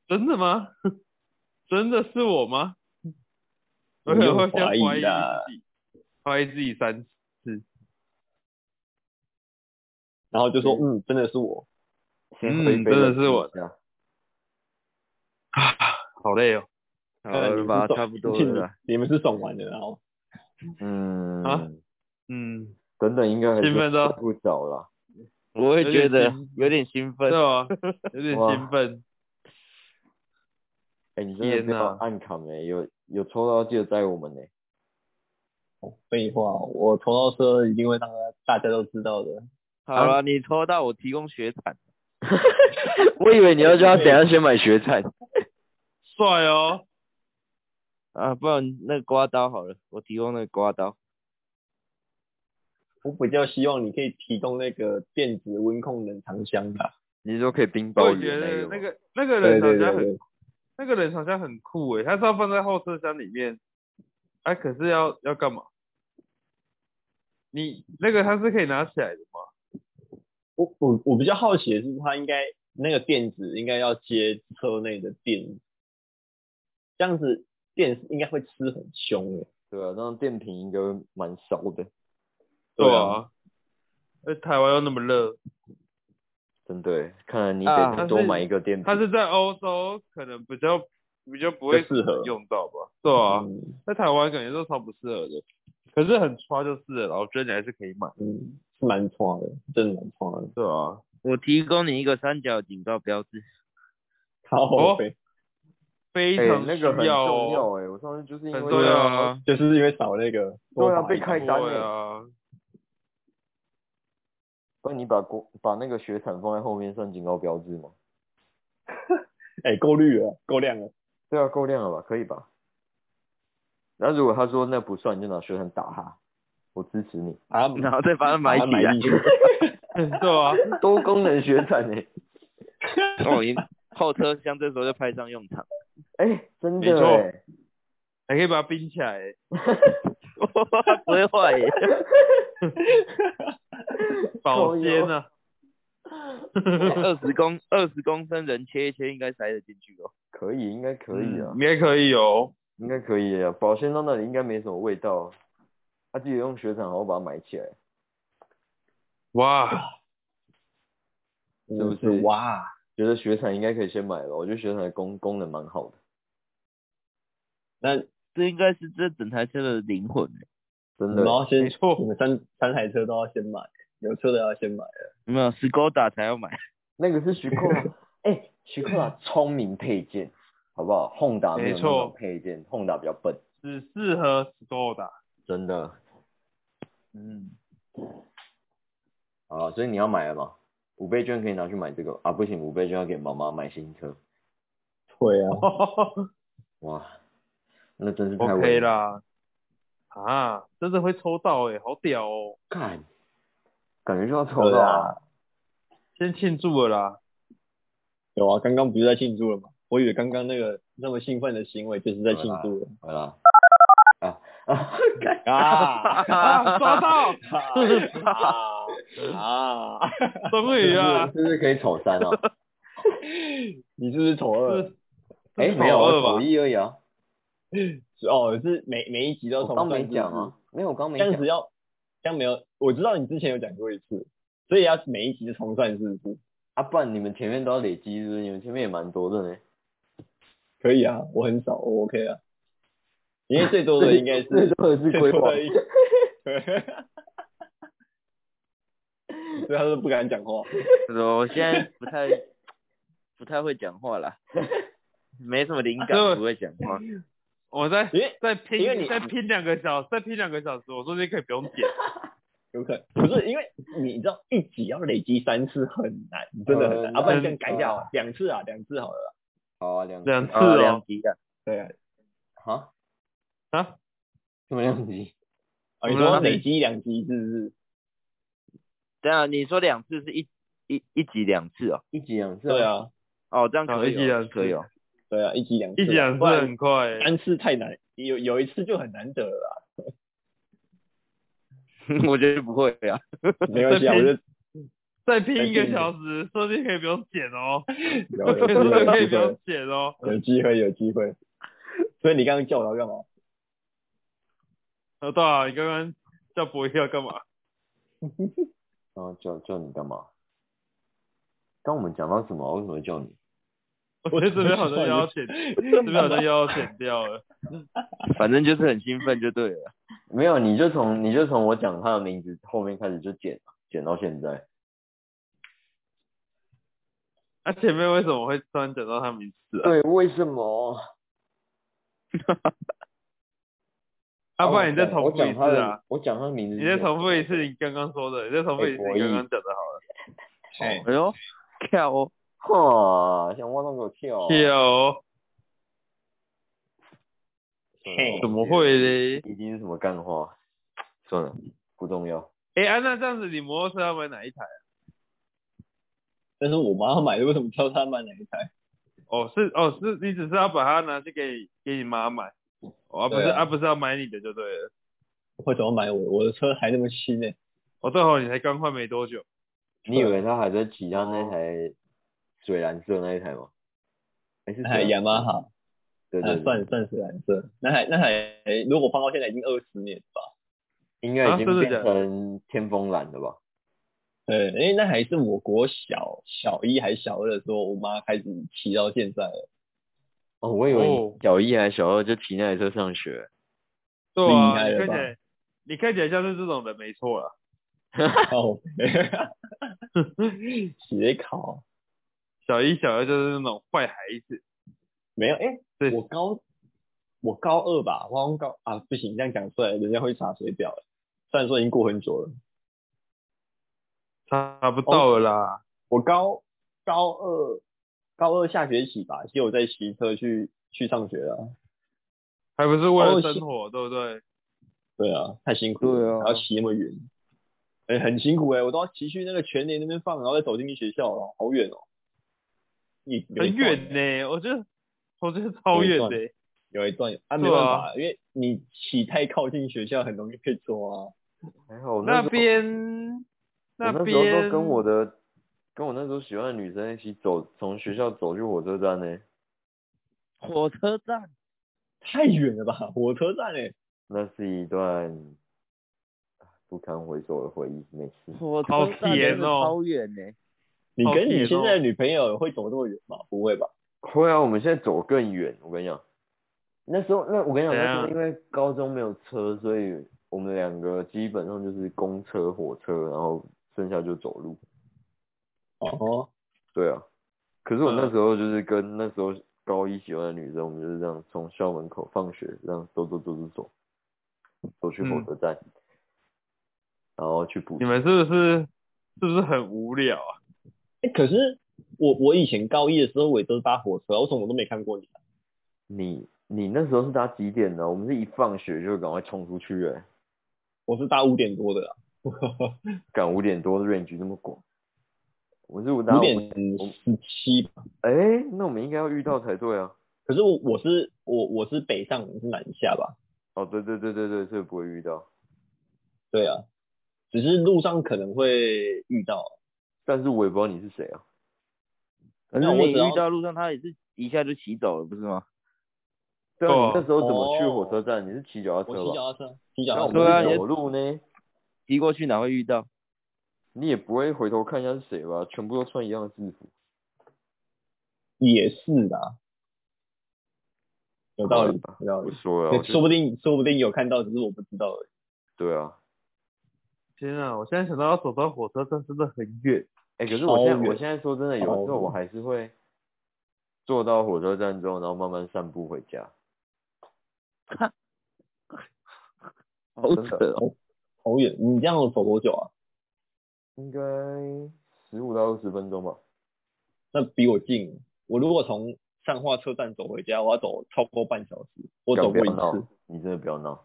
S1: 真的吗？真的是我吗？我可能会先怀疑
S3: 不用怀疑啦
S1: 自己，怀疑自己三次。
S3: 然后就说嗯，真的是我，
S2: 先
S1: 嗯
S2: 回
S1: 真
S2: 飞
S1: 的
S2: 了
S1: 是
S2: 试一
S1: 我
S2: 下
S1: 啊，好累哦。
S4: 好了吧，差不多了啦。
S3: 你们是爽完的，然后
S2: 嗯，
S1: 啊嗯，
S2: 等等应该还是
S1: 兴奋到
S2: 不少了。
S4: 我会觉
S1: 有
S4: 得
S1: 点兴
S4: 有点兴
S1: 对
S4: 奋。
S1: 吧？哦有点
S2: 哇
S1: 兴奋。
S2: 哎、你真的
S1: 天
S2: 不要
S1: 哪
S2: 暗砍哎、有有抽到记得载我们呢、欸
S3: 废话，我抽到车一定会让大家都知道的，
S4: 好
S1: 啊
S4: 了，你抽到我提供 雪铲。我以为你要叫他等一下先买雪铲
S1: 帅哦，
S4: 啊，不然那个刮刀好了，我提供那个刮刀。
S3: 我比较希望你可以提供那个电子温控冷藏箱吧，
S4: 你说可以冰
S1: 我
S4: 包
S1: 觉
S4: 圆
S1: 得那
S4: 个吗？
S1: 个那个
S3: 对
S1: 人好
S3: 对对
S1: 像很
S3: 对，
S1: 那个人好像很酷诶，他是要放在后车厢里面，哎、可是要要干嘛？你那个他是可以拿起来的吗？
S3: 我我我比较好奇的是，它应该那个电子应该要接车内的电，这样子电应该会吃很凶的。
S2: 对啊，那种电瓶应该会蛮烧的，
S3: 对
S1: 啊，在台湾又那么热，
S2: 真的欸、看来你
S4: 啊
S2: 得多买一个电瓶。
S1: 他是在欧洲可能比较比较啊不会
S3: 不适合
S1: 用到吧？对啊，
S3: 嗯
S1: 在台湾感觉都超不适合的，可是很刷就是了，我觉得你还是可以买，
S3: 嗯，是蛮差的，真的蛮差的。
S1: 对啊，
S4: 我提供你一个三角警告标志。
S1: 哦
S3: 靠背、
S1: 非
S2: 哎、
S1: 常
S2: 那个很
S1: 需要
S2: 重要
S1: 哦，
S2: 哎、我上次就是因为
S1: 很
S2: 那
S1: 重
S2: 个
S1: 要啊，
S3: 就是因为少那
S2: 对
S3: 个，
S2: 啊
S3: 多罚一
S2: 被
S3: 个
S2: 开单
S1: 对
S2: 欸
S1: 啊，
S2: 不然你把国把那个雪铲放在后面算警告标志吗？
S3: 哎，够绿了，够亮了。
S2: 对啊，够亮了吧？可以吧？那如果他说那不算，你就拿雪铲打他，我支持 你。
S3: 啊，
S4: 然后再把它
S3: 把
S4: 埋
S3: 它
S4: 起 来
S1: 啊
S3: 买。进去，
S1: 对啊，
S2: 欸多功能雪铲哎、
S4: 那我已经 后车厢这时候就派上 用场，
S2: 哎、真
S1: 没
S2: 的
S1: 错
S2: 哎、
S1: 还可以把它冰起来、欸。
S4: 不会坏耶，
S1: 保
S2: 哦
S1: 鲜啊，
S4: 二十公二十公分人切一切应该塞得进去哦。
S2: 可以，应该可以啊，
S1: 嗯应该可以哦。
S2: 应该可以啊。保鲜到那里应该没什么味道啊，他、自己用雪场好好把它埋起来，
S1: 哇，
S2: 是不
S3: 真的
S2: 是？
S3: 嗯哇，
S2: 觉得雪场应该可以先买吧，我觉得雪场的功功能蛮好的，
S3: 那
S4: 这应该是这整台车的灵魂耶
S2: 真的
S3: 然。后先
S1: 没错
S3: 你们三三台车都要先买，有车的要先买了。
S4: 有没有 Skoda 才要买？
S2: 那个是徐克拉， 哎、徐克拉聪明配件，好不好？Honda 没有
S1: 没
S2: 那
S1: 错
S2: 种配件，Honda 比较笨，
S1: 只适合 Skoda。
S2: 真的。
S3: 嗯，
S2: 啊，所以你要买了嘛？五倍券可以拿去买这个啊，不行，五倍券要给妈妈买新车。
S3: 会啊，
S2: 哇，那真是太伟
S1: OK 啦，啊，真的会抽到哎、好屌哦！
S2: 干，感觉就要抽到
S3: 对啊
S2: 啊。
S1: 先庆祝了啦，
S3: 有啊，刚刚不是在庆祝了吗？我以为刚刚那个那么兴奋的行为就是
S1: 啊
S3: 在庆祝了
S2: 好啦，啊啊，干
S3: 啊
S1: 啊，抓到，
S3: 啊啊！
S1: 终于 啊，
S2: 是不是可以丑 三啊？
S3: 你是不是丑二？
S1: 是
S2: 哎，没有，
S1: 丑二
S2: 我
S1: 吧
S2: 丑一而已啊。
S3: 是哦，是每每一集都
S2: 我
S3: 从
S2: 刚没讲啊，没有，我刚没
S3: 这
S2: 讲
S3: 样。子要这样没有，我知道你之前有讲过一次，所以要每一集重算是不是？
S2: 啊，不然你们前面都要累积，是不是？你们前面也蛮多的呢。
S3: 可以啊，我很少，我 OK 啊，因为最多的应该 是
S2: 最多的是
S3: 最
S2: 规
S3: 多
S2: 划
S3: 的。一个，对， 所以他都不敢讲话。
S4: 我现在不太不太会讲话啦， 没什么灵
S1: 对
S4: 感，不会讲话。
S1: 我再
S3: 因为
S1: 再
S3: 因为你
S1: 拼再拼两个小时，再拼两个小时，我说这可以不用剪，
S2: 啊
S3: 有可能不是因为你知道一集要累积三次很难，真的很难。
S2: 嗯
S3: 啊，不然
S1: 真
S3: 先改一下好了，两次啊，两次好了啦。
S2: 好啊，两
S1: 这样是
S4: 啊，
S1: 哦
S4: 两，集啊，
S3: 对啊，
S2: 啊
S1: 啊，
S2: 什么两集？
S3: 啊你
S1: 我
S3: 说
S1: 们
S3: 累积两集是不是？
S4: 对啊，你说两次是一一一集两次哦，
S2: 一集两次？
S3: 对，啊，
S4: 哦，这样
S1: 啊
S4: 可以
S1: 一集
S4: 哦
S1: 两，次
S4: 可以哦，
S3: 对啊，一集两次啊，
S1: 一讲
S3: 不
S1: 是
S3: 然
S1: 很快欸、
S3: 三次太难，有有一次就很难得了
S4: 我觉得不会啊，
S3: 啊，没关系啊，
S1: 再
S3: 我就
S1: 拼再拼一个小时，说不定可以不用剪哦，
S3: 有
S1: 说不
S3: 有 机会
S1: 定可以不
S3: 有机会
S1: 用剪哦，
S3: 有机会有机会。所以你刚刚叫我要干嘛？
S1: 呃，对啊，你刚刚叫博一要干嘛？
S2: 然后哦叫叫你干嘛？刚我们讲到什么？为什么会叫你？
S1: 我觉得这边好像又要剪，这边好像又要剪掉了。
S4: 反正就是很兴奋就对了。
S2: 没有，你就从你就从我讲他的名字后面开始就剪，剪到现在。
S1: 那、啊前面为什么会突然讲到他名字啊？
S2: 对，为什么？
S1: 要、啊不然你再重复一次
S2: 哦我讲他
S1: 啊
S2: 的！，我讲他的名字。
S1: 你再重复一次。你刚刚说的，你再重复一次你刚刚讲的好了。
S3: 哎，
S4: 哎呦，跳哦，
S2: 哈，想挖洞给我跳。啊
S1: 有、
S3: 嘿
S1: 怎么会？嘞？
S2: 一定是什么干话。算了，不重要。
S1: 哎、安娜，这样子你摩托车要买哪一台？
S3: 但是我妈买的，为什么挑她买哪一台？
S1: 哦，是哦，是你只是要把它拿去给给你妈买，哦，啊不是
S3: 对啊
S1: 啊不是要买你的就对了。
S3: 为什么买我？我的车还那么新呢、
S1: 哦，对哦，你才刚换没多久。
S2: 你以为他还在骑他那台水蓝色那一台吗？还是
S3: 那台雅马
S2: 吗？
S3: 哈，
S2: 对对
S3: 啊，
S2: 对，
S3: 算算是蓝色。那台那台，如果放到现在已经二十年了吧？
S2: 应该
S1: 啊
S2: 已
S1: 真的
S2: 经变
S1: 假的
S2: 成天风蓝了吧？
S3: 对，因为呃那还是我国小小一还小二的时候，我妈开始骑到现在了，
S2: 哦，我以为
S1: 哦
S2: 你小一还是小二就骑那台车上学，
S1: 对
S3: 厉
S1: 啊，
S3: 害
S1: 你
S3: 了
S1: 看
S3: 吧
S1: 起来你看起来像是这种人没错啊啦。
S3: 哦， 写考
S1: 小一、小二就是那种坏孩子。
S3: 没有，哎、
S1: 对
S3: 我高我高二吧，我好像高啊，不行，这样讲出来人家会查水表了。虽然说已经过很久了，
S1: 查不到了啦。
S3: 我高高二高二下学期吧，就有在骑车去去上学了。
S1: 还不是为了
S3: 哦
S1: 生
S3: 是
S1: 活，对不对？
S3: 对啊，太辛苦
S4: 对
S3: 了，
S4: 啊
S3: 还要骑那么远，哎、很辛苦哎、我都要骑去那个全联那边放，然后再走进去学校了，好远哦。一有一
S1: 很
S3: 段
S1: 远呢、我觉得我觉得超远的、
S3: 有一段啊，
S1: 对
S3: 没
S1: 啊
S3: 办法，因为你骑太靠近学校，很容易被抓啊。
S2: 还好我
S1: 那
S2: 时候
S1: 边那
S2: 我那时候
S1: 边
S2: 都跟我的跟我那时候喜欢的女生一起走，从学校走去火车站呢、
S4: 火车站，
S3: 太远了吧，火车站欸诶、
S2: 那是一段不堪回首的回忆，没事。
S4: 火车
S1: 好
S4: 站
S1: 甜
S4: 真的
S1: 哦
S4: 超远 呢、
S3: 你
S1: 好
S3: 跟
S1: 铁
S3: 你
S1: 哦
S3: 现在的女朋友会走这么远吗？不会吧？
S2: 会啊，我们现在走更远，我跟你讲，那时候那我跟你讲，
S1: 怎
S2: 那时候
S1: 样
S2: 因为高中没有车，所以我们两个基本上就是公车、火车，然后剩下就走路。
S3: 哦，
S2: 对啊，可是我那
S1: 嗯
S2: 时候就是跟那时候高一喜欢的女生，我们就是这样从校门口放学这样走走走走走，走去火
S1: 嗯
S2: 车站，然后去补
S1: 你。们是不是是不是很无聊啊？
S3: 哎、可是我我以前高一的时候，我也都是搭火车啊，为什么我都没看过你啊？
S2: 你你那时候是搭几点的？我们是一放学就赶快冲出去、欸，
S3: 我是搭五点多的啊，
S2: 赶五点多 range 那么广。我是我搭
S3: 五
S2: 我
S3: 点
S2: 们
S3: 十七吧。
S2: 哎、那我们应该要遇到才对啊。
S3: 可是我我是我我是北上，你是南下吧？
S2: 哦，对对对对对，所以不会遇到。
S3: 对啊，只是路上可能会遇到啊。
S2: 但是我也不知道你是谁啊。
S4: 可
S3: 那
S4: 是
S3: 我
S4: 你
S3: 只要
S4: 遇到路上，他也是一下就骑走了，不是吗？
S2: 对
S1: 对
S2: 啊，
S1: 啊
S2: 你那时候怎么去
S3: 哦
S2: 火车站？你是骑脚踏
S3: 我
S2: 车
S3: 骑
S2: 吧？
S3: 脚踏车，骑
S2: 那
S3: 脚
S2: 我们
S3: 踏
S4: 对啊你
S2: 是
S4: 也
S2: 走
S3: 车。
S2: 路呢？
S4: 骑过去哪会遇到？
S2: 你也不会回头看一下是谁吧？全部都穿一样的制服，
S3: 也是的，有道理，有道
S2: 我
S3: 理。
S2: 说了，啊我
S3: 对说
S2: 就
S3: 不定说不定有看到，只是我不知道而已。
S2: 对啊。
S1: 天啊，我现在想到要走到火车站真的很远，
S2: 哎、可是我现
S3: 超
S2: 在
S3: 远
S2: 我现在说真的，有时
S3: 超
S2: 候
S3: 远
S2: 我还是会坐到火车站之后，然后慢慢散步回 家。
S4: 好
S2: 真的
S4: 扯哦！
S3: 好远，你这样走多久啊？
S2: 应该十五到二十分钟吧。
S3: 那比我近。我如果从上化车站走回家，我要走超过半小时。我走
S2: 干
S3: 过
S2: 不
S3: 一
S2: 要闹
S3: 次，，
S2: 你真的不要闹。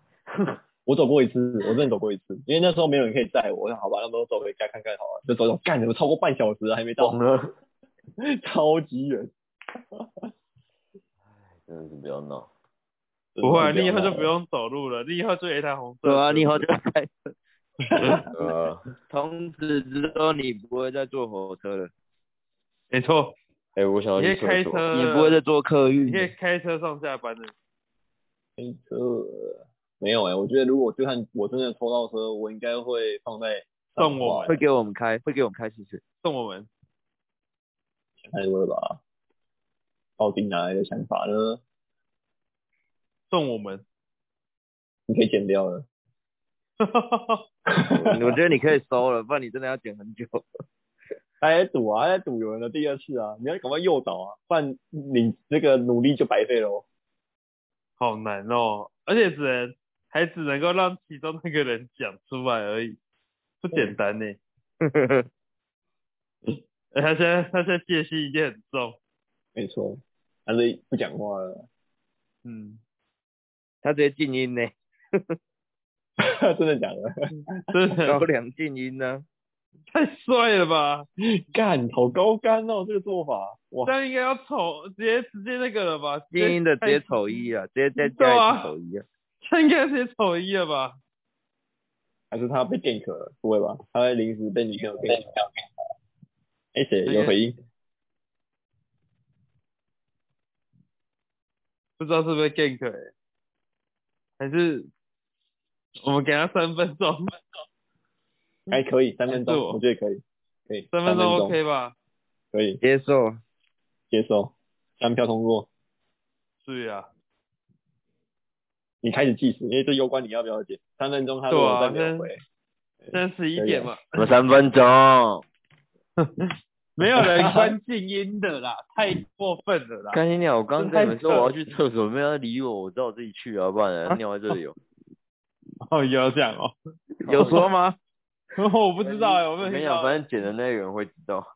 S3: 我走过一次，我真的走过一次，因为那时候没有人可以载我，我想好吧，那我走回家看看好了，就走走，干，怎么超过半小时啊了还没到
S2: 懂，了，
S3: 超级远。
S2: 真的是不要闹。
S1: 不会啊，
S3: 真
S1: 你以
S3: 的
S1: 后
S3: 闹
S1: 就不用走路了，你以后就一台红色的车
S4: 对
S1: 子。
S4: 啊，你以后就 开，
S2: 呃，
S4: 从此之后你不会再坐火车了，
S1: 没错，
S2: 哎、我想要
S1: 你可以
S2: 去
S1: 开
S2: 厕所。
S1: 车，
S4: 也不会再，坐客
S1: 呃你
S4: 运
S1: 可以
S4: 了。
S1: 开车上下班的。
S3: 没车，没有哎、我觉得如果就算我真的偷到车，我应该会放在
S1: 送我
S4: 会给我们开，会给我们开试 试。
S1: 送我们，
S3: 太多了吧？奥丁哪来的想法呢？
S1: 送我们，
S3: 你可以剪掉了。
S4: 我觉得你可以收了，不然你真的要剪很久。
S3: 他在赌啊，他在赌有人的第二次啊！你要赶快诱导啊，不然你这个努力就白费喽。
S1: 好难哦，而且只能还只能够让其中那个人讲出来而已，不简单呢。嗯哎他现在他现在戒心一定很重，
S3: 没错，但是不讲话了，
S1: 嗯，
S4: 他直接静 音呢，
S3: 真的讲了，
S1: 真
S4: 高
S1: 的
S4: 粱静音呢、
S1: 太帅了吧？
S3: 干好高干哦，这个做法哇！
S1: 但应该要丑，直接直接那个了吧？直接
S4: 静音的直接丑一啊，直接再
S1: 对啊
S4: 加一次丑一啊。
S1: 他应该直接丑一了吧？
S3: 还是他被 gank 了，不会吧？他会临时被女朋友 gank。哎，谁有回应？
S1: 不知道是不是 gank 哎、还是我们给他三分钟，
S3: 哎，可以，三分
S1: 是
S3: 钟，
S1: 我
S3: 我觉得可以，可以，
S1: 三分
S3: 分
S1: 钟 OK 吧？
S3: 可以
S4: 接受，
S3: 接受，三票通过，
S1: 是啊，
S3: 你开始计时，因为这攸关你要不要解。三分钟他如
S1: 对
S3: 果
S1: 啊
S3: 再没有
S1: 那
S3: 回，
S1: 现在十一
S3: 可以
S1: 点
S3: 啊
S1: 嘛，
S4: 我三分钟，
S1: 没有 人关静音的啦，太过分了啦。
S2: 干你鸟！我刚
S1: 真
S2: 刚
S1: 太
S2: 跟你们说
S1: 扯
S2: 我要
S1: 了
S2: 去厕所，没有人理我，我知道我自己去啊，不然尿在这里哦。
S1: 哦，有这样哦，
S4: 有说吗？
S1: 我不知道 哎、我
S2: 我
S1: 没有
S2: 跟你
S1: 听
S2: 讲，
S1: 到。
S2: 反正剪的那个人会知道。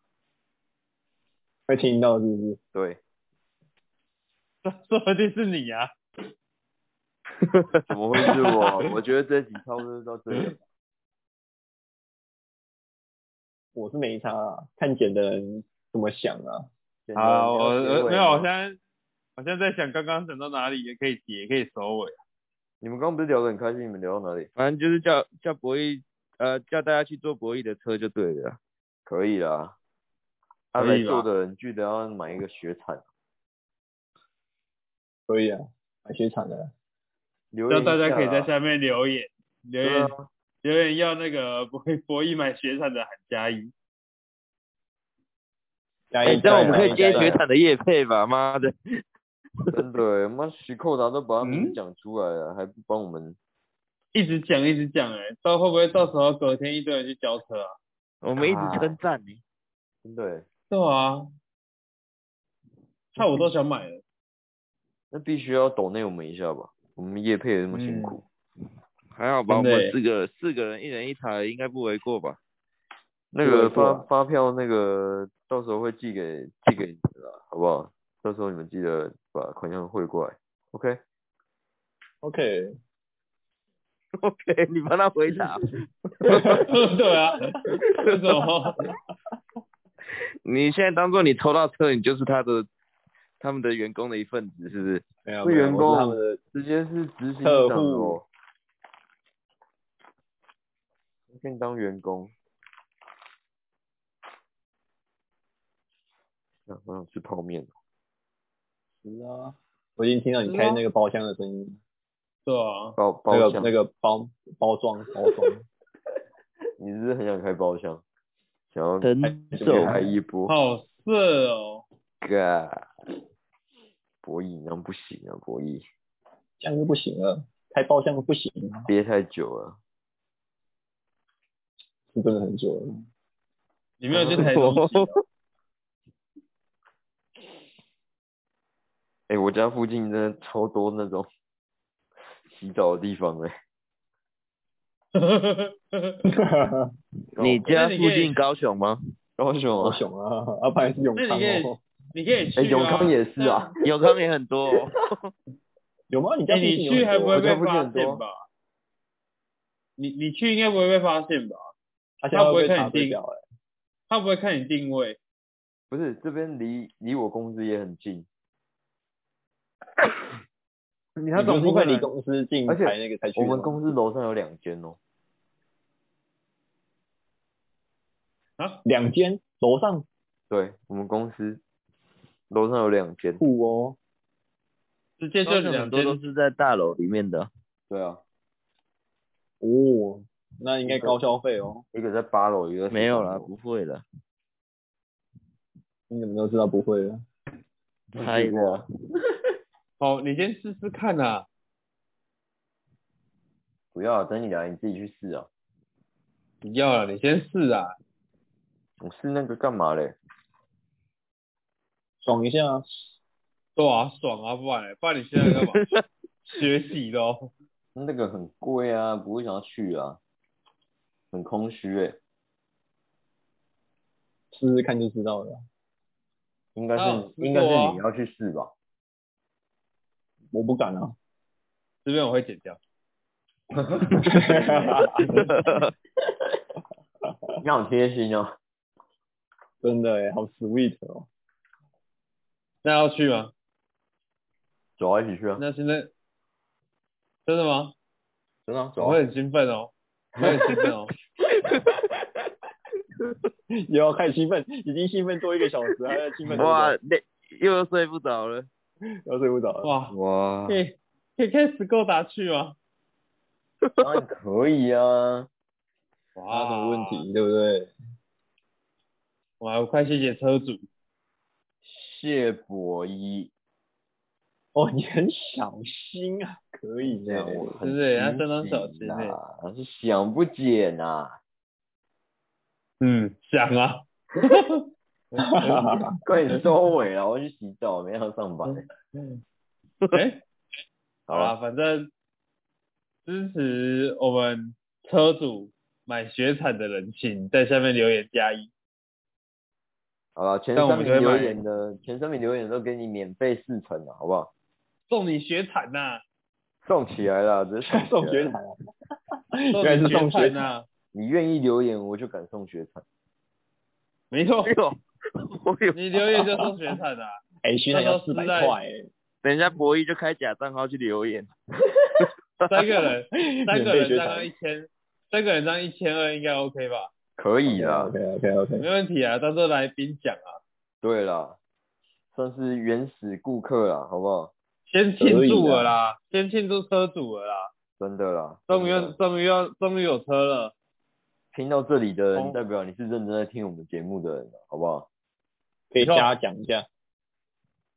S3: 会听到是不是？
S2: 对，
S1: 说不定是你啊，
S2: 怎么会是我？我觉得这集差不多就到这里了。
S3: 我是没差、啊，看剪的人怎么想啊。
S2: 简单
S1: 啊，我
S2: 要结
S1: 我
S2: 尾哦
S1: 没有，我
S2: 吗
S1: 现在我现在在想刚刚讲到哪里，也可以也可以收尾。
S2: 你们刚刚不是聊得很开心，你们聊到哪里？
S4: 反正就是叫叫博弈，呃，叫大家去坐博弈的车就对了啊。
S2: 可以啦，安
S1: 可
S2: 排
S1: 以
S2: 做
S1: 吧
S2: 的人记得要买一个雪铲，
S3: 可以啊，买雪场的，
S2: 留
S1: 那
S2: 言
S1: 大
S2: 一
S1: 家
S2: 下
S1: 可以在
S2: 啦
S1: 下面留言，留
S2: 对
S1: 言、
S2: 啊
S1: 留言要那个博博弈买雪场的喊加一。
S3: 加
S4: 哎
S3: 一，
S4: 这样我们可以
S3: 加
S4: 接
S3: 一
S4: 学产的业配吧？妈的，
S2: 真的欸，妈徐扣达都把他名字
S1: 嗯
S2: 讲出来了，还不帮我们？
S1: 一直讲一直讲，哎，到会不会到时候隔天一堆人去交车啊？
S4: 我们一直
S2: 啊
S4: 称赞你。
S2: 真的欸，
S1: 对啊，看我都想买 了。
S2: 那必须要抖内我们一下吧，我们叶配也那么辛
S1: 嗯
S2: 苦，
S4: 还好吧，我
S1: 真的
S4: 们
S1: 耶
S4: 四个四个人一人一台，应该不为过吧？
S2: 那
S3: 对
S2: 个
S3: 对
S2: 发
S3: 啊
S2: 发票那个到时候会寄给寄给你们啦，好不好？到时候你们记得把款项汇过来，OK？
S3: OK，
S4: OK，你帮他回答。
S1: 对啊，为什么？
S4: 你现在当做你偷到车，你就是他的他们的员工的一份子，是不是？
S3: 没有，
S2: 是
S3: 没有
S2: 员
S3: 我是
S2: 工
S3: 他们的
S2: 直接是执行
S3: 客
S2: 长
S3: 户
S2: 哦，可以当员工。想啊我想吃泡面了，
S3: 是啊，我已经听到你开那个包厢的声音，
S1: 对啊，
S2: 包包
S3: 那个
S2: 厢，
S3: 那个包包装包装，
S2: 你是不是很想开包厢？想要
S4: 等
S2: 给海一波？
S1: 好色哦。
S2: 哥，博弈那不行啊，博弈
S3: 这样就不行了，开包厢不行，啊
S2: 憋太久了，
S3: 是真的很久了。
S1: 你没有去台 中骑哦？
S2: 哎、我家附近真的超多那种 洗澡的地方哎、
S4: 你家
S1: 那你
S4: 附
S1: 可以
S4: 近高雄吗？
S2: 高雄
S3: 好
S2: 啊，
S3: 熊啊， 阿派是永
S1: 那
S3: 康
S1: 你可以
S3: 哦，
S1: 你可以去、啊
S2: 哎、永康也是啊，
S4: 永康也很多、哦。
S3: 有吗？你
S1: 哎、
S3: 家附近
S1: 你
S3: 有
S1: 去还
S3: 很
S1: 不
S3: 多
S1: 会
S2: 我家
S1: 被
S2: 附近
S1: 发
S2: 很多
S1: 现吧？你你去应该不会被发现吧？
S3: 他现在
S1: 他不会
S3: 被
S1: 看
S3: 查
S1: 你
S3: 对
S1: 定
S3: 表哎，
S1: 他不会看你定位，
S2: 不是这边离离我公司也很近，
S4: 你
S3: 你不是因为离公司近
S2: 而且
S3: 才那个才去
S2: 我
S3: 的吗，
S2: 们公司楼上有两间哦，
S3: 两间楼上
S2: 对我们公司楼上有两间，
S3: 铺哦，
S1: 直接就
S4: 高雄很
S1: 两
S4: 多
S1: 间
S4: 都是在大楼里面的。
S2: 对啊，
S3: 哦，那应该高消费哦。
S2: 一个在八楼，一个在
S4: 没有啦，
S2: 了，
S4: 不会了。
S3: 你怎么都知道不会了？
S4: 猜
S2: 啊
S4: 的，
S1: 哦，你先试试看啊。
S2: 不要啊等你来你自己去试啊，
S1: 不要了，你先试啊。
S2: 我试那个干嘛嘞？
S3: 爽一下啊，
S1: 对啊，爽啊，不然嘞不然你现在干嘛？ 学习的哦。
S2: 那个很贵啊，不会想要去啊，很空虚哎、
S3: 试试看就知道了。
S2: 应该是、
S1: 他有试
S2: 应该是
S1: 过啊
S2: 你要去试吧？
S3: 我不敢啊，
S1: 这边我会剪掉。
S2: 你好贴心哦，
S3: 真的哎，好 sweet 哦。
S1: 那要去吗？
S2: 走啊，一起去啊，
S1: 那现在真的吗？
S2: 真的啊走
S1: 我
S2: 啊，
S1: 会很兴奋哦，我会很兴奋哦。
S3: 又要开始兴奋，已经兴奋多一个小时，还在兴奋多久，
S4: 哇，那又睡不着了。
S3: 要睡不着了。
S1: 哇，
S2: 哇
S1: 可，以可以开始够达去吗？
S2: 当然可以啊，
S3: 还有
S1: 哇，
S3: 什么问？题，对不对？
S1: 哇，我快谢谢车主。
S2: 谢博一，
S3: 哦，你很小心啊，可以这样
S2: 对
S3: 我。
S1: 真
S2: 很
S1: 的要
S2: 惊
S1: 相当小
S2: 喜
S1: 心
S2: 呐
S1: 欸
S2: 是想不 减呐、
S1: 嗯，想啊。
S2: 快点收尾了，我要去洗澡，明天要上班。
S1: 哎、
S2: 好
S1: 嗯好啊啦，
S3: 啊
S2: 了，
S1: 反正支持我们车主买雪铲的人，请在下面留言加一。
S2: 好了，前
S1: 但我
S2: 三
S1: 们
S2: 名
S1: 就会
S2: 留
S1: 买
S2: 言的前三名留言都给你免费试乘了，好不好？
S1: 送你雪铲呐、
S2: 送起来 了，只是
S3: 送
S2: 起来
S3: 学
S2: 啦
S3: 长啊，
S1: 送
S3: 原来
S1: 你
S3: 是
S1: 雪
S3: 送
S1: 铲
S3: 学
S1: 呐、
S3: 长，
S2: 你愿意留言，我就敢送雪场。
S1: 没错
S4: 哎，呦， 我有
S1: 你留言就送学产啊，
S3: 哎、现在要四百块、欸
S4: 等一下博弈就开假账号去留言，
S1: 三个人
S3: 哎，
S1: 三
S3: 免
S1: 个
S3: 费
S1: 人这
S3: 学
S1: 样
S3: 产
S1: 一千，三个人这样一千二应该 OK 吧？
S2: 可以啦，
S3: OK OK OK，
S1: 没问题啊，当做来宾讲啊，
S2: 对啦，算是原始顾客啦，好不好？
S1: 先庆祝了啦，先庆祝车主了啦，
S2: 真的啦，
S1: 终于
S2: 真
S1: 要
S2: 的
S1: 终于要终于有车了，
S2: 听到这里的
S1: 哦
S2: 人，代表你是认真在听我们节目的人了，好不好？
S3: 可以加讲一下，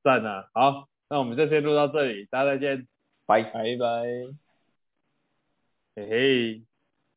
S1: 赞啊！好，那我们就先录到这里，大家再见，
S2: 拜。
S3: 拜拜。
S1: 嘿嘿。